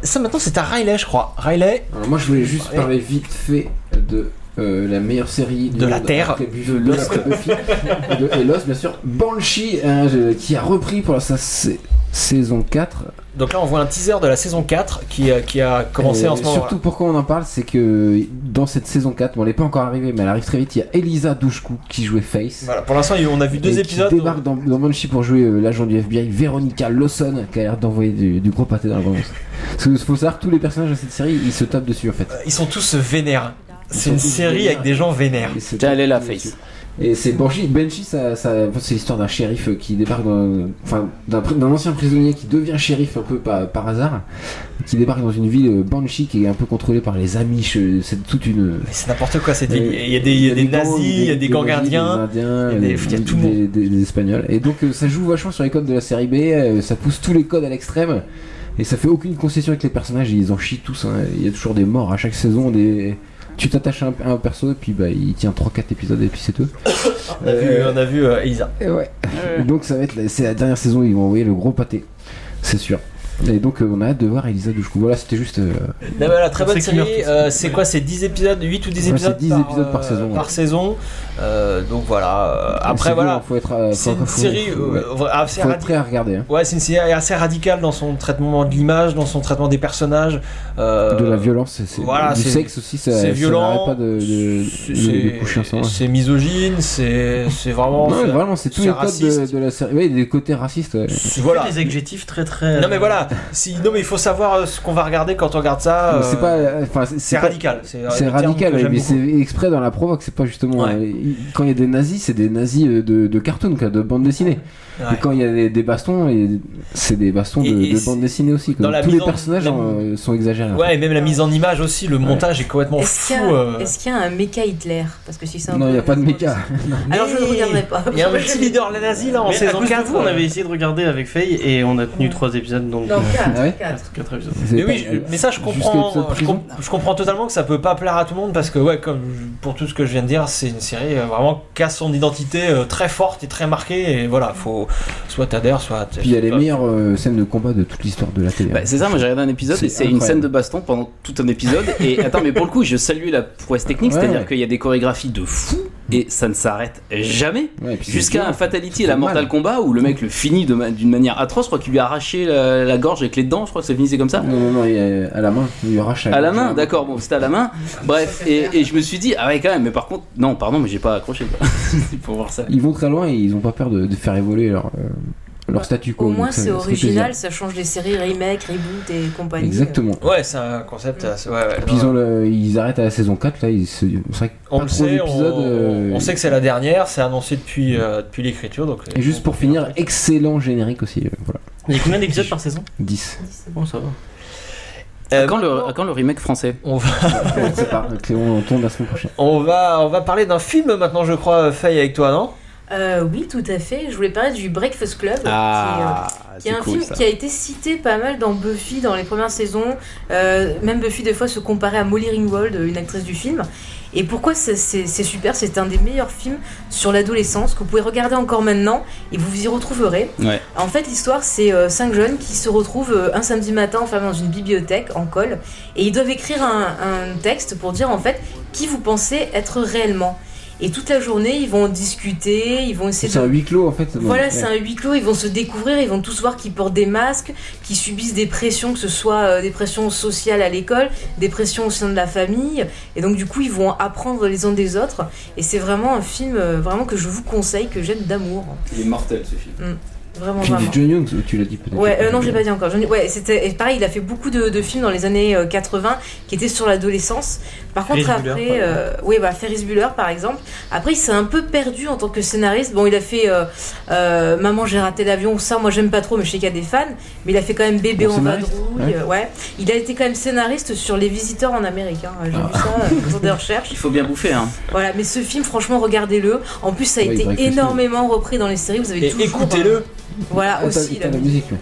Ça maintenant c'est à Riley, je crois. Riley. Alors moi je voulais juste parler vite fait de euh, la meilleure série du De la monde, Terre. après Buffy, de Lost, Buffy, de- et Lost bien sûr. Banshee hein, je- qui a repris pour sa sa- saison 4. Donc là on voit un teaser de la saison 4 qui, euh, qui a commencé Et en ce moment. Surtout pourquoi on en parle, c'est que dans cette saison 4, bon, elle n'est pas encore arrivée, mais elle arrive très vite. Il y a Elisa Douchkou qui jouait Face. Voilà, pour l'instant, on a vu deux et épisodes. Qui débarque dans, dans Banshee pour jouer euh, l'agent du FBI, Veronica Lawson, qui a l'air d'envoyer du, du gros pâté dans la bande. Parce qu'il faut savoir que tous les personnages de cette série, ils se tapent dessus en fait. euh, Ils sont tous vénères. C'est Ils une sont tous série vénères. avec des gens vénères. Tiens, elle est là, Face. Et c'est Banshee, Banshee ça, ça- c'est l'histoire d'un shérif euh, qui débarque dans, enfin, d'un, pri- d'un ancien prisonnier qui devient shérif un peu par, par hasard, qui débarque dans une ville euh, Banshee qui est un peu contrôlée par les Amish, euh, c'est toute une... Mais c'est n'importe quoi cette ville. Euh, Il y a des, il y a des gangs, nazis, il y a des gangardiens. des Indiens, euh, il y a des- il y a tout le monde. des- des- des Espagnols. Et donc euh, ça joue vachement sur les codes de la série B, euh, ça pousse tous les codes à l'extrême. Et ça fait aucune concession avec les personnages, ils en chient tous. hein. Il y a toujours des morts à chaque saison. Des... Tu t'attaches à un, à un perso et puis bah, il tient 3-4 épisodes et puis c'est tout. On a vu, on a vu euh, Elisa. Et ouais. Donc ça va être la, c'est la dernière saison où ils vont envoyer le gros pâté. C'est sûr. Et donc, euh, on a hâte de voir Elisa Dushku. Voilà, c'était juste. euh, Non, voilà, très bonne C'est série. Killer Kiss. Euh, c'est quoi C'est 10 épisodes, 8 ou 10 Ouais, c'est épisodes 10 épisodes par euh, saison, ouais. Par saison. Euh, donc voilà. euh, c'est Après, dur, voilà. hein, faut être, euh, c'est faut- une faut- série faut- euh, ouais. assez Faut être radi- prêt à regarder. hein. Ouais, c'est une série assez radicale dans son traitement de l'image, dans son traitement des personnages. euh, de la violence, c'est- c'est- voilà, du c'est- sexe aussi, ça, c'est ça violent, n'arrête pas de, de- c'est- de- de coucher ensemble. C'est misogyne, c'est c'est vraiment. Non, mais vraiment, c'est tous les codes de, de la série. Oui, des côtés racistes. ouais. Voilà. Des adjectifs très très. Non mais voilà, si, non mais il faut savoir euh, ce qu'on va regarder quand on regarde ça. Mais euh, C'est pas, euh, enfin, c'est- c'est pas- radical. C'est, euh, C'est le terme radical, que ouais, j'aime mais beaucoup. c'est exprès dans la provoque. C'est pas justement euh, il- quand il y a des nazis, c'est des nazis euh, de, de cartoon, quoi, de bande dessinée. Ouais. Et quand il y a des, des bastons, et- c'est des bastons de, et de c'est- bande dessinée aussi. quoi. dans la Tous les mise en- personnages la- euh, sont exagérés. hein. Ouais, et même la mise en image aussi, le montage est complètement fou. Est-ce qu'il y, a- euh. est-ce qu'il y a un méca Hitler Parce que si c'est un Non, il n'y a pas de méca. Alors je ne regarderai pas. Il y a un petit leader la nazi là en Mais à saison euh. cause de 4. vous, on avait essayé de regarder avec Faye et on a tenu 3 épisodes donc. Non, quatre, Ah ouais quatre. Quatre épisodes. Mais oui, je- mais ça je comprends, euh, l'épisode je, prison. com- je comprends totalement que ça peut pas plaire à tout le monde parce que ouais, comme je- pour tout ce que je viens de dire, c'est une série euh, vraiment qui a son identité euh, très forte et très marquée et voilà, faut soit t'adhères, soit Puis il y a les meilleures euh, scènes de combat de toute l'histoire de la télé. hein. Bah, c'est ça, moi j'ai regardé un épisode C'est et c'est une incroyable. scène de baston pendant tout un épisode. Et attends, mais pour le coup, je salue la prouesse technique, Ouais, c'est-à-dire ouais. qu'il y a des chorégraphies de fou et ça ne s'arrête jamais. Bah, Ouais, et puis c'est Jusqu'à dur. un Fatality et la Faut mal. Mortal Kombat où le mec le finit de ma- d'une manière atroce, je crois qu'il lui a arraché la, la gorge avec les dents, je crois que ça finissait comme ça. Non, non, non, il y a- à la main, il y aura À la main, d'accord, bon, c'était à la main. Bref, et, et je me suis dit, ah ouais, quand même, mais par contre, non, pardon, mais j'ai pas accroché, quoi. C'est pour voir ça. Ils vont très loin et ils ont pas peur de, de faire évoluer leur, euh, leur statut. Au quo, moins donc Ah ça- c'est ça fait original, plaisir. ça change des séries remake, reboot et compagnie. Exactement. Ouais, c'est un concept assez- ouais, ouais, Et puis ils, ont le- ils arrêtent à la saison 4, là, ils se... c'est vrai que On pas le trop sait, on, d'épisodes, euh, on sait que c'est la dernière, c'est annoncé depuis, euh, depuis l'écriture. Donc, euh, Et juste pour finir, excellent générique aussi, euh, voilà. Il y a combien d'épisodes par saison 10. Bon, ça va. à, quand le, à quand le remake français on va, Je sais pas, Clément, on tourne la semaine prochaine. on, va, on va parler d'un film maintenant, je crois, Faye, avec toi, non Euh, oui, tout à fait. Je voulais parler du Breakfast Club. euh, Ah, qui est, c'est un cool, film ça. qui a été cité pas mal dans Buffy dans les premières saisons. Euh, même Buffy, des fois, se comparait à Molly Ringwald, une actrice du film. Et pourquoi c'est c'est- c'est super C'est un des meilleurs films sur l'adolescence que vous pouvez regarder encore maintenant et vous vous y retrouverez. Ouais. En fait, l'histoire, c'est euh, cinq jeunes qui se retrouvent euh, un samedi matin enfermés dans une bibliothèque en colle et ils doivent écrire un, un texte pour dire en fait qui vous pensez être réellement. Et toute la journée, ils vont discuter, ils vont essayer C'est de. un huis clos en fait. Voilà, c'est un huis clos, ils vont se découvrir, ils vont tous voir qu'ils portent des masques, qu'ils subissent des pressions, que ce soit euh, des pressions sociales à l'école, des pressions au sein de la famille, et donc du coup ils vont apprendre les uns des autres, et c'est vraiment un film euh, vraiment que je vous conseille, que j'aime d'amour. Il est mortel ce film. Mm. Vraiment, Puis vraiment. du John Young, tu l'as dit peut-être. Ouais, euh, non, je l'ai pas dit encore. J'en ai- Ouais, c'était et pareil. Il a fait beaucoup de, de films dans les années euh, 80 qui étaient sur l'adolescence. Par contre, Ferris Bueller, après, par euh, oui, bah Ferris Bueller par exemple. Après, il s'est un peu perdu en tant que scénariste. Bon, il a fait euh, euh, Maman, j'ai raté l'avion. Ça, moi, j'aime pas trop, mais je sais qu'il y a des fans. Mais il a fait quand même Bébé Bon en scénariste, vadrouille. ouais. euh, Ouais. Il a été quand même scénariste sur Les Visiteurs en Amérique. hein. J'ai vu ça euh, autour des recherches. Il faut bien bouffer, hein. Voilà, mais ce film, franchement, regardez-le. En plus, ça a Ouais, il paraît que été c'est énormément repris dans les séries. Vous avez Et toujours, écoutez-le. euh, Voilà, aussi. Ah, la là. musique. ouais.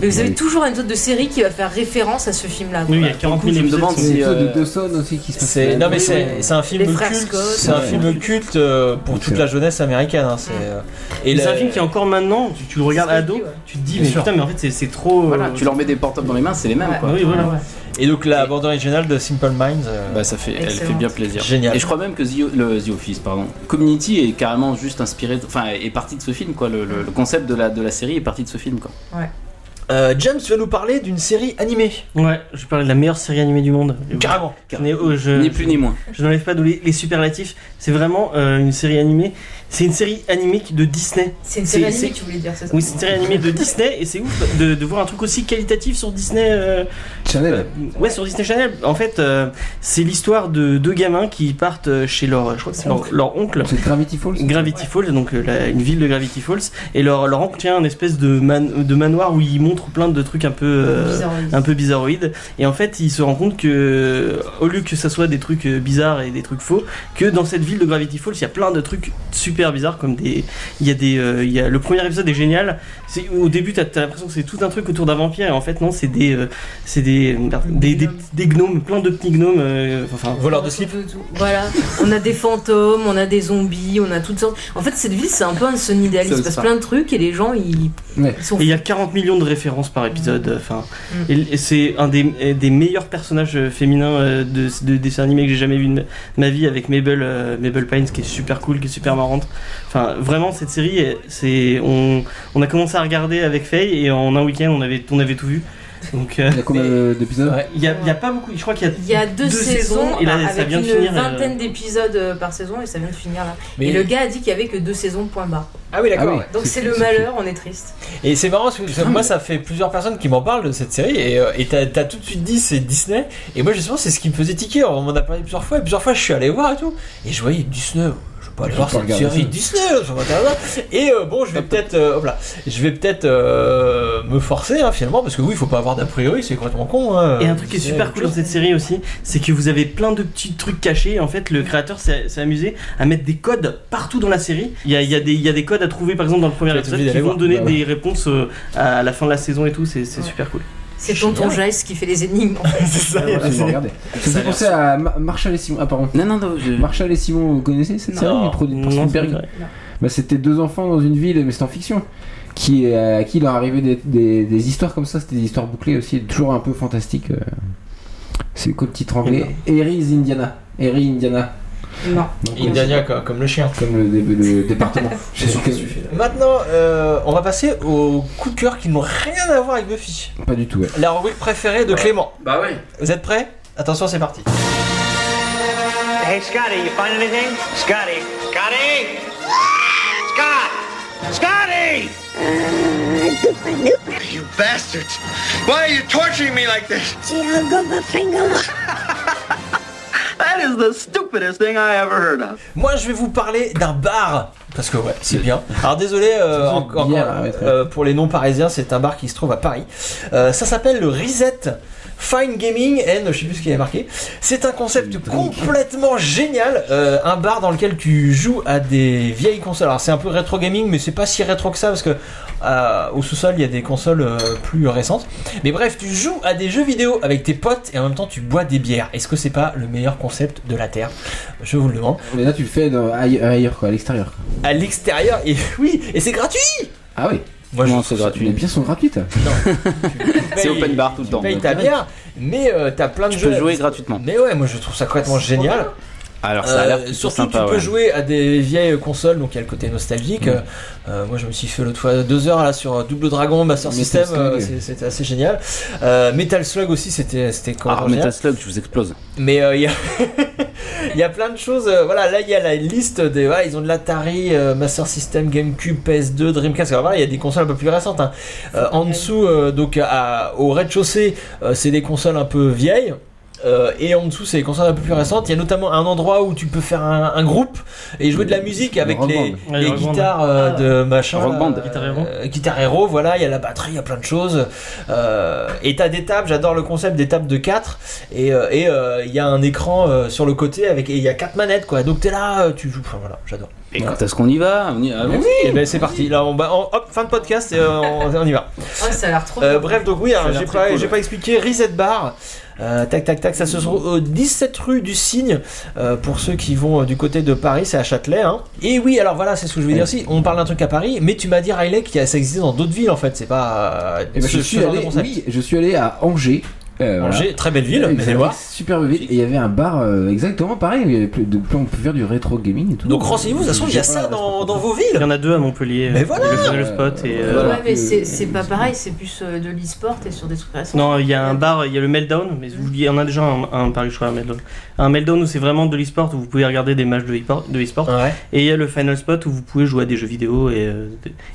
Mais vous avez Oui. toujours un épisode de série qui va faire référence à ce film-là. Oui, il y a quoi. 40 000 Je me épisodes. demande sont- si. Ceux euh, de Dawson aussi qui se passe. C'est- non mais c'est Ouais. c'est un Les film frères culte, Scott. c'est un Ouais. film culte euh, pour toute la jeunesse américaine. hein, c'est, euh, Et c'est la- un film qui est encore maintenant, tu, tu le regardes ado, tu te dis Bien mais sûr. putain mais en fait c'est- c'est Oh, trop. Voilà, euh, tu leur mets des portables dans les mains, c'est les mêmes, Ouais. quoi. Oui, voilà, ouais. Et donc la bande originale de Simple Minds. euh, Bah ça fait, elle Excellent. fait bien plaisir. Génial. Et je crois même que The, le, The Office, pardon, Community est carrément juste inspiré, de- enfin est parti de ce film quoi. Le, le- le concept de la, de la série est parti de ce film quoi. euh, James, tu vas nous parler d'une série animée. Ouais, je parlais de la meilleure série animée du monde. Carrément. Je n'ai- oh, je- Ni plus ni moins. Je n'enlève pas de les, les superlatifs. C'est vraiment euh, une série animée. C'est une série animée qui- de Disney. C'est une série animée, c'est- tu voulais dire, c'est ça Oui, c'est une série animée de Disney et c'est ouf de, de voir un truc aussi qualitatif sur Disney. euh, Channel. ouais, sur Disney Channel. En fait, euh, c'est l'histoire de deux gamins qui partent euh, chez leur, je crois que c'est leur, leur oncle. C'est Gravity Falls. Gravity Falls, donc euh, la- une ville de Gravity Falls, et leur, leur oncle tient un espèce de, man- de manoir où ils montrent plein de trucs un peu, euh, Bizarroïdes. un peu bizarroïdes. Et en fait, ils se rendent compte que, au lieu que ça soit des trucs euh, bizarres et des trucs faux, que dans cette ville de Gravity Falls, il y a plein de trucs super bizarres, comme des, il y a des, euh, il y a le premier épisode est génial. C'est au début, t'as as, l'impression que c'est tout un truc autour d'un vampire, et en fait, non, c'est des, euh, c'est des, merde, des, des, des gnomes, plein de petits gnomes, euh, enfin, voleurs de slip. Voilà, on a des fantômes, on a des zombies, on a toutes sortes. En fait, cette ville, c'est un peu un Sunny Dale. Ça, Il se passe ça. plein de trucs et les gens, ils. Ouais. Ils sont Et il y a 40 millions de références par épisode. euh, Enfin, et- et c'est un des, des meilleurs personnages euh, féminins euh, de, de dessin animé que j'ai jamais vu de ma- ma vie avec Mabel, euh, Mabel Pines qui est super cool, qui est super marrante. Enfin, vraiment cette série, euh, c'est on, on a commencé à regarder avec Faye et en un week-end on avait on avait tout vu. Donc, il y a combien d'épisodes Il y, a pas beaucoup. Je crois qu'il y a, Il y a deux, saisons, et là, avec ça vient une de finir. euh, vingtaine d'épisodes euh, par saison et ça vient de finir là. Mais- Et le gars a dit qu'il y avait que deux saisons point barre. Ah oui, d'accord. Ah oui. Donc C'est- c'est le c'est- malheur, on est triste. Et c'est marrant parce que Ah, moi ça fait plusieurs personnes qui m'en parlent de cette série et euh, et t'as t'as tout de suite dit c'est Disney et moi justement c'est ce qui me faisait tiquer, on m'en a parlé plusieurs fois et plusieurs fois je suis allé voir et tout et je voyais Disney, je vais pas aller Je voir vais pas cette regarder série ça. Disney, ça m'intéresse pas. et euh, bon je vais peut-être euh, hop là, je vais peut-être euh, me forcer hein, finalement parce que oui il faut pas avoir d'a priori c'est complètement con. hein. Et un truc qui est Disney, super autre cool dans chose. cette série aussi, c'est que vous avez plein de petits trucs cachés. En fait, le créateur s'est s'est amusé à mettre des codes partout dans la série. Il y a, il y a des, il y a des codes à trouver, par exemple, dans le premier T'es épisode obligé qui d'aller vont voir. donner Bah ouais. des réponses euh, à la fin de la saison et tout. C'est c'est super cool. C'est Tonton Jace qui fait les énigmes. en fait. Ah, c'est- regardez. Ça me fait penser à Ma- Marshall et Simon. Ah, pardon. Non, non, non. Marshall et Simon, vous connaissez cette Non. série produite par Non, Spielberg c'est vrai. Bah, C'était deux enfants dans une ville, mais c'est en fiction. Qui, euh, à qui leur arrivait des, des- des histoires comme ça, c'était des histoires bouclées aussi, toujours un peu fantastiques. euh. C'est quoi le titre anglais Erie Indiana. Erie Indiana. Non. Indiana quoi, comme le chien. Comme le, dé- le département. Je sais que- Maintenant euh, on va passer au coup de cœur qui n'ont rien à voir avec Buffy. Pas du tout, ouais. La rubrique préférée de Clément. Bah oui. Vous êtes prêts Attention, c'est parti. Hey, Scotty, you find anything? Scotty. Scotty! Scott! Scotty! You bastards! Why are you torturing me like this? That is the stupidest thing I ever heard of. Moi, je vais vous parler d'un bar. Parce que ouais, c'est bien. Alors désolé euh, en- encore, euh, pour les non-parisiens, c'est un bar qui se trouve à Paris. Euh, ça s'appelle le Reset Fine Gaming and je sais plus ce qu'il y a marqué. C'est un concept complètement génial. Euh, un bar dans lequel tu joues à des vieilles consoles. Alors c'est un peu rétro gaming, mais c'est pas si rétro que ça parce que euh, au sous-sol il y a des consoles euh, plus récentes. Mais bref, tu joues à des jeux vidéo avec tes potes et en même temps tu bois des bières. Est-ce que c'est pas le meilleur concept de la terre Je vous le demande. Mais là, tu le fais dans- aille- ailleurs, quoi, à l'extérieur. à l'extérieur et oui et c'est gratuit Ah oui Moi, non, c'est gratuit. Les bières sont gratuites. C'est open bar tout le tu temps. payes ta bière mais euh, t'as plein de Tu jeux peux jouer gratuitement. mais ouais moi je trouve ça complètement génial Alors ça a l'air Euh, plutôt surtout sympa, tu peux ouais. Mm. jouer à des vieilles consoles donc il y a le côté nostalgique Euh, euh, moi je me suis fait l'autre fois deux heures là sur euh, Double Dragon Master Metal System Slug. euh, c'est- c'était assez génial Euh, Metal Slug aussi c'était c'était quand Ah, Metal Slug, je vous explose. mais euh, il y a- il y, a plein de choses. euh, voilà, là il y a la liste des. voilà, ils ont de l'Atari, euh, Master System, GameCube, PS2, Dreamcast. Alors voilà, il y a des consoles un peu plus récentes. hein. Euh, en dessous, euh, donc à- au rez-de-chaussée, euh, c'est des consoles un peu vieilles. Euh, et en dessous, c'est des consoles un peu plus récentes. Il y a notamment un endroit où tu peux faire un, un groupe et jouer de la musique avec rock les, band. Ouais, les rock band. guitares euh, de machin. Rock là, band. euh, euh, Guitar Hero, voilà, il y a la batterie, il y a plein de choses. Euh, et t'as des tables, j'adore le concept des tables de 4. Et euh, et, euh, il y a un écran euh, sur le côté avec et il y a quatre manettes quoi. Donc t'es là, euh, tu joues. Enfin, voilà, j'adore. Et quand est-ce qu'on y va On y va, Mais allons-y. oui, eh ben c'est parti. Là, on, va- on- hop, fin de podcast et euh, on, on y va. Ouais, Oh, ça a l'air trop. Euh, bien. bref, donc oui, Ça a hein, l'air j'ai très pas, cool, j'ai ouais. pas expliqué. Reset Bar. euh, tac tac tac, ça se trouve au 17 rue du Cygne euh, pour ceux qui vont euh, du côté de Paris, c'est à Châtelet. hein. Et oui, alors voilà, c'est ce que je veux dire aussi. On parle d'un truc à Paris, mais tu m'as dit Riley que ça existait dans d'autres villes en fait. C'est pas. euh, Eh ben, ce- ce je, suis genre de allé, concept. oui, je suis allé à Angers. euh, voilà. Angers, très belle ville, Ouais, mais allez voir. Superbe ville. Et il y avait un bar euh, exactement pareil. où Il y avait plus, de, plus on peut faire du rétro gaming et tout. Donc renseignez-vous, de toute façon, il y a J'ai ça pas- dans, dans vos villes. Il y en a deux à Montpellier. Mais euh, voilà. Le Final Spot et. euh, ouais, mais c'est- c'est pas pareil, c'est plus euh, de l'e-sport et sur des trucs récents. Non, il y a un bar, il y a le Meltdown, mais vous- il y en a déjà un, un Paris, je crois, un Meltdown. Un Meltdown où c'est vraiment de l'e-sport, où vous pouvez regarder des matchs de e-sport. de e-sport. Ouais. Et il y a le Final Spot où vous pouvez jouer à des jeux vidéo et, euh,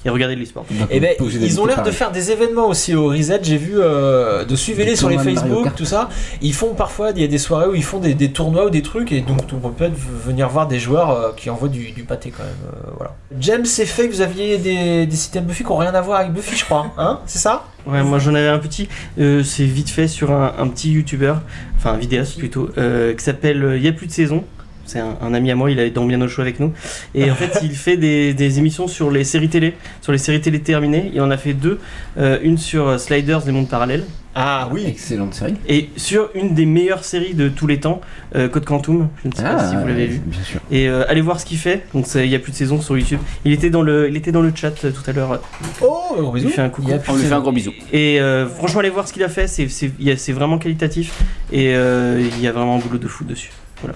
et regarder de l'e-sport. Et ben, ils ont l'air de faire des événements aussi au Reset. J'ai vu euh, de suivre les Des sur les tournois de Mario Facebook, Kart. tout ça. Ils font parfois, il y a des soirées où ils font des, des tournois ou des trucs, et donc on peut venir voir des joueurs euh, qui envoient du, du pâté quand même. euh, voilà. James, c'est fait que vous aviez des, des systèmes Buffy qui ont rien à voir avec Buffy, je crois. Hein c'est ça Ouais, moi j'en avais un petit, euh, c'est vite fait sur un, un petit youtubeur, enfin un vidéaste plutôt, euh, qui s'appelle euh, Y a plus de saison. C'est un, un ami à moi, il est dans bien au show avec nous. Et en fait, il fait des, des émissions sur les séries télé, sur les séries télé terminées. Il en a fait deux, euh, une sur euh, Sliders des mondes parallèles Ah oui Excellente série. Et sur une des meilleures séries de tous les temps, euh, Code Quantum, je ne sais pas Ah, si vous l'avez vu. bien sûr. Et euh, allez voir ce qu'il fait. Donc ça- il n'y a plus de saison sur YouTube. Il était dans le, il était dans le chat euh, tout à l'heure. Oh, on lui fait un coucou. On lui fait un gros bisou. Et euh, franchement, allez voir ce qu'il a fait. C'est- C'est il y a- c'est vraiment qualitatif. Et euh, il y a vraiment un boulot de fou dessus. Voilà.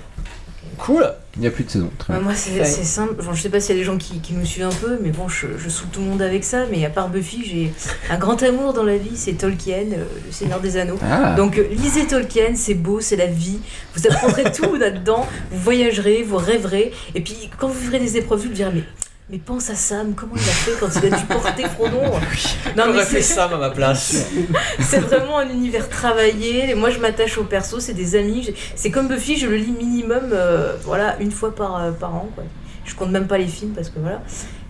Cool. Il n'y a plus de saison. Très Ouais, bien. moi, c'est Ouais. c'est simple. Enfin, je sais pas s'il y a des gens qui, qui me suivent un peu, mais bon, je, je saoule tout le monde avec ça. Mais à part Buffy, j'ai un grand amour dans la vie, c'est Tolkien, euh, le Seigneur des Anneaux. Ah. Donc, euh, lisez Tolkien, c'est beau, c'est la vie. Vous apprendrez tout là-dedans, vous voyagerez, vous rêverez. Et puis, quand vous vivrez des épreuves, vous le direz, mais. Mais pense à Sam, comment il a fait quand il a dû porter Frodon Non, mais J'aurais c'est- fait Sam à ma place. c'est vraiment un univers travaillé. Et moi, je m'attache au perso, c'est des amis. J'ai- C'est comme Buffy, je le lis minimum euh, voilà, une fois par, euh, par an. Quoi. Je compte même pas les films parce que voilà.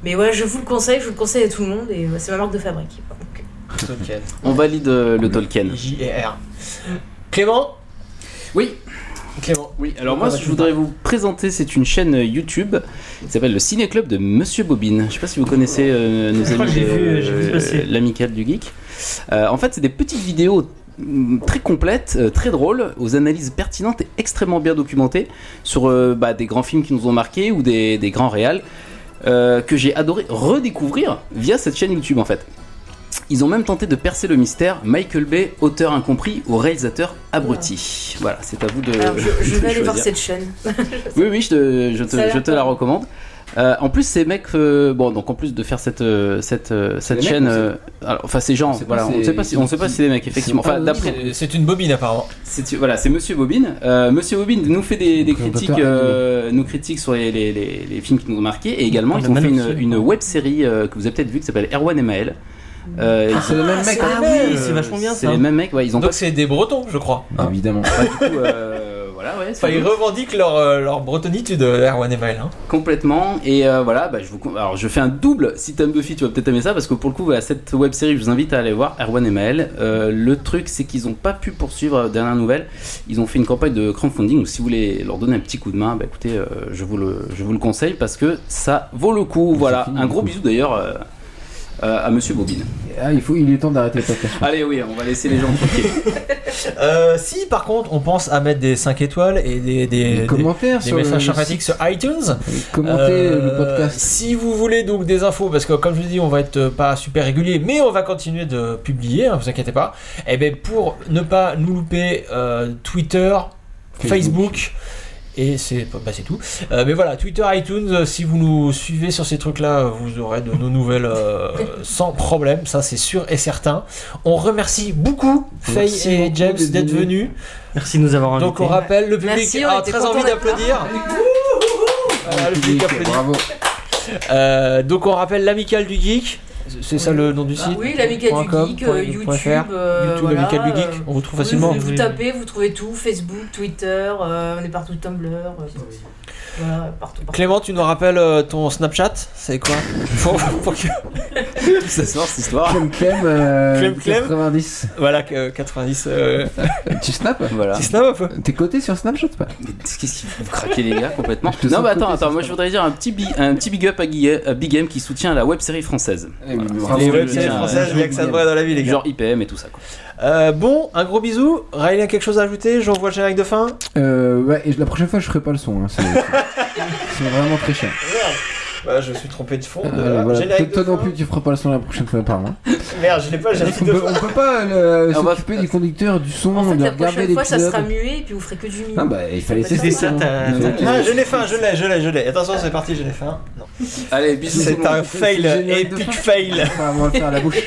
Mais ouais, je vous le conseille, je vous le conseille à tout le monde et euh, c'est ma marque de fabrique. Tolkien. On valide euh, le Tolkien. J.R. E Clément Oui. Clément. Oui, Alors moi, je voudrais vous présenter, c'est une chaîne euh, YouTube qui s'appelle le Ciné Club de Monsieur Bobine. Je sais pas si vous connaissez euh, nos Je crois amis que j'ai de- vu, euh, j'ai vu passer. l'amicale du geek. Euh, en fait, c'est des petites vidéos mm, très complètes, euh, très drôles, aux analyses pertinentes et extrêmement bien documentées sur euh, bah, des grands films qui nous ont marqués ou des, des grands réals euh, que j'ai adoré redécouvrir via cette chaîne YouTube en fait. Ils ont même tenté de percer le mystère Michael Bay, auteur incompris ou réalisateur abruti. Voilà, c'est à vous Euh, de. Alors, je, je de vais aller voir choisir. cette chaîne. Oui, oui, je te, je te- Ça a l'air je te la recommande. Euh, en plus, ces mecs, euh, bon, donc en plus de faire cette euh, cette euh, cette des mecs, chaîne, on sait- euh, alors, enfin ces gens, sait pas voilà, on c'est- ne sait pas si on sait pas si c'est des mecs effectivement. C'est pas Enfin, d'après, Bobine, c'est une bobine apparemment. c'est- voilà, c'est Monsieur Bobine. Euh, Monsieur Bobine nous fait des, des Commentateur critiques, euh, nous critique sur les, les- les- les films qui nous ont marqués et également Ah, ils le ont fait Man of une, une web série euh, que vous avez peut-être vue qui s'appelle Erwan et Maël. Euh, ils c'est ont- les mêmes Ah, mecs. c'est les mêmes. C'est vachement bien, C'est ça. les mêmes mecs, ouais, ils ont Donc c'est des Bretons, je crois. Évidemment. euh, voilà, ouais. Enfin, ils revendiquent leur, euh, leur bretonitude, euh, Erwan et Maël. hein. Complètement. Et euh, voilà, bah, je vous, con- alors je fais un double. Si t'aimes Buffy, tu vas peut-être aimer ça parce que pour le coup, voilà, cette web série, je vous invite à aller voir Erwan et Maël. Euh, le truc, c'est qu'ils n'ont pas pu poursuivre euh, dernière nouvelle. Ils ont fait une campagne de crowdfunding. Donc, si vous voulez leur donner un petit coup de main, bah, écoutez, euh, je vous le, je vous le conseille parce que ça vaut le coup. Voilà. un gros bisou d'ailleurs euh, euh, à Monsieur Bobine. Ah, il, faut, il est temps d'arrêter le podcast. Ah, Allez, oui, on va laisser les gens tranquilles. Euh, si par contre on pense à mettre des 5 étoiles et des, des, des- commentaires des sur le messages site. sympathiques sur iTunes, commentez le podcast. Euh, Si vous voulez donc des infos, parce que comme je vous dis, on va être euh, pas super régulier, mais on va continuer de publier, hein, vous inquiétez pas. Et bien pour ne pas nous louper, euh, Twitter, Facebook. Facebook et c'est bah, c'est tout. Euh, mais voilà, Twitter, iTunes, euh, si vous nous suivez sur ces trucs-là, euh, vous aurez de nos nouvelles euh, sans problème, ça c'est sûr et certain. On remercie beaucoup Faye Merci et beaucoup James d'être d'être venus. venus. Merci de nous avoir invités. Donc on rappelle, le public Merci, on a était très contents envie d'être d'applaudir. Voilà, le public applaudit. Bravo. Euh, donc on rappelle l'amicale du geek. C'est ça le nom du Ah site oui, l'amicale du .com, geek, euh, .fr, YouTube, YouTube, euh, voilà, l'amicale du geek. euh, On retrouve oui, facilement. Vous, vous tapez, vous trouvez tout Facebook, Twitter, euh, on est partout, Tumblr, euh, voilà, partout. partout. Clément, tu nous rappelles euh, ton Snapchat C'est quoi Pour- pour que- Ça sort cette histoire. Clem Clem, euh, Clem Clem. 90. Voilà, que- 90. euh, hein. Tu snaps Voilà. Tu snaps un peu T'es coté sur Snapchat ou pas Qu'est-ce qu'ils vous craquez les gars complètement te Non sens mais attends, coté attends, moi je voudrais dire un petit, bi- un petit big up à, Guilla- à Big Game qui soutient la web série française. Voilà. Les Bravo, web je séries tiens à- françaises, il y a que ça de vrai dans la vie, les gars. euh, Genre IPM et tout ça quoi. Euh, bon, un gros bisou. Riley a quelque chose à ajouter J'envoie le générique de fin. Euh, ouais, et la prochaine fois, je ferai pas le son. hein, c'est c'est vraiment très cher. Bah, je suis trompé de fond. Euh, voilà. Toi, toi non plus, tu feras pas le son la prochaine fois, apparemment. Merde, je l'ai pas, j'ai On peut, on peut pas euh, On va- s'occuper du conducteur, du son, de La regarder prochaine fois, ça l'épisode. sera muet et puis vous ferez que du mime. Ah bah, il fallait Ça passe tester. pas. ça, t'as- Il fallait Ah, je l'ai faim, je l'ai, je l'ai, je l'ai. Attention, c'est parti, je l'ai faim. Non. Allez, bisous. C'est un fail, générique de epic fin. fail. Enfin, on va le faire à la bouche.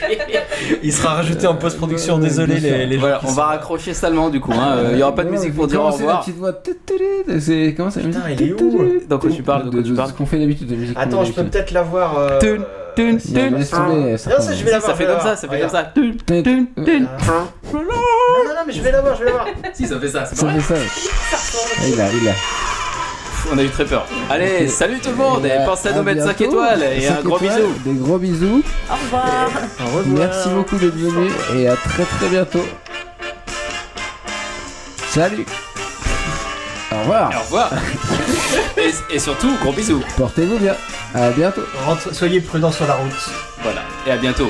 Il sera rajouté en post-production, désolé les, les gens. Voilà, on va raccrocher salement du coup. hein. Euh, Il y aura pas de Non, musique mais pour dire au comment c'est la revoir. petite voix Tétélé C'est comment ça Putain, il est où Donc quand tu parles, de quoi tu C'est parles ce qu'on fait d'habitude de musique. Attends, je peux peut-être l'avoir. euh, Ah. Tun, tun, Si, mais tun. laisse tomber, Non, ça ça, prend- je vais l'avoir. Ça fait je vais comme ça, l'avoir. ça fait comme ça. Tun, tun, tun. Non, non, non, mais je vais l'avoir, je vais l'avoir. Si ça fait ça, c'est Euh, Ça pas fait vrai. ça. ouais. Ah, Il a, il a. On a eu très peur. Allez, salut tout le monde et pensez à nous mettre 5 bientôt. étoiles et un Cinq gros étoiles, bisou. Des gros bisous. Au revoir. Merci beaucoup d'être venu et à très très bientôt. Salut. Au revoir. Au revoir. Et- Et surtout, gros bisous. Portez-vous bien. À bientôt. Rentre- Soyez prudents sur la route. Voilà, et à bientôt.